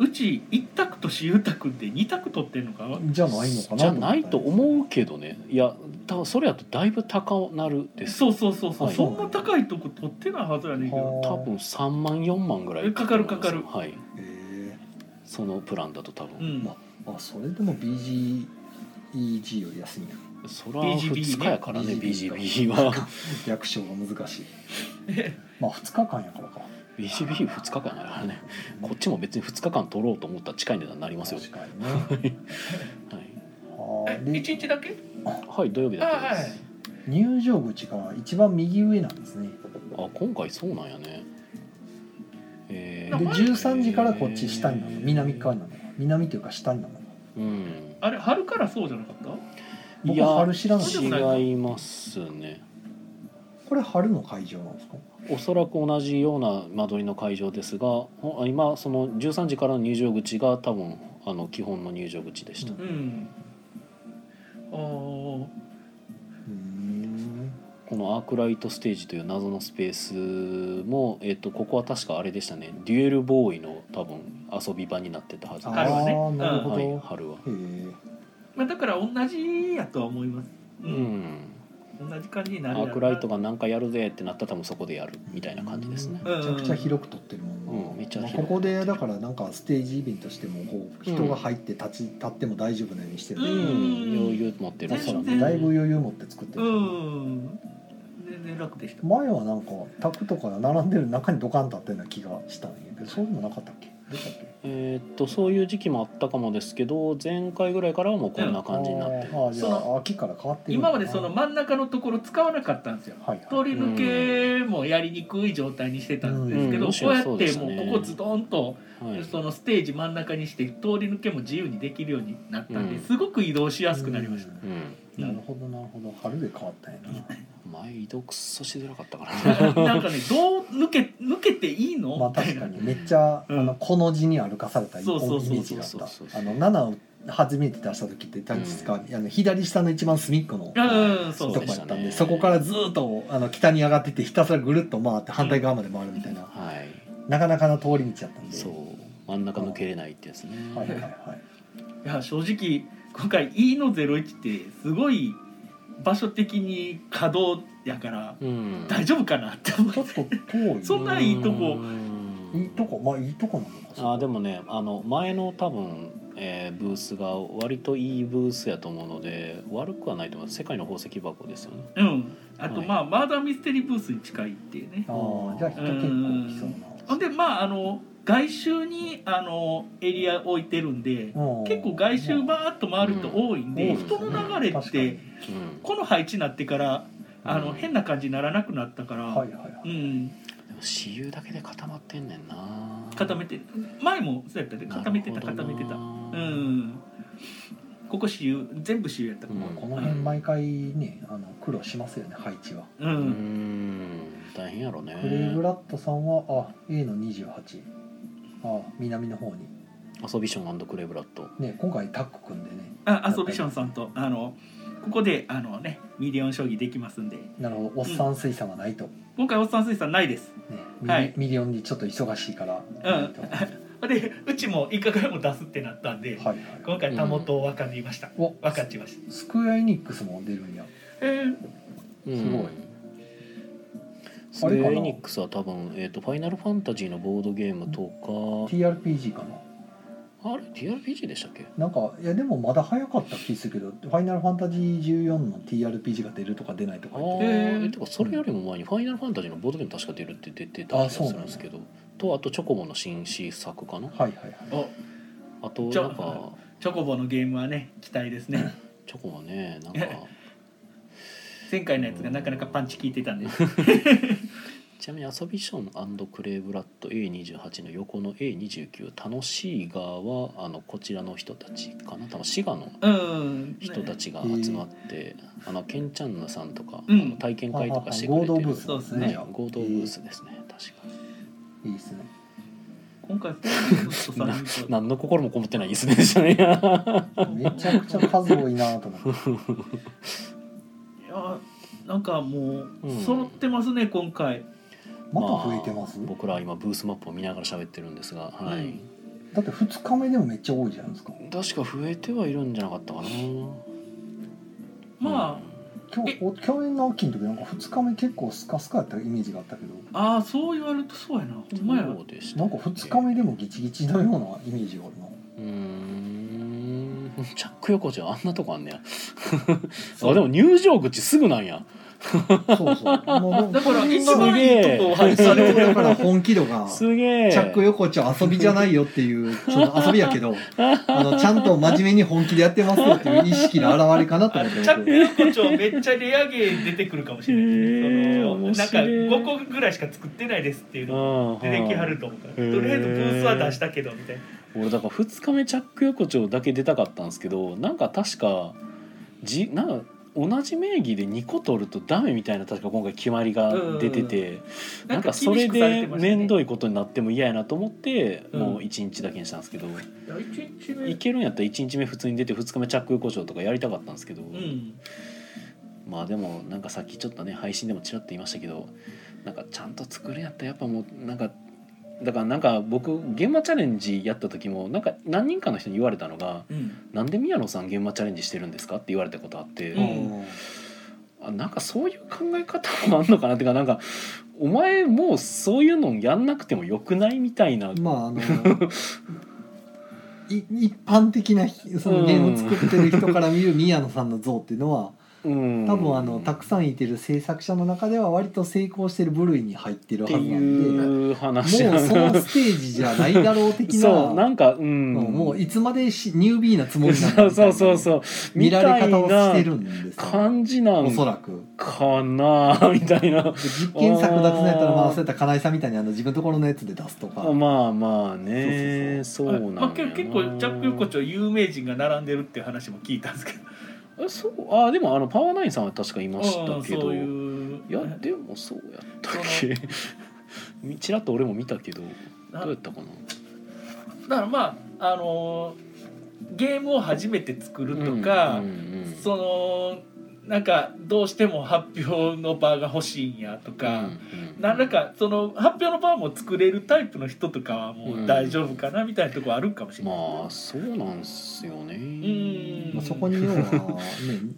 Speaker 3: うち一択と私有宅って二択取ってんのか
Speaker 2: じゃないのかな
Speaker 1: じゃないと思うけどねいや多分それやとだいぶ高なるです
Speaker 3: そうそうそうそう、
Speaker 1: はい
Speaker 3: そんな高いとこ取ってないはずやねんけど
Speaker 2: は
Speaker 1: 多分3万4万ぐらい
Speaker 3: かかるかかる
Speaker 1: はい
Speaker 2: へえ
Speaker 1: そのプランだと多
Speaker 3: う
Speaker 1: 分、
Speaker 3: ん、
Speaker 2: まああそれでも BGEG より安いな
Speaker 1: そら2日やからね
Speaker 2: BGB
Speaker 1: BGB は
Speaker 2: 略称が難しいまあ2日間やからか
Speaker 1: BGB2 日間やからねこっちも別に2日間取ろうと思ったら近い値段になりますよ
Speaker 2: 確かにね
Speaker 1: はい、
Speaker 2: あ
Speaker 3: え
Speaker 2: ーで
Speaker 3: 一日だけ
Speaker 1: はい、土曜日
Speaker 3: あ
Speaker 1: だけ
Speaker 3: は
Speaker 1: で
Speaker 3: い
Speaker 1: す
Speaker 2: 入場口が一番右上なんですね
Speaker 1: あ今回そうなんやねえ
Speaker 2: で
Speaker 1: ー
Speaker 2: 13時からこっち下になるの南側になるの南というか下になるの
Speaker 1: うん
Speaker 3: あれ春からそうじゃなかった
Speaker 1: い
Speaker 2: 僕
Speaker 1: や
Speaker 2: 春知らない
Speaker 1: 違いますね
Speaker 2: これ春の会場なんですか
Speaker 1: おそらく同じような間取りの会場ですがほ今その13時からの入場口が多分あの基本の入場口でした、
Speaker 2: うん
Speaker 3: うんあー
Speaker 2: うん
Speaker 1: このアークライトステージという謎のスペースも、えっとここは確かあれでしたねデュエルボーイの多分遊び場になってたはず
Speaker 2: あ
Speaker 1: です
Speaker 3: 春はね
Speaker 2: ーなるほど、
Speaker 1: は
Speaker 2: へ
Speaker 1: い、春は、
Speaker 2: え
Speaker 3: まあだから同じやとは思いますう、
Speaker 1: うんん、
Speaker 3: 同じ感じに
Speaker 1: ア
Speaker 3: なるやろな
Speaker 1: ークライトが何かやるぜってなったら多分そこでやるみたいな感じですね、
Speaker 2: めちゃくちゃ広く撮ってるもんな、
Speaker 1: うんめっちゃ広く
Speaker 2: ここでだからなんかステージイベントしてもこう人が入って立ち、立っても大丈夫なようにしてる、
Speaker 3: う
Speaker 1: うんん、余裕持ってる
Speaker 3: 全然
Speaker 1: そう
Speaker 2: だいぶ余裕持って作ってる、
Speaker 3: うん全然楽でした
Speaker 2: 前はなんか卓とか並んでる中にドカンとあったような気がしたんやけどそういうのなかったっけどうだったっけ
Speaker 1: えーっとそういう時期もあったかもですけど前回ぐらいからはもうこんな感じになってる
Speaker 2: あーあーじゃ
Speaker 3: そ
Speaker 2: あ秋から変わってるの
Speaker 3: 今
Speaker 2: か
Speaker 3: ま
Speaker 2: な
Speaker 3: でその真ん中のところ使わなかったんですよ
Speaker 2: はいはい
Speaker 3: 通り抜けもやりにくい状態にしてたんですけど、
Speaker 1: うん
Speaker 3: こうやって
Speaker 1: そ
Speaker 3: も
Speaker 1: う
Speaker 3: う
Speaker 1: でしたね
Speaker 3: ここズドンと
Speaker 1: はい、
Speaker 3: そのステージ真ん中にして通り抜けも自由にできるようになったんで、
Speaker 1: うん
Speaker 3: すごく移動しやすくなりました、
Speaker 2: うん
Speaker 1: うん
Speaker 3: うん
Speaker 2: なるほどなるほど春で変わったんやな
Speaker 1: 前移動くっそしづらかったからね
Speaker 3: なんかねどう抜け抜けていい の
Speaker 2: まあ
Speaker 3: みたい
Speaker 2: 確か
Speaker 3: な
Speaker 2: にめっちゃ、
Speaker 3: うん
Speaker 2: あのこの字に歩かされた一
Speaker 3: そうそ
Speaker 2: 本
Speaker 3: う
Speaker 2: の
Speaker 3: そう
Speaker 2: イメージがあっ
Speaker 1: そうそうそう
Speaker 2: たあの7を初めて出した時って確か、あの左下の一番隅っこの
Speaker 3: うんそ
Speaker 2: と
Speaker 1: そうで
Speaker 2: こやっ
Speaker 3: う
Speaker 2: た
Speaker 1: し
Speaker 2: ん
Speaker 1: た
Speaker 2: で
Speaker 1: ね
Speaker 2: そこからずっとあの北に上がってってひたすらぐるっと回って反対側まで回るみたいな、
Speaker 1: はい
Speaker 2: なかなかの通り道やったんで
Speaker 1: そう真ん中抜けれないってやつね、
Speaker 2: はいはいはい
Speaker 3: いや正直今回 E の01ってすごい場所的に可動やから
Speaker 1: うん
Speaker 3: 大丈夫かなって 思っ
Speaker 2: ちょ
Speaker 3: て
Speaker 2: っと遠い
Speaker 3: そんないいとこ
Speaker 1: うん
Speaker 2: いいとこまあいいとこなのか
Speaker 1: あーでもねあの前の多分、えーブースが割といいブースやと思うので悪くはないと思います世界の宝石箱ですよね
Speaker 3: うんあと
Speaker 1: はい
Speaker 3: まあマーダーミステリーブースに近いっていうね
Speaker 2: あーじゃあ人結構来そう
Speaker 3: ほんでまああの外周にあのエリア置いてるんで
Speaker 2: な
Speaker 3: 結構外周バーッと回る人多いんで
Speaker 1: うん
Speaker 3: 人の流れ
Speaker 2: 確
Speaker 3: っ
Speaker 2: か
Speaker 3: て
Speaker 2: に
Speaker 1: うん
Speaker 3: この配置になってからあ
Speaker 1: う
Speaker 3: の
Speaker 1: ん
Speaker 3: 変な感じにならなくなったから、
Speaker 2: はいはいは
Speaker 3: う
Speaker 2: い
Speaker 3: ん、
Speaker 1: でも私有だけで固まってんねんな
Speaker 3: 固めて前もそうやったで固めてた固めてた
Speaker 1: う
Speaker 3: うんここ私有全部私有やったか
Speaker 2: この辺毎回ねあの苦労しますよね配置は
Speaker 3: らう、
Speaker 1: うんん大変やろね
Speaker 2: クレイブラッドさんはあ A の28あ南の方に
Speaker 1: 遊びションクレイブラッド
Speaker 2: ね今回タッグ組んでね
Speaker 3: あアソビションさんとあのここであのねミリオン将棋できますんで
Speaker 2: なるほどおっさん水産はないと、ね
Speaker 3: 今回おっさん水産ないです
Speaker 2: ミリ
Speaker 3: はい
Speaker 2: ミリオンにちょっと忙しいからないと、はい
Speaker 3: でうちも一回ぐらいも出すってなったん で、
Speaker 2: はい
Speaker 3: 今回たもとを分かりました、
Speaker 2: お
Speaker 3: 分かっちました
Speaker 2: スクエアエニックスも出るんや
Speaker 3: えー
Speaker 1: す
Speaker 2: すごい
Speaker 1: ス
Speaker 2: あれ
Speaker 1: クエ
Speaker 2: かな
Speaker 1: アエニックスは多分、えーと「ファイナルファンタジー」のボードゲームとか
Speaker 2: TRPG かな
Speaker 1: あれ TRPG でしたっけ
Speaker 2: なんかいやでもまだ早かった気するけど「ファイナルファンタジー14」の TRPG が出るとか出ないと
Speaker 1: あ
Speaker 2: か言って
Speaker 1: ー
Speaker 3: えー
Speaker 1: えてかそれよりも前に「ファイナルファンタジー」のボードゲーム確か出るって出てた気
Speaker 2: あ
Speaker 1: がす
Speaker 2: そうなん
Speaker 1: る
Speaker 2: だ
Speaker 1: んですけどとあとチョコボの新試作かな
Speaker 2: はいはいはい
Speaker 3: お
Speaker 1: あと
Speaker 3: ちょ
Speaker 1: なんか
Speaker 3: チョコボのゲームはね期待ですね
Speaker 1: チョコもねなんか
Speaker 3: 前回のやつがなかなかパンチ効いてたんで
Speaker 1: ちなみに遊びションクレイブラッド A28 の横の A29 楽しい側はあのこちらの人たちかな多分滋賀の
Speaker 3: うん
Speaker 1: 人たちが集まって、あのケンチャンナさんとか、
Speaker 3: うん
Speaker 1: あの体験会とかしてくれ
Speaker 2: 合
Speaker 1: て
Speaker 2: 同ブー
Speaker 1: る
Speaker 2: ス
Speaker 3: そうですね
Speaker 1: はい
Speaker 2: じゃあ
Speaker 1: 合同ブースですね、
Speaker 2: いいですね
Speaker 3: 今回フォークスとさん
Speaker 1: 確か何の心もこもってないですねじゃね
Speaker 2: めちゃくちゃ数多いなと 思って
Speaker 3: いやなんかも
Speaker 1: う
Speaker 3: うん揃ってますね、今回
Speaker 2: また増えてます、
Speaker 1: 僕らは今ブースマップを見ながら喋ってるんですが、はい
Speaker 3: うん
Speaker 2: だって2日目でもめっちゃ多いじゃないですか
Speaker 1: 確か増えてはいるんじゃなかったかな
Speaker 3: ま
Speaker 2: 今日
Speaker 3: え
Speaker 2: お去年の秋の時なんか2日目結構スカスカやったイメージがあったけど
Speaker 3: あ、ああそう言われるとそうやなほんまや
Speaker 1: そうでした
Speaker 2: な
Speaker 1: っ
Speaker 2: んか
Speaker 1: け
Speaker 2: 2日目でもギチギチのようなイメージがあるな
Speaker 1: うーんチャック横丁あんなとこあん ねや
Speaker 3: そう
Speaker 1: あでも入場口すぐなんや
Speaker 2: そうそうもう
Speaker 3: だから一
Speaker 1: す
Speaker 3: 番
Speaker 1: げ
Speaker 3: いい
Speaker 1: え
Speaker 3: とこを配置さ
Speaker 2: そ
Speaker 3: れ
Speaker 2: れ
Speaker 3: て
Speaker 2: だ
Speaker 3: る
Speaker 2: から本気度 が
Speaker 1: すげえ
Speaker 2: チャック横丁遊びじゃないよっていうちょっと遊びやけどあのちゃんと真面目に本気でやってますよっていう意識の表れかなと
Speaker 3: あ
Speaker 2: 思
Speaker 3: の
Speaker 2: っ
Speaker 3: チ
Speaker 2: て
Speaker 3: ャック
Speaker 2: 僕
Speaker 3: 横丁めっちゃレアゲー出てくるかもしれない、
Speaker 1: へー
Speaker 3: その
Speaker 1: 面
Speaker 3: なんか
Speaker 1: 白い
Speaker 3: 5個ぐらいしか作ってないですっていうの
Speaker 1: うん
Speaker 3: 出てきはると思うから、
Speaker 1: はい
Speaker 3: とりあえずブースは出したけどみたいな
Speaker 1: 俺だから2日目チャック横丁だけ出たかったんですけどなんか確かじなんか同じ名義で2個取るとダメみたいな確か今回決まりが出てて、なんかそれで面
Speaker 3: い
Speaker 1: 倒いことになっても嫌やなと思って、
Speaker 3: うん
Speaker 1: もう1日だけにしたんですけど、
Speaker 3: や一日目
Speaker 1: いけるんやったら1日目普通に出て2日目チャック横丁とかやりたかったんですけど、
Speaker 3: うん
Speaker 1: まあでもなんかさっきちょっとね配信でもちらっと言いましたけどなんかちゃんと作るんやったらやっぱもうなんかだからなんか僕現場チャレンジやった時もなんか何人かの人に言われたのが
Speaker 3: うん
Speaker 1: 「なんで宮野さん現場チャレンジしてるんですか?」って言われたことあって、
Speaker 3: うん
Speaker 1: あなんかそういう考え方もあんのかなっていうかなんか「お前もうそういうのやんなくてもよくない?」みたいな。
Speaker 2: まああのい一般的なひそのゲームを作ってる人から見る宮野さんの像っていうのは
Speaker 1: うん、
Speaker 2: 多分あのたくさんいてる制作者の中では割と成功してる部類に入ってる
Speaker 1: っ
Speaker 2: は
Speaker 1: て
Speaker 2: ずなんで。
Speaker 1: いう話
Speaker 2: もうそのステージじゃないだろう的な
Speaker 1: そうなんかうん
Speaker 2: もうもういつまでしニュービーなつもりなんだ
Speaker 1: そ
Speaker 2: み
Speaker 1: う
Speaker 2: た
Speaker 1: そ
Speaker 2: いな
Speaker 1: うそうそう
Speaker 2: 見られ方をして
Speaker 1: み
Speaker 2: るんです
Speaker 1: たいな
Speaker 2: よ
Speaker 1: 感じな
Speaker 2: お
Speaker 1: ん
Speaker 2: そらく
Speaker 1: かなみたいな
Speaker 2: で実験作出すのやったらま
Speaker 1: あ
Speaker 2: あ
Speaker 1: ー
Speaker 2: そうやったら金井さんみたいにあの自分のところのやつで出すとか
Speaker 1: まあまあねそう
Speaker 3: あ
Speaker 1: なんやな、
Speaker 3: まあ、けど結構チャック横丁有名人が並んでるっていう話も聞いたんですけど
Speaker 1: えそうあでもあのパワーナインさんは確かいました
Speaker 3: うん
Speaker 1: け
Speaker 3: そ
Speaker 1: ど
Speaker 3: う
Speaker 1: い
Speaker 3: いう
Speaker 1: やでもそうやったっけ みちらっと俺も見たけどど
Speaker 3: な
Speaker 1: うやったかな
Speaker 3: だからまああのーゲームを初めて作るとか、
Speaker 1: うんうんうん
Speaker 3: そのなんかどうしても発表の場が欲しいんやとか、何らかその発表の場も作れるタイプの人とかはもう大丈夫かなみたいなとこあるかもしれない。
Speaker 1: まあそうなんすよね
Speaker 3: うん
Speaker 2: まあ、そこに要は、ね、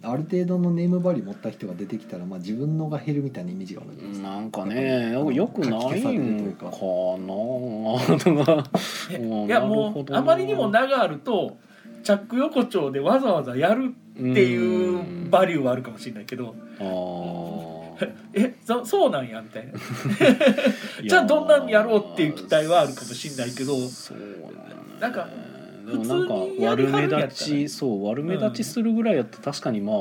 Speaker 2: ある程度のネームバリュー持った人が出てきたら、まあ、自分のが減るみたいなイメージがあるんです
Speaker 1: なんかね
Speaker 2: やっぱり
Speaker 1: よくない
Speaker 2: 書き消されるとい
Speaker 1: ん
Speaker 2: う
Speaker 1: か
Speaker 2: か
Speaker 1: なぁ
Speaker 3: いやもうあまりにも名があるとチャック横丁でわざわざやるっていうバリューはあるかもしれないけど
Speaker 1: あー
Speaker 3: 「えそそうなんや」みたいなじゃあどんなんやろうっていう期待はあるかもしんないけど
Speaker 1: そうな
Speaker 3: なんん
Speaker 1: か
Speaker 3: か
Speaker 1: でもなんか
Speaker 3: 普通にやり
Speaker 1: 悪
Speaker 3: は
Speaker 1: 目
Speaker 3: るんやったら
Speaker 1: 立ちそう悪目立ちするぐらいやったら確かにまあ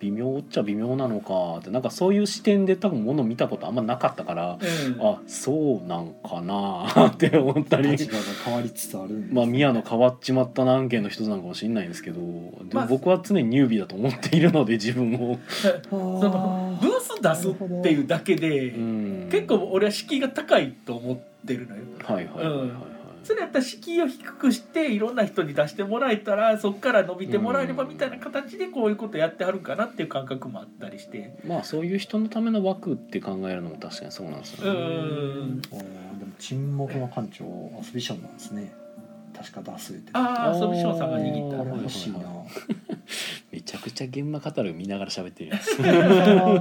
Speaker 1: 微妙っちゃ微妙なのかってなんかそういう視点で多分もの見たことあんまなかったから
Speaker 3: うん
Speaker 1: あそうなんかなぁ って思ったり
Speaker 2: 立場が変わりつつあるんです
Speaker 1: まあ宮野変わっちまったな案件の一つなのかもしれないんですけど、でも
Speaker 3: まあ
Speaker 1: 僕は常にニュービーだと思っているので自分を、
Speaker 2: そ
Speaker 3: そのブース出すっていうだけで
Speaker 1: うん
Speaker 3: 結構俺は敷居が高いと思ってるのよ。
Speaker 1: はいはいはいはい、はい
Speaker 3: それやったら敷居を低くしていろんな人に出してもらえたらそこから伸びてもらえればみたいな形でこういうことやってはるかなっていう感覚もあったりして
Speaker 1: まあそういう人のための枠って考えるのも確かにそうなんです
Speaker 3: う
Speaker 1: よね、
Speaker 3: ん
Speaker 2: あーでも沈黙の館長遊びションなんですね確か出す言ってた
Speaker 3: ああ遊びショーさんが
Speaker 1: あー
Speaker 2: これ
Speaker 3: 握っ
Speaker 2: 欲しいな
Speaker 1: めちゃくちゃ現場カタログ見ながら喋っ てるやつ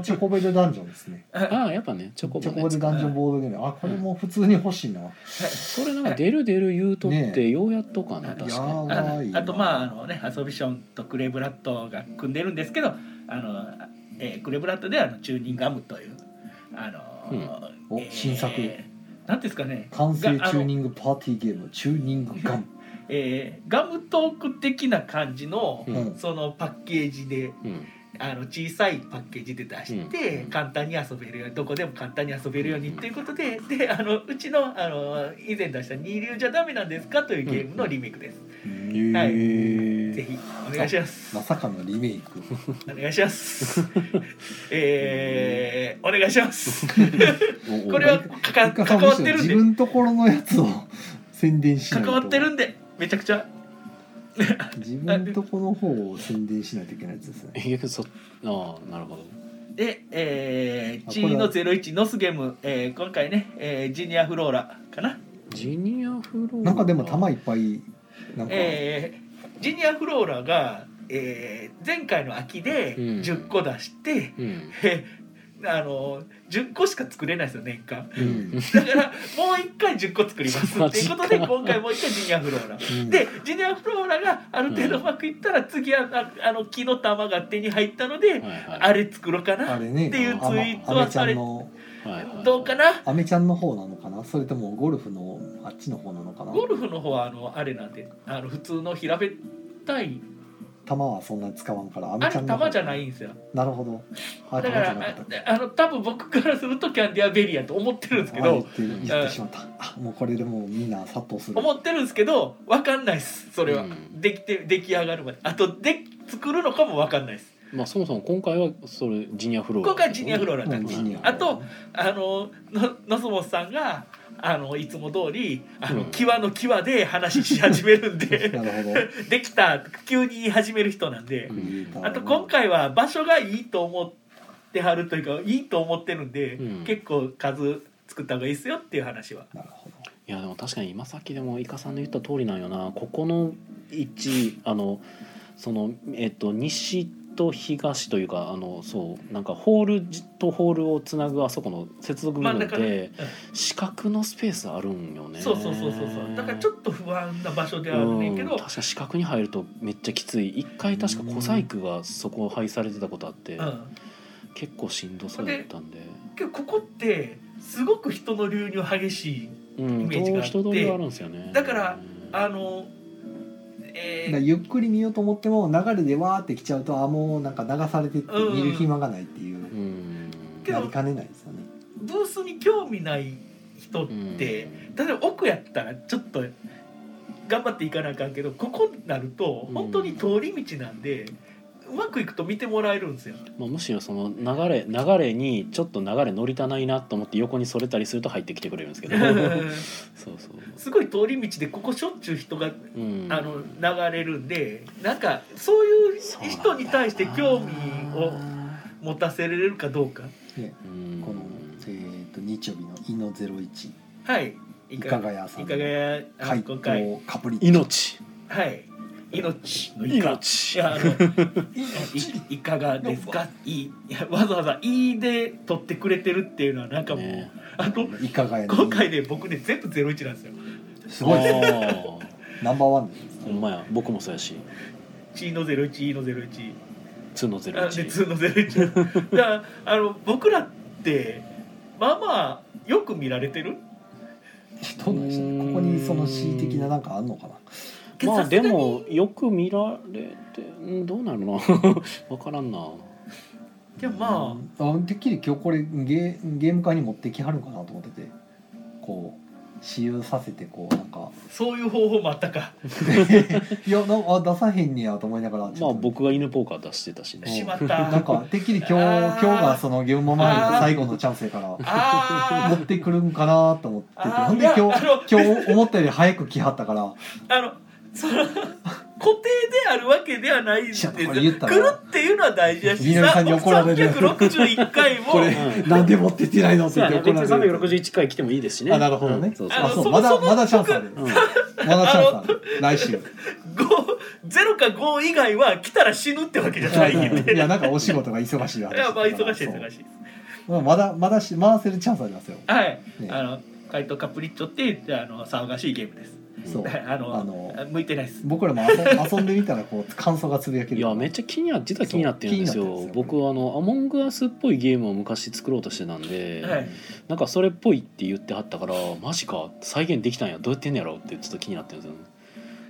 Speaker 2: チョコベルダンジョンですね
Speaker 1: ああやっぱねチョコ
Speaker 2: チ
Speaker 1: ボ
Speaker 2: ョ
Speaker 1: ね
Speaker 2: コベルダンジョンボードゲームあこれも普通に欲しいな
Speaker 1: それなんか出る出る言うとっ
Speaker 2: ね
Speaker 1: てようやっとかな、
Speaker 3: はい
Speaker 1: 確かに
Speaker 2: いや
Speaker 3: た
Speaker 2: ー
Speaker 3: あ
Speaker 2: いいな
Speaker 3: あとまああのね遊びショーとクレブラットが組んでるんですけどあの、えークレブラットではあのチューニンガムというあの、
Speaker 2: うんお新作
Speaker 3: なんていうんですかね
Speaker 2: 完成チ
Speaker 3: があ
Speaker 2: ュー
Speaker 3: の
Speaker 2: ニングパーティーゲームチューニングガン
Speaker 3: えーガムトーク的な感じの、
Speaker 1: うん
Speaker 2: うん
Speaker 3: そのパッケージで
Speaker 1: うん
Speaker 3: あの小さいパッケージで出して、
Speaker 1: うん
Speaker 3: 簡単に遊べるようにどこでも簡単に遊べるようにっていうことでであのうちのあの以前出した「二流じゃダメなんですか?」というゲームのリメイクです。はいぜひお願いします。
Speaker 2: まさかのリメイク
Speaker 3: お願い します。えー、お願いします。
Speaker 1: おお
Speaker 3: これはかか関わってるん
Speaker 2: 自
Speaker 3: で
Speaker 2: 分ところのやつを宣伝しない
Speaker 3: 関
Speaker 2: と
Speaker 3: わってるんでめちゃくちゃ
Speaker 2: 自分とこの方を宣伝しないといけないやつですね
Speaker 1: いやそああなるほど
Speaker 3: で、えー、
Speaker 2: あ
Speaker 3: チ
Speaker 2: これ
Speaker 3: ー
Speaker 2: は
Speaker 3: ノゼロ一ノスゲーム、えー、今回ね、えー、ジュニアフローラかな。
Speaker 1: ジュニアフロー
Speaker 2: なんかでも玉いっぱいなんか、
Speaker 3: えー、ジュニアフローラが、えー、前回の秋で
Speaker 1: うん
Speaker 3: 10個出して、
Speaker 1: うん
Speaker 3: えーあの10個しか作れないですよ年間
Speaker 2: うん
Speaker 3: だからもう一回10個作ります
Speaker 1: マ
Speaker 3: ってい
Speaker 1: ジ
Speaker 3: う
Speaker 1: か
Speaker 3: ことで今回もう一回ジュニアフローラ
Speaker 2: うん
Speaker 3: でジュニアフローラがある程度うまくいったら次はああの木の玉が手に入ったので
Speaker 1: はいはい
Speaker 3: あれ作ろうかな
Speaker 2: あれね
Speaker 3: っていうツイート
Speaker 2: あまあめち
Speaker 3: は
Speaker 2: ゃ
Speaker 3: さ
Speaker 2: ん
Speaker 3: れ
Speaker 2: の
Speaker 1: はいはいはい
Speaker 3: どうかな
Speaker 2: アメちゃんの方なのかなそれともゴルフのあっちの方なのかな
Speaker 3: ゴルフの方はあのあれなんであの普通の平べったい
Speaker 2: 球はそんなに使わんからア
Speaker 3: あ
Speaker 2: メちゃ
Speaker 3: れ
Speaker 2: んの
Speaker 3: 玉じゃ
Speaker 2: い
Speaker 3: ないんですよ
Speaker 2: なるほどあ
Speaker 3: だ
Speaker 2: 球
Speaker 3: か
Speaker 2: じゃ
Speaker 3: ら
Speaker 2: なかった
Speaker 3: ああの多分僕からするとキャンディアベリーやと思ってるんですけ
Speaker 2: あ言っ
Speaker 3: ど
Speaker 2: て言ってしまったあもうこれでもうみんな殺到する
Speaker 3: 思ってるんですけど分かんないですそれは、
Speaker 1: うん
Speaker 3: できて出来上がるまであとで作るのかも分かんないです
Speaker 1: まあそもそも今回はそれジュニアフローラ
Speaker 3: 今回ジュニアフローラ
Speaker 2: うんジュニア
Speaker 3: あとあのののすもさんがあのいつも通りあの、
Speaker 1: うん
Speaker 3: 際の際で話し始めるんで
Speaker 2: なるほど
Speaker 3: できた急に言い始める人なんで
Speaker 1: う、ん
Speaker 2: クリエイターの
Speaker 3: あと今回は場所がいいと思ってはるというかいいと思ってるんで、
Speaker 1: うん
Speaker 3: 結構数作った方がいいですよっていう話は。
Speaker 2: なるほど
Speaker 1: いやでも確かに今さっきでもイカさんの言った通りなんよなここの一あのそのえっと西と東というかあのそうなんかホールとホールをつなぐあそこの接続部
Speaker 3: 真ん
Speaker 1: 分
Speaker 3: 中ね
Speaker 1: で四角のスペースあるんよね
Speaker 3: そうそうそうそうそうだからちょ
Speaker 1: と
Speaker 3: っと不安な場所ではあるねんけど、
Speaker 1: 確か四角に入るとめっちゃきつい一回確か小細工がそこ配されてたことあって
Speaker 3: うん、
Speaker 1: 結構しんどそうだったんで
Speaker 3: けどここってすごく人の流入激しい
Speaker 1: うん
Speaker 3: イメージがあって
Speaker 1: 人通りがあるんですよね
Speaker 3: だから
Speaker 1: うん
Speaker 3: あの
Speaker 2: だから
Speaker 3: え
Speaker 2: ゆっくり見ようと思っても流れでわーって来ちゃうとあもうなんか流されてって見る暇がないっていう、
Speaker 1: うん
Speaker 3: けど
Speaker 2: なりかねないですよね
Speaker 3: ーブースに興味ない人って、例えば奥やったらちょっと頑張っていかなあかんけどここになると
Speaker 1: うん
Speaker 3: 本当に通り道なんで、うまくいくと見てもらえるんですよ。
Speaker 1: まあ、むしろその流れ流れにちょっと流れ乗りたないなと思って横にそれたりすると入ってきてくれるんですけど そうそう、
Speaker 3: すごい通り道でここしょっちゅう人が
Speaker 1: うん、
Speaker 3: あの流れるんでなんかそういう人に対して興味を持たせれるかどうか
Speaker 2: で
Speaker 1: うん
Speaker 2: この、えー、と日曜日の「いの01
Speaker 3: はい」
Speaker 2: いかがやさ
Speaker 3: い
Speaker 2: ん
Speaker 3: か
Speaker 2: の
Speaker 3: がやあ
Speaker 2: 回
Speaker 3: 今回
Speaker 2: 答カプリッチ
Speaker 1: 命
Speaker 3: はい命のいかい
Speaker 1: 命
Speaker 3: やあのいいかがですかいいいやわざわざ「いい」で取ってくれてるっていうのはなんかもう、
Speaker 1: ね
Speaker 3: あの
Speaker 2: いかがやの
Speaker 3: 今回ね僕ね全部ゼロ一なんですよ
Speaker 2: すごいですね
Speaker 1: あ
Speaker 2: ナンバーワンです
Speaker 1: ーほんまや僕もそうやし
Speaker 3: チーのゼロ一イのゼロ一
Speaker 1: 2のゼロ
Speaker 3: あで
Speaker 1: 一
Speaker 3: ツーのゼロ一 だからあの僕らってまあまあよく見られてる
Speaker 2: どうなんでしょうねここにその恣意的ななんかあんのかな
Speaker 1: まあ
Speaker 3: さす
Speaker 1: で
Speaker 3: がに
Speaker 1: もよく見られてんどうなるな わからんな
Speaker 3: でもまあ
Speaker 2: あてっきり今日これゲーゲーム会に持ってきはるんかなと思っててこう使用させてこうなんか
Speaker 3: そういう方法もあったか
Speaker 2: いやなんかあ出さへんねやと思いながらち
Speaker 1: ま
Speaker 2: ょ
Speaker 1: あ
Speaker 2: っと
Speaker 1: 僕が犬ポーカー出してたし
Speaker 2: うん
Speaker 1: ね
Speaker 3: しまった
Speaker 2: なんかてっきり 今日
Speaker 3: あ
Speaker 2: 今
Speaker 3: ー
Speaker 2: 日がそのゲームマーの最後のチャンスやから持
Speaker 3: あ
Speaker 2: ってくるんかなと思ってて
Speaker 3: あー
Speaker 2: ほんで
Speaker 3: いや
Speaker 2: 今
Speaker 3: あの
Speaker 2: 日今日思ったより早く来はったから
Speaker 3: ああのその固定であるわけではないんですよ
Speaker 2: いや
Speaker 3: 来
Speaker 2: これ言
Speaker 3: る
Speaker 2: ったら
Speaker 3: っていうのは大事だし
Speaker 2: みのりさんに怒られる
Speaker 3: 361回も
Speaker 2: これ
Speaker 1: うん
Speaker 2: なんで持ってってないのって
Speaker 1: そう
Speaker 2: 言っ
Speaker 1: や
Speaker 2: て
Speaker 1: な
Speaker 2: 怒
Speaker 1: 別
Speaker 2: ら
Speaker 1: に
Speaker 2: れる
Speaker 1: 361回来てもいいですしね
Speaker 2: あなるほどね、
Speaker 1: うんそうそう
Speaker 2: あ
Speaker 3: あ
Speaker 2: そう
Speaker 3: の
Speaker 2: まだ
Speaker 3: その
Speaker 2: まだチャンスある
Speaker 1: うん
Speaker 2: まだチャンスある来週
Speaker 3: 5ゼロか5以外は来たら死ぬってわけじゃないん で。
Speaker 2: いやなんかお仕事が忙しい話
Speaker 3: いやまあ忙しい
Speaker 2: そう
Speaker 3: 忙しい。
Speaker 2: まあまだまだし回せるチャンスありますよ。
Speaker 3: はい。
Speaker 2: ね
Speaker 3: あの怪盗カプリッチョってあの騒がしいゲームです。
Speaker 2: そう
Speaker 3: あの
Speaker 2: あの
Speaker 3: 向いてないです。
Speaker 2: 僕らも遊ん遊んでみたらこう感想がつぶやける
Speaker 1: い
Speaker 2: から。
Speaker 1: やめっちゃ気にな実は気になってるんですよ
Speaker 2: そう気になってるんです
Speaker 1: 僕
Speaker 2: よ
Speaker 1: はあのアモングアスっぽいゲームを昔作ろうとしてたんで、
Speaker 3: はい。
Speaker 1: なんかそれっぽいって言ってはったからマジか再現できたんやどうやってんのやろうってちょっと気になってるんですよね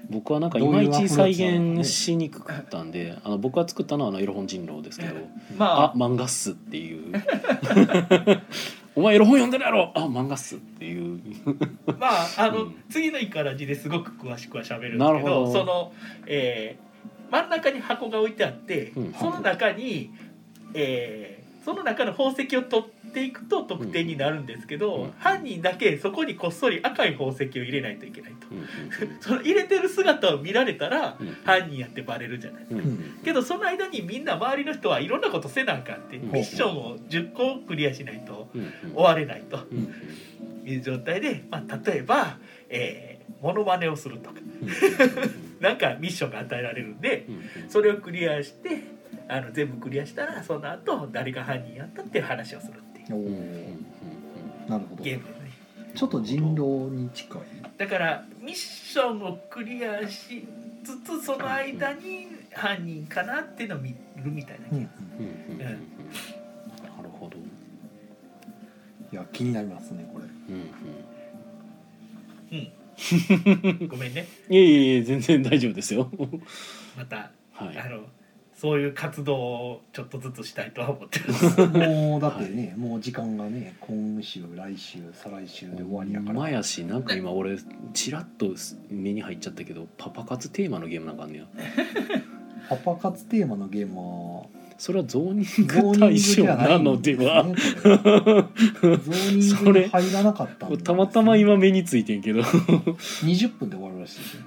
Speaker 1: 僕はなんかいまいち再現しにくかったんであの僕が作ったのはあのエロ本人狼ですけどあ
Speaker 3: ま
Speaker 1: 漫画っすっていう お前エロ本読んでるやろあ漫画っすっていう
Speaker 3: あまああの、
Speaker 1: うん
Speaker 3: 次の日から字ですごく詳しくは喋るんです
Speaker 1: な
Speaker 3: け
Speaker 1: る
Speaker 3: ど、
Speaker 1: ほど
Speaker 3: その、えー真ん中に箱が置いてあって、
Speaker 1: うん
Speaker 3: その中に、えーその中の宝石を取っていくと得点になるんですけど、
Speaker 1: うんうん
Speaker 3: 犯人だけそこにこっそり赤い宝石を入れないといけないと。
Speaker 1: うん
Speaker 3: その入れてる姿を見られたら
Speaker 1: うんうん
Speaker 3: 犯人やってバレるじゃない
Speaker 1: うんうん
Speaker 3: けどその間にみんな周りの人はいろんなことせなあかんって
Speaker 1: うん
Speaker 3: ミッションを10個クリアしないと
Speaker 1: うん
Speaker 3: 終われないと
Speaker 1: うんうん
Speaker 3: いう状態で、まあ、例えば、えー、モノマネをするとかなんかミッションが与えられるんで
Speaker 1: うん
Speaker 3: それをクリアしてあの全部クリアしたらその後誰が犯人やったっていう話をするっていう
Speaker 2: お
Speaker 1: うんうんうんうん
Speaker 2: ーなるほど。
Speaker 3: ゲームですね。
Speaker 2: ちょっと人狼に近い。
Speaker 3: だからミッションをクリアしつつその間に犯人かなっていうのを見るみたいな、
Speaker 2: うんうん
Speaker 1: うんうんうんうんなるほど
Speaker 2: いや気になりますねこれ。
Speaker 1: うんうん
Speaker 3: ごめんね
Speaker 1: いえいえいえ全然大丈夫ですよ
Speaker 3: また
Speaker 1: は
Speaker 3: あ
Speaker 1: い
Speaker 3: のそういう活動をちょっとずつしたいとは思ってます
Speaker 2: もうだってね、もう時間がね今週来週再来週で終わりやか
Speaker 1: ま
Speaker 2: ら。
Speaker 1: やしなんか今俺ちらっと目に入っちゃったけどパパ活テーマのゲームなんかあんねや
Speaker 2: パパ活テーマのゲームは
Speaker 1: それはゾーニ
Speaker 2: ゾー
Speaker 1: ング
Speaker 2: ニング
Speaker 1: 対象
Speaker 2: じゃな
Speaker 1: ないの
Speaker 2: ん
Speaker 1: です
Speaker 2: ね
Speaker 1: は
Speaker 2: これゾーニングに入らなかったんですね
Speaker 1: たまたま今目についてんけど
Speaker 2: 20分で終わるらしいですよ。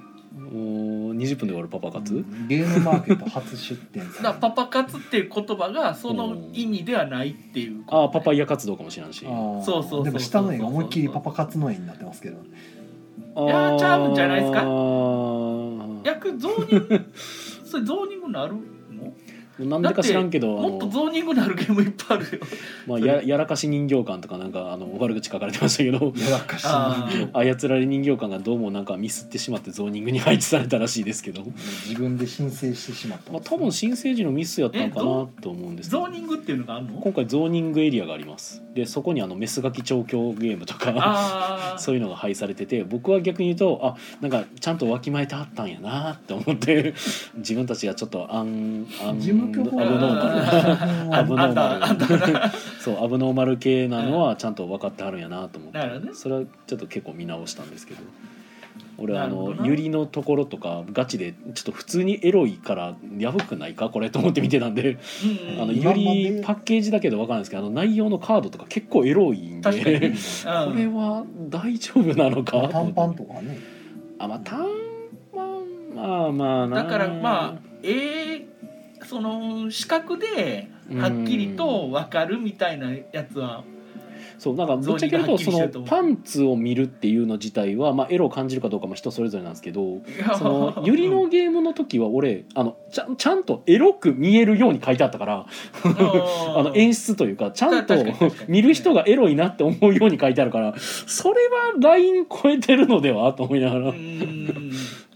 Speaker 1: もう20分で終わるパパ活
Speaker 2: ゲームマーケット初出店さ れ
Speaker 3: だから
Speaker 2: る
Speaker 3: パパ活っていう言葉がその意味ではないっていうこと
Speaker 1: ああパパイヤ活動かもしれんしあ
Speaker 2: あー
Speaker 3: そうそうそうそう
Speaker 2: でも下の絵が思いっきりパパ活の絵になってますけど
Speaker 1: ー
Speaker 3: やーちゃうんじゃないですか
Speaker 1: あー
Speaker 3: 逆ゾーニング それゾーニングなるの
Speaker 1: なんでか知らんけどあ
Speaker 3: もっと
Speaker 1: の、
Speaker 3: ゾーニングなるゲームいっぱ いあるよ
Speaker 1: まあ、ややらかし人形館とかなんかあの悪口書かれてましたけど
Speaker 2: やらかし
Speaker 3: あ
Speaker 2: に
Speaker 3: ー
Speaker 1: 操られ人形館がどうもなんかミスってしまってゾーニングに配置されたらしいですけど、
Speaker 2: 自分で申請してしまったん
Speaker 1: ま
Speaker 2: で
Speaker 1: あ、
Speaker 2: す
Speaker 1: 多分新生児のミスやったのかなと思うんですけ
Speaker 3: ゾ
Speaker 1: ど
Speaker 3: ーニングっていうのがあるの
Speaker 1: 今回ゾーニングエリアがありますでそこにあのメスガキ調教ゲームとか
Speaker 3: あ あ
Speaker 1: そういうのが配されてて僕は逆に言うとあなんかちゃんとわきまえてあったんやなって思って 自分たちがちょっとアンアン
Speaker 2: 事務局
Speaker 1: アブノーマルなア
Speaker 2: あ
Speaker 1: ブ
Speaker 2: の
Speaker 1: ノー
Speaker 3: あんたあん
Speaker 1: マル そうアブノーマル系なのはちゃんと分かってはるんやなと思って
Speaker 3: なるほどね
Speaker 1: それはちょっと結構見直したんですけど俺あ
Speaker 3: なるほ
Speaker 1: の
Speaker 3: どな
Speaker 1: ユリのところとかガチでちょっと普通にエロいからやばくないかこれと思って見てたんで
Speaker 3: うんうん
Speaker 1: あのよ
Speaker 2: 今まで
Speaker 1: りパッケージだけど分かるんですけどあの内容のカードとか結構エロいん
Speaker 3: 確かに
Speaker 1: で
Speaker 3: あ
Speaker 1: これは大丈夫なのか
Speaker 2: パンパンとかね
Speaker 1: あまあ短パンまあまあな
Speaker 3: だからまあえーその視覚ではっきりと分かるみたいなやつは
Speaker 1: そうなんかぶっちゃけるとそ
Speaker 3: ゾーンがは
Speaker 1: の
Speaker 3: っきりしてると思う
Speaker 1: パンツを見るっていうの自体は、まあ、エロを感じるかどうかも人それぞれなんですけどそのゆり のゲームの時は俺あのちゃんちゃんとエロく見えるように書いてあったから あ
Speaker 3: あ
Speaker 1: の演出というかちゃんと
Speaker 3: た確かに確かに
Speaker 1: 見る人がエロいなって思うように書いてあるからそれはライン超えてるのではと思いながら、う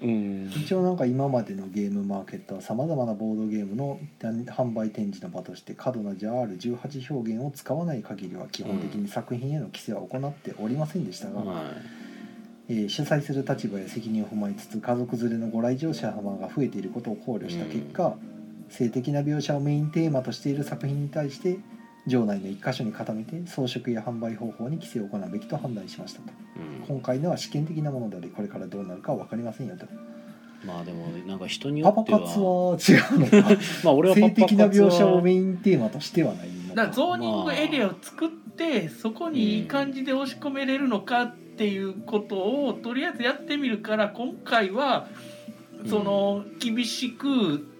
Speaker 1: ん、
Speaker 2: 一応なんか今までのゲームマーケットはさまざまなボードゲームの販売展示の場として過度な JR18 表現を使わない限りは基本的に作品への規制は行っておりませんでしたが、
Speaker 1: は
Speaker 2: えー主催する立場や責任を踏まえつつ家族連れのご来場者様が増えていることを考慮した結果、性的な描写をメインテーマとしている作品に対して場内の1箇所に固めて装飾や販売方法に規制を行うべきと判断しましたと
Speaker 1: いうん
Speaker 2: 今回のは試験的なものでありこれからどうなるかは分かりませんよと
Speaker 1: まあでもなんか人によ
Speaker 2: パパ
Speaker 1: っては
Speaker 2: 活は違うのか
Speaker 1: まあ俺はパ
Speaker 2: 性
Speaker 1: パ
Speaker 2: 的な
Speaker 1: 活は
Speaker 2: 描写をメインテーマとしてはないの
Speaker 3: だから
Speaker 2: か
Speaker 3: ゾーニングエリアを作ってそこにいい感じで押し込めれるのかっていうことをとりあえずやってみるから今回はその厳しく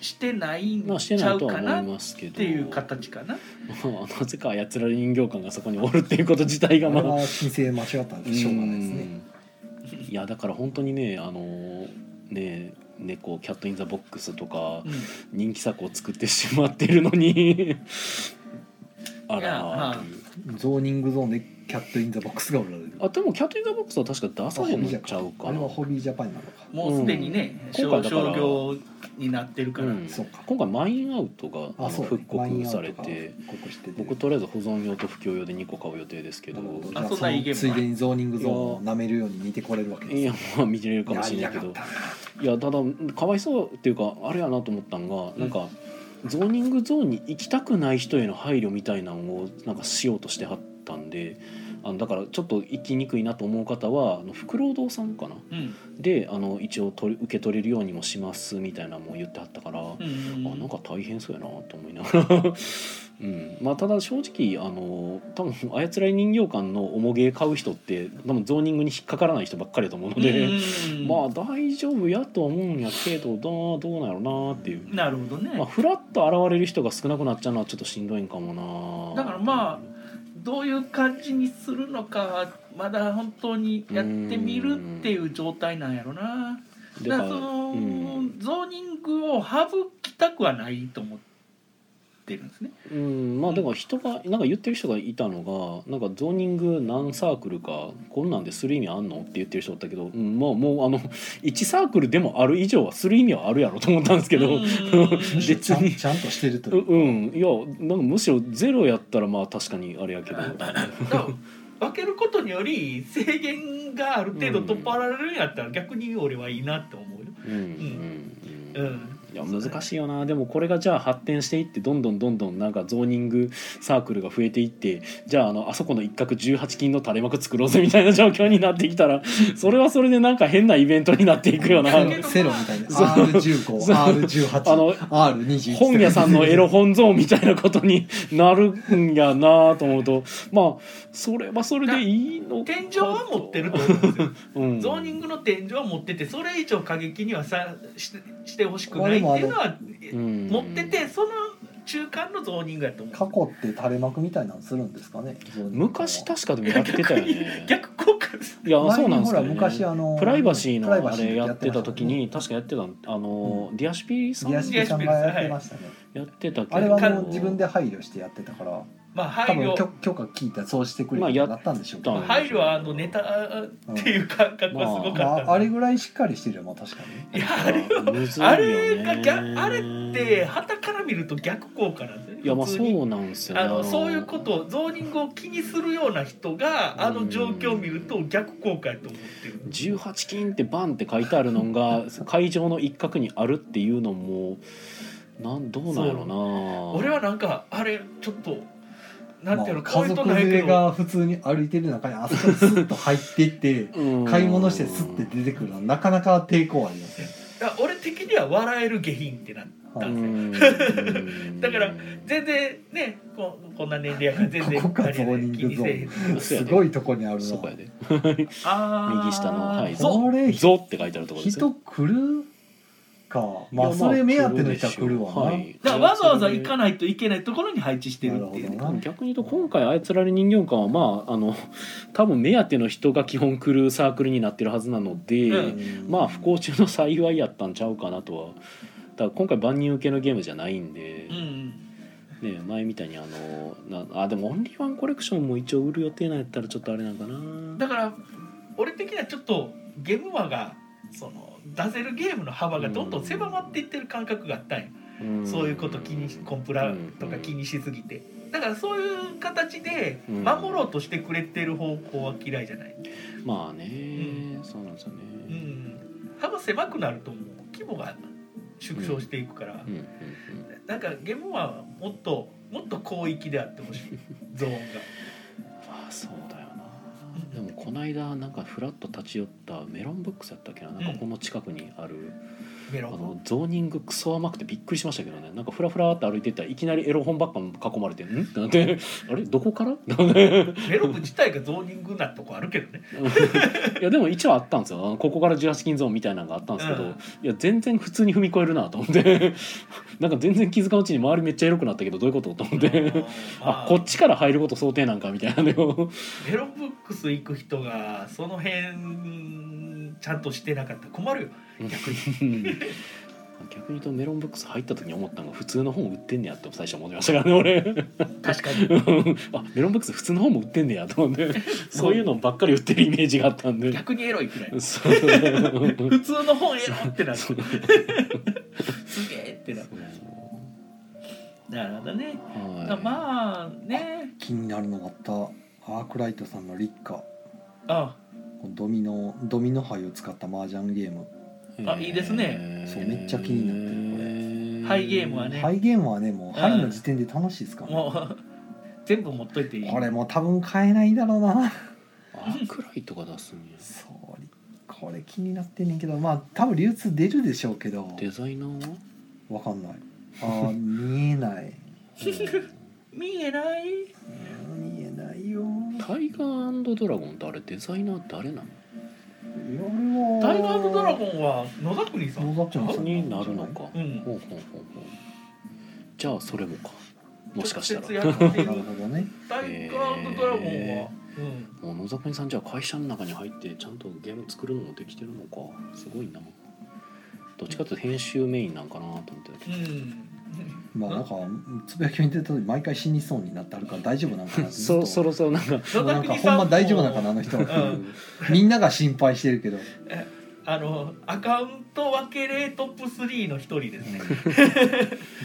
Speaker 3: してないん
Speaker 1: まあし
Speaker 3: ち
Speaker 1: てな
Speaker 3: ゃ
Speaker 1: いうとは
Speaker 3: か
Speaker 1: 思
Speaker 3: ないっ
Speaker 1: ますけど
Speaker 3: ていう形かな。
Speaker 1: まあなぜか操られ人形館がそこにおるっていうこと自体が
Speaker 2: あ
Speaker 1: ま
Speaker 2: れ
Speaker 1: あ
Speaker 2: は申請間違ったんでしょうがないですね
Speaker 1: うんいやだから本当にねあのね猫キャットインザボックスとか
Speaker 3: うん
Speaker 1: 人気作を作ってしまってるのにあ
Speaker 3: いやま
Speaker 1: ら
Speaker 3: あ
Speaker 1: という
Speaker 2: ゾーニングゾーンでキャットインザボックスが売られる
Speaker 1: あでもキャットインザボックスは確か出さへんのちゃう
Speaker 2: あ
Speaker 1: か
Speaker 2: れ
Speaker 1: な
Speaker 2: はホビージャパンなのか
Speaker 3: もうすでにね、
Speaker 1: ん
Speaker 3: 商
Speaker 1: 今回だから
Speaker 3: 商業になってるから、
Speaker 1: うん
Speaker 2: そうか
Speaker 1: 今回マインアウトがあの
Speaker 2: あそう
Speaker 1: 復
Speaker 2: マイ
Speaker 1: 刻
Speaker 2: ンアウ
Speaker 1: さ
Speaker 2: ト
Speaker 1: れ
Speaker 2: か
Speaker 1: て
Speaker 2: 復刻してて
Speaker 1: 僕とりあえず保存用と不況用で2個買う予定ですけど
Speaker 2: なるほど
Speaker 3: あ
Speaker 2: じゃ
Speaker 3: そんな
Speaker 2: の
Speaker 3: いいゲーム
Speaker 2: ついでにゾーニングゾーンを舐めるように見てこれるわけです
Speaker 1: いやまあ見れるかもしれ
Speaker 2: や
Speaker 1: ない
Speaker 2: り
Speaker 1: け
Speaker 2: やが
Speaker 1: どい
Speaker 2: った
Speaker 1: やただかわいそうっていうかあれやなと思ったんが、
Speaker 3: うん
Speaker 1: なんかゾーニングゾーンに行きたくない人への配慮みたいなのをなんかしようとしてはったんであのだからちょっと行きにくいなと思う方はあの福労堂さんかな
Speaker 3: うん
Speaker 1: であの一応取り受け取れるようにもしますみたいなのも言ってはったから、
Speaker 3: うん
Speaker 1: あなんか大変そうやなと思いながら、 うん、まあただ正直あの多分操られ人形館のおもげ買う人って多分ゾーニングに引っかからない人ばっかりだと思うので。
Speaker 3: うん
Speaker 1: まあ大丈夫やとは思うんやけどなどうなんやろなっていう、
Speaker 3: なるほどね、
Speaker 1: まあ、フラッと現れる人が少なくなっちゃうのはちょっとしんどいんかもな
Speaker 3: だからまどういう感じにするのかはまだ本当にやってみるっていう状態なんやろな
Speaker 1: あ
Speaker 3: だからその、
Speaker 1: うん
Speaker 3: ゾーニングを省きたくはないと思ってるんですね
Speaker 1: うんまあだから人がなんか言ってる人がいたのがなんかゾーニング何サークルかこんなんでする意味あんのって言ってる人だったけど、うん、まあもうあの1サークルでもある以上はする意味はあるやろと思ったんですけど、
Speaker 3: うん
Speaker 2: むしろちゃ
Speaker 1: 別
Speaker 2: ん
Speaker 1: に
Speaker 2: ちゃんとしてると
Speaker 1: う
Speaker 2: いう
Speaker 1: うんいやなんかむしろゼロやったらまあ確かにあれや けど。
Speaker 3: だから分けることにより制限がある程度取っ払われるんやったら逆に俺はいいなって思うよ。
Speaker 1: うんうんうん
Speaker 3: うん
Speaker 1: いや難しいよなでもこれがじゃあ発展していってどんどんどんどんなんかゾーニングサークルが増えていってじゃああのあそこの一角18金の垂れ幕作ろうぜみたいな状況になってきたら それはそれでなんか変なイベントになっていくよな
Speaker 3: そ
Speaker 1: あ
Speaker 3: う
Speaker 1: の
Speaker 3: けど
Speaker 2: セロみたいな
Speaker 1: そう
Speaker 2: R15、
Speaker 1: そう
Speaker 2: R18、R21
Speaker 1: 本屋さんのエロ本ゾーンみたいなことになるんやなと思うとまあそれはそれでいいのか
Speaker 3: 天井は持ってると思うんですよ。
Speaker 1: うん
Speaker 3: ゾーニングの天井は持っててそれ以上過激にはさししてほしくないっていうのは
Speaker 1: うん
Speaker 3: 持っててその中間のゾーニングやと思う。
Speaker 2: 過去って垂れ幕みたいなのするんですかね
Speaker 1: 昔確かでもやってたよね
Speaker 3: 逆効果です。
Speaker 1: いや
Speaker 2: 前
Speaker 1: そう
Speaker 2: に
Speaker 1: なんです
Speaker 2: ほ
Speaker 1: よ、
Speaker 2: ら
Speaker 1: ね、
Speaker 2: 昔あの
Speaker 1: プライバシーの
Speaker 2: プライバ
Speaker 1: あ
Speaker 2: シー
Speaker 1: れ
Speaker 2: の
Speaker 1: や
Speaker 2: や
Speaker 1: っ
Speaker 2: って
Speaker 1: て
Speaker 2: ました
Speaker 1: た
Speaker 2: ね
Speaker 1: 時に確かやってたあの、ディアシピさん
Speaker 2: リ
Speaker 1: や
Speaker 2: ア
Speaker 1: っ
Speaker 2: シピさんがやってましたね
Speaker 1: てたけど
Speaker 2: あれはもう自分で配慮してやってたから
Speaker 3: まあ
Speaker 2: 多
Speaker 3: 配
Speaker 2: 分許
Speaker 3: 慮
Speaker 2: 許可聞いたらそうしてくれるようになったんでしょうけ
Speaker 1: ま
Speaker 2: ど
Speaker 1: あやっ
Speaker 3: 配慮はあのネタっていう感覚はすご
Speaker 2: ま
Speaker 3: かった。
Speaker 2: ああれぐらいしっかりしてるよまあ確かに
Speaker 3: いやあれ
Speaker 1: むずいよね
Speaker 3: あれが逆あれって旗から見ると逆効果なんだよね。
Speaker 1: いやまあ
Speaker 3: 普
Speaker 1: そ
Speaker 3: 通に
Speaker 1: うなんですよね
Speaker 3: あのそういうことをゾーニングを気にするような人があの状況を見ると逆効果やと思ってる。
Speaker 1: 18金ってバンって書いてあるの が会場の一角にあるっていうのもなんどうなんやろうな
Speaker 3: 俺はなんかあれちょっとなんていうの、
Speaker 2: まあ
Speaker 3: 可
Speaker 2: 家
Speaker 3: 愛く
Speaker 2: 族
Speaker 3: ない
Speaker 2: 連
Speaker 3: け
Speaker 2: れ
Speaker 3: ど
Speaker 2: が普通に歩いてる中にあそこにスッと入ってって
Speaker 1: うん
Speaker 2: 買い物してスッて出てくるのはなかなか抵抗ありますよ
Speaker 3: いや俺的には笑える下品ってなった
Speaker 1: うん
Speaker 3: ですよ、
Speaker 1: ん
Speaker 3: だから全然ねここんな年齢やから全然
Speaker 2: ここがゾーニング
Speaker 3: 気にせえへん
Speaker 1: そうや
Speaker 2: す
Speaker 1: ね
Speaker 2: ごいとこにある
Speaker 1: そこや
Speaker 2: な
Speaker 1: で
Speaker 3: あー
Speaker 1: 右下のはい
Speaker 2: こ
Speaker 1: 「
Speaker 2: れ
Speaker 1: ぞ」って書いてあるところですよ
Speaker 2: 人来るか
Speaker 1: いや
Speaker 2: まあそれ目当ての人は来るわな、
Speaker 1: はい
Speaker 3: だからわざわざ行かないといけないところに配置してるってい
Speaker 2: なるほど
Speaker 3: う、ね、
Speaker 2: な
Speaker 1: 逆に言うと今回操られ人形館はまああの 多分目当ての人が基本来るサークルになってるはずなので、
Speaker 3: うん
Speaker 1: まあ不幸中の幸いやったんちゃうかなとはだから今回万人受けのゲームじゃないんで
Speaker 3: う、ん
Speaker 1: ね、前みたいにあのなあでもオンリーワンコレクションも一応売る予定なんやったらちょっとあれなんか
Speaker 3: うん、
Speaker 1: な
Speaker 3: だから俺的にはちょっとゲームマがその出せるゲームの幅がどんどん狭まっていってる感覚があったんや、
Speaker 1: ん
Speaker 3: そういうこと気にしコンプラとか気にしすぎて。だからそういう形で
Speaker 1: うん
Speaker 3: 守ろうとしてくれてる方向は嫌いじゃない。
Speaker 1: まあね、そうなんですよね、
Speaker 3: うん、幅狭くなるともう規模が縮小していくから、
Speaker 1: うんうん
Speaker 3: なんかゲームはもっともっと広域であってほし いゾーンが。
Speaker 1: ああそうだよなでもこないだなんかフラッと立ち寄ったメロンブックスやったっけななんかこの近くにある、
Speaker 3: メロ
Speaker 1: あ
Speaker 3: ン
Speaker 1: のゾーニングクソ甘くてびっくりしましたけどねなんかフラフラって歩いてったらいきなりエロ本ばっか囲まれて「ん?」ってなってあれどこから?」なんて
Speaker 3: メロン部自体がゾーニングなとこあるけど ね。
Speaker 1: いやでも一応あったんですよあのここから18金ゾーンみたいなのがあったんですけど、
Speaker 3: うん
Speaker 1: いや全然普通に踏み越えるなと思って なんか全然気づかんうちに周りめっちゃエロくなったけどどういうことと思って。 あ
Speaker 3: まあ
Speaker 1: こっちから入ること想定なんかみたいなね
Speaker 3: メロンブックス行く人がその辺ちゃんとしてなかったら困るよ。
Speaker 1: 逆に言うとメロンブックス入った時に思ったのが普通の本売ってんねやって最初思いましたからね 俺
Speaker 3: 確かに。
Speaker 1: あメロンブックス普通の本も売ってんねやと思って そういうのばっかり売ってるイメージがあったんで
Speaker 3: 逆にエロいくらい。
Speaker 1: そうそう
Speaker 3: 普通の本エロってなる。 すげえってなる。なるほどね。だから
Speaker 1: はい
Speaker 3: まあね。
Speaker 2: 気になるのがあったアークライトさんの立夏
Speaker 3: あ
Speaker 2: ドミノドミノ杯を使った麻雀ゲーム
Speaker 3: あいいですね
Speaker 1: えー
Speaker 2: そうめっちゃ気になって
Speaker 1: えー
Speaker 3: ハイゲームはね
Speaker 2: ハイゲームはねもう
Speaker 3: うん
Speaker 2: ハイの時点で楽しいですから、ね
Speaker 3: もう全部持っといていい。
Speaker 2: これもう多分買えないだろうな
Speaker 1: アークライトが出すんや
Speaker 2: そうこれ気になってんねんけどまあ多分流通出るでしょうけど
Speaker 1: デザイナーは
Speaker 2: わかんないあー見えない
Speaker 3: 見えない。
Speaker 2: 見えないよ
Speaker 1: タイガードラゴンってあれデザイナー誰なの
Speaker 3: タイガードラ
Speaker 2: ン
Speaker 3: ゴンは野田国さん。
Speaker 2: 野田君さん
Speaker 1: になるのか、
Speaker 3: う
Speaker 1: ほう
Speaker 3: ん。
Speaker 1: ほうほうほうじゃあそれもかもしかしたら
Speaker 3: 直接やって
Speaker 2: な
Speaker 3: る
Speaker 2: るほどね
Speaker 3: タイガードラゴンは
Speaker 1: へ。
Speaker 3: うん
Speaker 1: もう野坂さんじゃあ会社の中に入ってちゃんとゲーム作るのもできてるのかすごいなどっちかっていうと編集メインなんかなと思ってたけ
Speaker 3: う
Speaker 1: ど、
Speaker 3: ん。
Speaker 2: まあなんかつぶやきを見てると毎回死にそうになってあるから大丈夫なんかなってずっ
Speaker 1: そ
Speaker 2: と
Speaker 1: そろそろなんか
Speaker 3: 野
Speaker 2: な
Speaker 3: 田
Speaker 2: んか
Speaker 3: 国
Speaker 2: ほ
Speaker 3: さ
Speaker 2: ん
Speaker 3: ん
Speaker 2: ま
Speaker 3: も
Speaker 2: 大丈夫なんかなあの人
Speaker 3: うん
Speaker 2: みんなが心配してるけど
Speaker 3: あのアカウント分けれトップ3の一人ですね。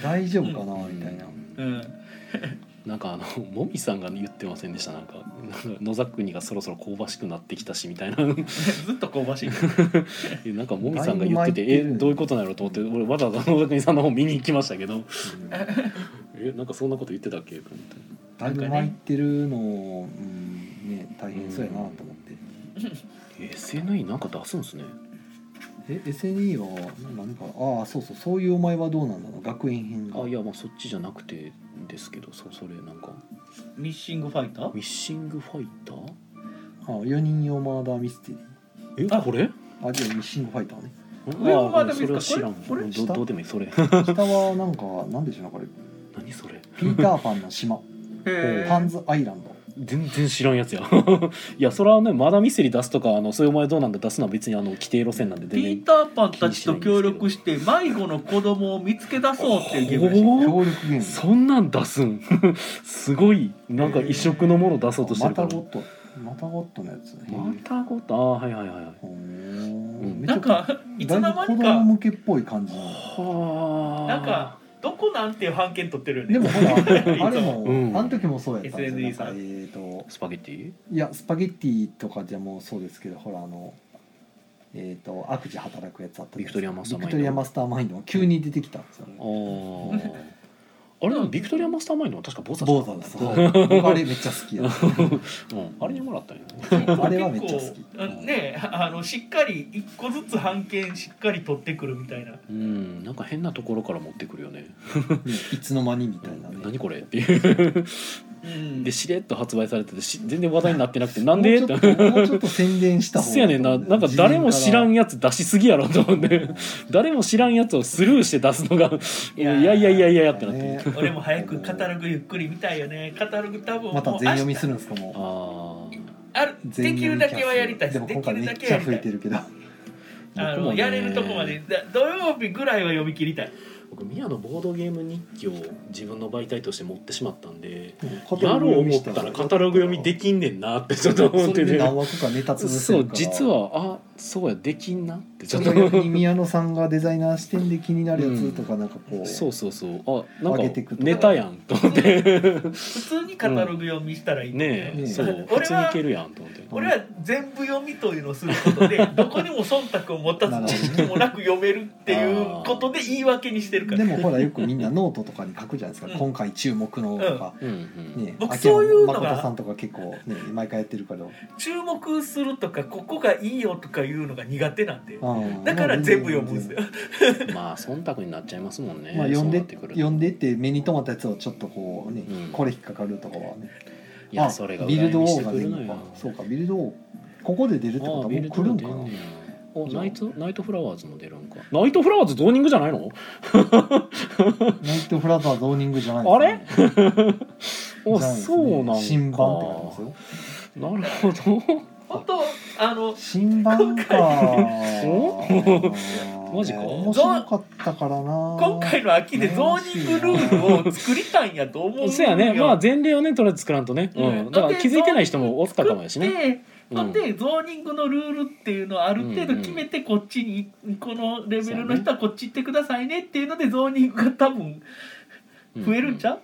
Speaker 2: 大丈夫かなみたいな
Speaker 3: うん。
Speaker 1: なんかあの もみさんが言ってませんでしたなんかなんか野坂国がそろそろ香ばしくなってきたしみたいな
Speaker 3: ずっと香ばしい。
Speaker 1: なんかもみさんが言ってて
Speaker 2: だいぶ巻いて
Speaker 1: え
Speaker 2: る
Speaker 1: どういうことなのと思って俺わざわざ野坂国さんの方見に行きましたけど えなんかそんなこと言ってたっけと思って
Speaker 2: だいぶ巻いてるのうんね大変そうやなと思って
Speaker 1: え SNE なんか出すんですね
Speaker 2: え SNE は何かああそうそうそういうお前はどうなんだの学園編が
Speaker 1: あいやまあそっちじゃなくてですけどそうそれなんか
Speaker 3: ミッシングファイター
Speaker 1: ミッシングファイター
Speaker 2: あ4人用マーダーミステリ
Speaker 1: え
Speaker 2: ー
Speaker 3: あ
Speaker 1: これ
Speaker 2: あじゃあミッシングファイターね
Speaker 3: 上はまだ
Speaker 1: それは知らん
Speaker 3: これこれ
Speaker 1: ど
Speaker 2: 下
Speaker 1: どうでもいいそれ
Speaker 2: 下はなんか何でしょうねこれ
Speaker 1: 何それ
Speaker 2: ピーターパン の島
Speaker 3: へ
Speaker 2: パンズアイランド
Speaker 1: 全然知らんやつや いやそれはねまだミステリー出すとかあのそういうお前どうなんだ出すのは別にあの規定路線なんで
Speaker 3: ピ
Speaker 1: 全
Speaker 3: ー
Speaker 1: 然
Speaker 3: ターパンたちと協力して迷子の子供を見つけ出そうっていうゲームでし
Speaker 1: ほ
Speaker 2: 協力ゲーム
Speaker 1: そんなん出すん すごいなんか異色のもの出そうとして
Speaker 2: ま
Speaker 1: るか
Speaker 2: た
Speaker 1: ら
Speaker 2: ゴッドまたゴッドのやつね
Speaker 1: またごとあーはいはいはいはい
Speaker 2: ほー
Speaker 1: ん
Speaker 2: めちゃ
Speaker 3: たなん
Speaker 2: くちゃ
Speaker 3: かいつの間
Speaker 2: だいぶ
Speaker 3: に
Speaker 2: 子供
Speaker 3: か
Speaker 2: 向けっぽい 感じの
Speaker 1: はあ
Speaker 3: なんかどこなんていう判件取ってるよね
Speaker 2: でもほらあれも、
Speaker 1: うん
Speaker 2: あの時もそうやったんですよ
Speaker 3: SNE
Speaker 2: なんか
Speaker 3: さん
Speaker 2: えーと
Speaker 1: スパゲッテ ィ
Speaker 2: いやスパゲッティとかでもそうですけどほらあのえっ、と悪事働くやつあったじゃないで
Speaker 1: ビ
Speaker 2: すか
Speaker 1: クトリアマスターマインド
Speaker 2: ビクトリアマスターマインドも急に出てきたんですよね
Speaker 1: あーあれでもビクトリアマスターマインドは確かボーサ
Speaker 2: 坊主で すそう僕あれめっちゃ好きや
Speaker 1: うん、あれにもらったんや
Speaker 2: あれはめっちゃ好き
Speaker 3: 結構あねあのしっかり一個ずつ判件しっかり取ってくるみたいな
Speaker 1: うんなんか変なところから持ってくるよね
Speaker 2: ねいつの間にみたいなね
Speaker 1: 何これっていう
Speaker 3: うん
Speaker 1: でしれっと発売されててし全然話題になってなくてなん
Speaker 2: も
Speaker 1: で
Speaker 2: う
Speaker 1: って
Speaker 2: ちょっともうちょっと宣伝した方が
Speaker 1: そやねんななんか誰も知らんやつ出しすぎやろと思って 誰も知らんやつをスルーして出すのがい
Speaker 3: いや
Speaker 1: やいやいやいやってなってる、
Speaker 2: ね
Speaker 3: 俺も早くカタログゆっくり見たいよねカタログ多分も
Speaker 2: ま
Speaker 3: う
Speaker 2: た全読みするん
Speaker 3: 明
Speaker 2: ですか
Speaker 1: あ
Speaker 2: も
Speaker 1: ー
Speaker 3: 日ある
Speaker 2: う
Speaker 3: できるだけはやりたい
Speaker 2: で
Speaker 3: し
Speaker 2: も
Speaker 3: で
Speaker 2: 今
Speaker 3: き
Speaker 2: 回
Speaker 3: る
Speaker 2: め
Speaker 3: だ
Speaker 2: っ
Speaker 3: け
Speaker 2: ち
Speaker 3: は
Speaker 2: ゃ
Speaker 3: や
Speaker 2: 増え
Speaker 3: りた
Speaker 2: て
Speaker 3: い
Speaker 2: るけど
Speaker 3: あ
Speaker 1: 僕も
Speaker 3: の
Speaker 1: ね
Speaker 3: やれるとこまでだ土曜日ぐらいは読み切りたい
Speaker 1: 僕宮のボードゲーム日記を自分の媒体として持ってしまったんでや
Speaker 2: や
Speaker 1: ろう思ったらカタログ読みできんねんなってちょっと思っ
Speaker 2: そ
Speaker 1: て
Speaker 2: れで
Speaker 1: て
Speaker 2: 何枠かネタ潰せ
Speaker 1: そ
Speaker 2: る
Speaker 1: う
Speaker 2: から
Speaker 1: 実はあそうやできんなってち
Speaker 2: ち
Speaker 1: ょ
Speaker 2: ょ
Speaker 1: っ
Speaker 2: っ
Speaker 1: と
Speaker 2: と逆に宮野さんがデザイナー視点で気になるやつとかなんかこう、
Speaker 1: そうそうそうあなんか
Speaker 2: 上げてくと
Speaker 1: ネタやんと思って
Speaker 3: 普通にカタログ読みしたらいいんだよ
Speaker 1: ねえ
Speaker 2: ねえ
Speaker 1: そう普
Speaker 3: 俺
Speaker 1: 通にい
Speaker 3: は
Speaker 1: けるやんと思って
Speaker 3: 俺は全部読みというのをすることでどこにも忖度を持たず知識もなく読めるっていうことで言い訳にしてるから
Speaker 2: でもほらよくみんなノートとかに書くじゃないですか、
Speaker 3: うん
Speaker 2: 今回注目のとか、
Speaker 1: うんうん
Speaker 2: ね
Speaker 3: 僕
Speaker 2: 秋山
Speaker 3: そういうのが
Speaker 2: 誠さんとか結構ね毎回やってるから、
Speaker 3: 注目するとかここがいいよとかいうのが苦手なんで
Speaker 2: うん
Speaker 3: だから全部読むんですよ。
Speaker 1: まあ忖度になっちゃいますもんね。
Speaker 2: まあ読んで
Speaker 1: そうなってくると
Speaker 2: 読んでって目に留まったやつをちょっとこうね、
Speaker 1: うん
Speaker 2: これ引っかかるとかはね
Speaker 1: いや
Speaker 2: あ
Speaker 1: それが
Speaker 2: ビルド
Speaker 1: 羨まし
Speaker 2: オ
Speaker 1: い
Speaker 2: ーが
Speaker 1: く
Speaker 2: 出
Speaker 1: る
Speaker 2: る
Speaker 1: の
Speaker 2: の
Speaker 1: よ
Speaker 2: か。そうかビルドオーここで出るってことはもう
Speaker 1: あ
Speaker 2: 来
Speaker 1: ビルド
Speaker 2: るんか
Speaker 1: 出
Speaker 2: な
Speaker 1: ねやお
Speaker 2: じゃあ
Speaker 1: ナイトナイトフラワーズも出るんか。ナイトフラワーズゾーニングじゃないの？
Speaker 2: ナイトフラザーゾーニングじゃないです、
Speaker 1: あ
Speaker 2: ね、じゃないですね
Speaker 1: そうなんか。
Speaker 2: 新版って書いてますよ
Speaker 1: なるほ ど。
Speaker 3: 本当あの
Speaker 2: 新版か
Speaker 1: おマジか
Speaker 2: 面白かったからな
Speaker 3: 今回の秋でゾーニングルールを作りたいんやと思う
Speaker 1: そうやね。まあ前例をねとりあえず作らんとね。
Speaker 3: う
Speaker 1: うんん。だから気づいてない人もおったかもやしね。
Speaker 3: ね。
Speaker 1: う
Speaker 3: ほん
Speaker 1: ん
Speaker 3: でゾーニングのルールっていうのをある程度決めてこっちにこのレベルの人はこっち行ってくださいねっていうのでゾーニングが多分増えるんち
Speaker 1: う
Speaker 3: ゃう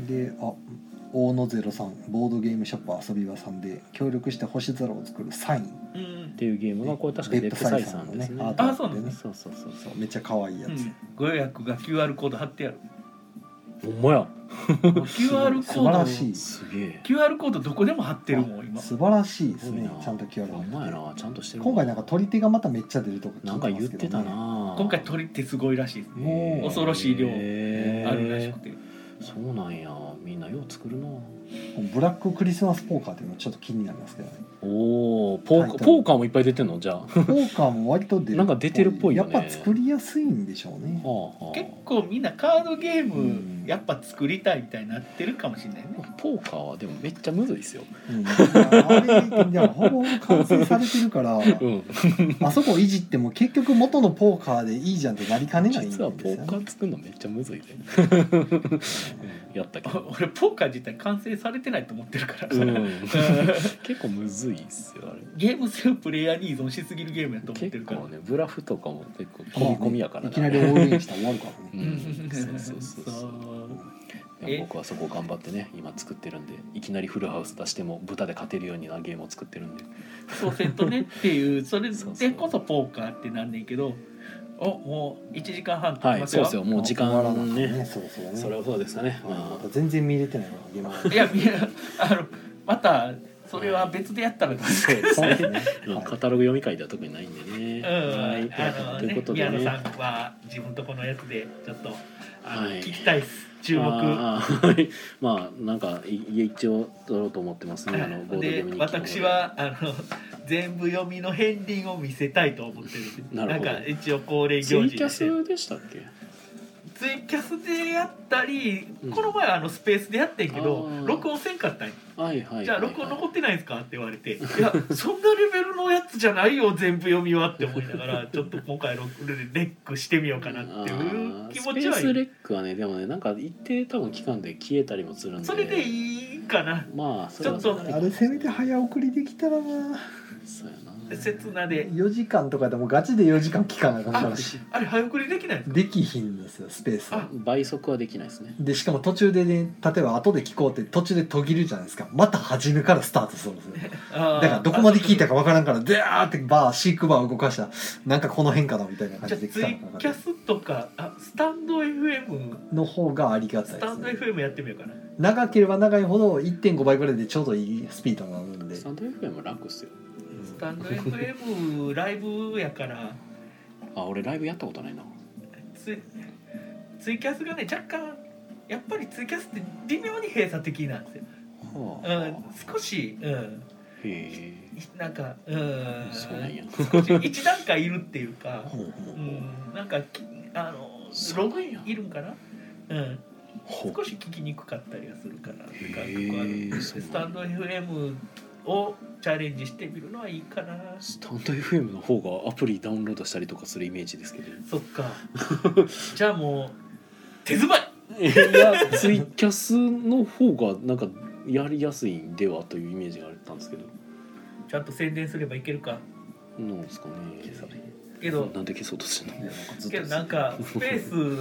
Speaker 2: であ大野ゼロさんボードゲームショップ遊び場さんで協力して星空を作るサイン
Speaker 3: うん
Speaker 1: っていうゲームがこれ確かデップサイさんですね。
Speaker 2: アー
Speaker 3: あ
Speaker 2: トなんでね
Speaker 1: そうそうそうそ
Speaker 2: そうう。めっちゃ可愛いや
Speaker 3: う
Speaker 2: つ、
Speaker 3: んご予約が QR コード貼ってやる
Speaker 1: ほんまや。
Speaker 3: QR コ
Speaker 2: 素晴ら
Speaker 3: ード
Speaker 2: しい
Speaker 1: すげえ。
Speaker 3: QR コードどこでも貼ってるもん今
Speaker 2: 素晴らしいです
Speaker 1: すごい
Speaker 2: ね
Speaker 1: な
Speaker 2: ちゃんとキュアラ
Speaker 1: ほんまやな。ちゃんとしてるわ。
Speaker 2: 今回なんか取り手がまためっちゃ出るとか聞いて
Speaker 1: なんか言
Speaker 2: ま
Speaker 1: っ
Speaker 2: すけ
Speaker 1: て
Speaker 2: ど
Speaker 1: た
Speaker 2: ね
Speaker 1: な。
Speaker 3: 今回鳥ってすごいらしいですね
Speaker 2: もう
Speaker 3: 恐ろしい量
Speaker 1: へー
Speaker 3: あるらしくて
Speaker 1: そうなんやみんなよう作るな
Speaker 2: ブラッククリスマスポーカーっていうのちょっと気になりますけどね
Speaker 1: おおポー
Speaker 2: タイ
Speaker 1: カ
Speaker 2: トル
Speaker 1: ポーカーもいっぱい出てん のじゃあは
Speaker 2: ポーカーも割と出る
Speaker 1: なんか出てるっぽいよね
Speaker 2: やっぱ作りやすいんでしょうね
Speaker 1: あは
Speaker 3: 結構みんなカードゲー
Speaker 2: うん
Speaker 3: ムやっぱ作りたいみたいになってるかもしれないね
Speaker 1: あポーカーはでもめっちゃむずいですよ
Speaker 2: うんいやあれいやほぼほぼ完成されてるから
Speaker 1: うん
Speaker 2: あそこいじっても結局元のポーカーでいいじゃんってなりかねないんです
Speaker 1: 実は
Speaker 2: よ、
Speaker 1: ポーカ
Speaker 2: ね、
Speaker 1: ー作るのめっちゃむずい でやったけど
Speaker 3: お俺ポーカー自体完成されてないと思ってるから、
Speaker 1: うん 結構むずいっすよあれ
Speaker 3: ゲーム性をプレイヤーに依存しすぎるゲームやと思っ
Speaker 1: 結
Speaker 3: てるから
Speaker 1: 構ねブラフとかも結構込み込みやから
Speaker 2: いきな
Speaker 1: な
Speaker 2: り応援したら終わるから
Speaker 1: う
Speaker 2: ね
Speaker 1: んそうそうそ
Speaker 3: そ
Speaker 1: ううそう
Speaker 3: え
Speaker 1: でも僕はそこを頑張ってね今作ってるんでいきなりフルハウス出しても豚で勝てるようなゲームを作ってるんで
Speaker 3: そうせんとねっていうそれ
Speaker 1: そうそう
Speaker 3: でこそポーカーってなんねんけどおもう1時間半経
Speaker 1: は
Speaker 3: ちま
Speaker 1: い
Speaker 3: す
Speaker 1: そう
Speaker 3: よ、
Speaker 1: ですよもう時間
Speaker 2: 終わらなかった
Speaker 1: ね
Speaker 2: そうそうね
Speaker 1: それはそうですかね、
Speaker 2: ま
Speaker 1: ま
Speaker 2: た全然見れてないわゲームは
Speaker 3: よいやみんなあのまたそれは別でやったらどう
Speaker 1: あ、
Speaker 3: です
Speaker 1: そ
Speaker 3: か
Speaker 1: うですね
Speaker 2: ね
Speaker 1: うんカタログ読み会では特にないんでね、
Speaker 3: うん
Speaker 1: はい、
Speaker 3: あの
Speaker 1: という
Speaker 3: ね
Speaker 1: ことで
Speaker 3: 宮野
Speaker 1: ね
Speaker 3: さんは自分とこのやつでちょっとあの
Speaker 1: はい
Speaker 3: 聞きたいです注目
Speaker 1: あーはい まあなんかいい一応取ろうと思ってますねあのボードゲ
Speaker 3: で
Speaker 1: ームに
Speaker 3: 私はあの全部読みの片鱗を見せたいと思ってるんで
Speaker 1: なるほど
Speaker 3: んか一応恒例
Speaker 1: ツ
Speaker 3: 行
Speaker 1: イ
Speaker 3: 事
Speaker 1: キャ
Speaker 3: にして
Speaker 1: スでしたっけ
Speaker 3: ツイキャスでやったり、
Speaker 1: うん
Speaker 3: この前あのスペースでやってんけど
Speaker 1: あー
Speaker 3: 録音せんかったんよ
Speaker 1: はいはいはい、はい、
Speaker 3: じゃあ録音残ってないんですか?」って言われて「いやそんなレベルのやつじゃないよ全部読みは」って思いながらちょっと今回録レックしてみようかなっていう気持ち
Speaker 1: あー
Speaker 3: は
Speaker 1: ス
Speaker 3: い
Speaker 1: ペースレ
Speaker 3: る
Speaker 1: ックはねでもねなんか一定多分期間で消えたりもするんで
Speaker 3: それでいいかな
Speaker 1: まあそは
Speaker 3: ちょっと
Speaker 2: あれせめて早送りできたらな
Speaker 1: そうやな
Speaker 3: 刹那で
Speaker 2: 4時間とかでもガチで4時間期間がかかるし
Speaker 3: あれ早送りできないんですか
Speaker 2: できひんですよスペース
Speaker 3: あ
Speaker 1: 倍速はできないですね
Speaker 2: でしかも途中でね例えば後で聞こうって途中で途切るじゃないですかまた初めからスタートするんですよ
Speaker 3: あ
Speaker 2: だか
Speaker 3: ー
Speaker 2: らどこまで聞いたかわからんからでーってバーシークバー動かしたらなんかこの辺かなみたいな感
Speaker 3: じゃ
Speaker 2: じ
Speaker 3: あ
Speaker 2: で
Speaker 3: ツ
Speaker 2: 期間
Speaker 3: イ
Speaker 2: がか
Speaker 3: キ
Speaker 2: か
Speaker 3: ャ
Speaker 2: る
Speaker 3: スとかあスタンド FM
Speaker 2: の方がありがた
Speaker 3: ス
Speaker 2: いで
Speaker 3: タ
Speaker 2: す
Speaker 3: ンド
Speaker 2: ね
Speaker 3: FM やってみようかな
Speaker 2: 長ければ長いほど1.5倍ぐらいでちょうどいいスピードになるんで
Speaker 1: スタンド FM も楽っすよ
Speaker 3: スタンド FM ライブやから
Speaker 1: あ俺ライブやったことないな
Speaker 3: ツイツイキャスがね若干やっぱりツイキャスって微妙に閉鎖的なんですよ、
Speaker 1: は
Speaker 3: う
Speaker 1: あ
Speaker 3: ん、少し、うん、
Speaker 1: へえ
Speaker 3: なんか、うん、
Speaker 1: そうなんや
Speaker 3: 少し一段階いるっていうか、
Speaker 1: ほうほ
Speaker 3: う、
Speaker 1: うん
Speaker 3: なんかきあの
Speaker 1: そ
Speaker 3: ロ
Speaker 1: うな
Speaker 3: グ
Speaker 1: んや
Speaker 3: いるんかな、うん、
Speaker 1: ほう
Speaker 3: 少し聞きにくかったりはするからって感覚はある
Speaker 1: へえそう
Speaker 3: スタンド FM をチャレンジしてみるのはいいかな
Speaker 1: スタンド FM の方がアプリダウンロードしたりとかするイメージですけど
Speaker 3: そっ かじゃあもう手詰まい
Speaker 1: いやツイキャスの方がなんかやりやすいんではというイメージがあったんですけど
Speaker 3: ちゃんと宣伝すればいけるか
Speaker 1: なんですかね
Speaker 3: けど
Speaker 1: なんで消そうとしてんの
Speaker 5: ずっ
Speaker 3: け
Speaker 5: と
Speaker 3: どなんかスペー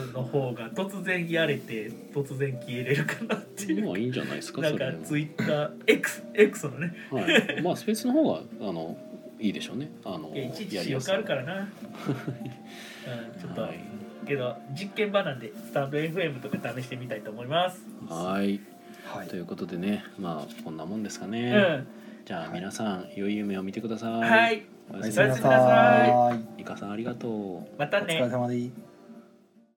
Speaker 3: スの方が突然やれて突然消えれるかなっていう
Speaker 1: まあいいんじゃないですか
Speaker 3: なん
Speaker 1: そ
Speaker 3: か
Speaker 1: れでも
Speaker 3: ツイッター X, X のね
Speaker 1: はい、まあスペースの方があのいいでしょうねあの
Speaker 3: いやいちいち
Speaker 1: や
Speaker 3: 使
Speaker 1: りや
Speaker 3: 用
Speaker 1: すい
Speaker 3: 変あるからな、うん、ちょっと、
Speaker 1: はい
Speaker 3: けど実験場なんでスタンド FM とか試してみたいと思います、
Speaker 1: はい
Speaker 2: はい
Speaker 1: ということでねまあこんなもんですか
Speaker 3: う
Speaker 1: ね、
Speaker 3: ん
Speaker 1: じゃあ皆さん良い夢を見てください
Speaker 3: はい
Speaker 1: お
Speaker 2: お
Speaker 1: や
Speaker 2: や
Speaker 1: す
Speaker 2: すみ
Speaker 1: み
Speaker 2: な
Speaker 1: な
Speaker 2: さ
Speaker 1: さ
Speaker 3: おやす
Speaker 2: ー
Speaker 3: みなさ
Speaker 2: い
Speaker 1: いいかさんありがとう
Speaker 3: ま
Speaker 2: お
Speaker 3: たね
Speaker 2: 疲れ様です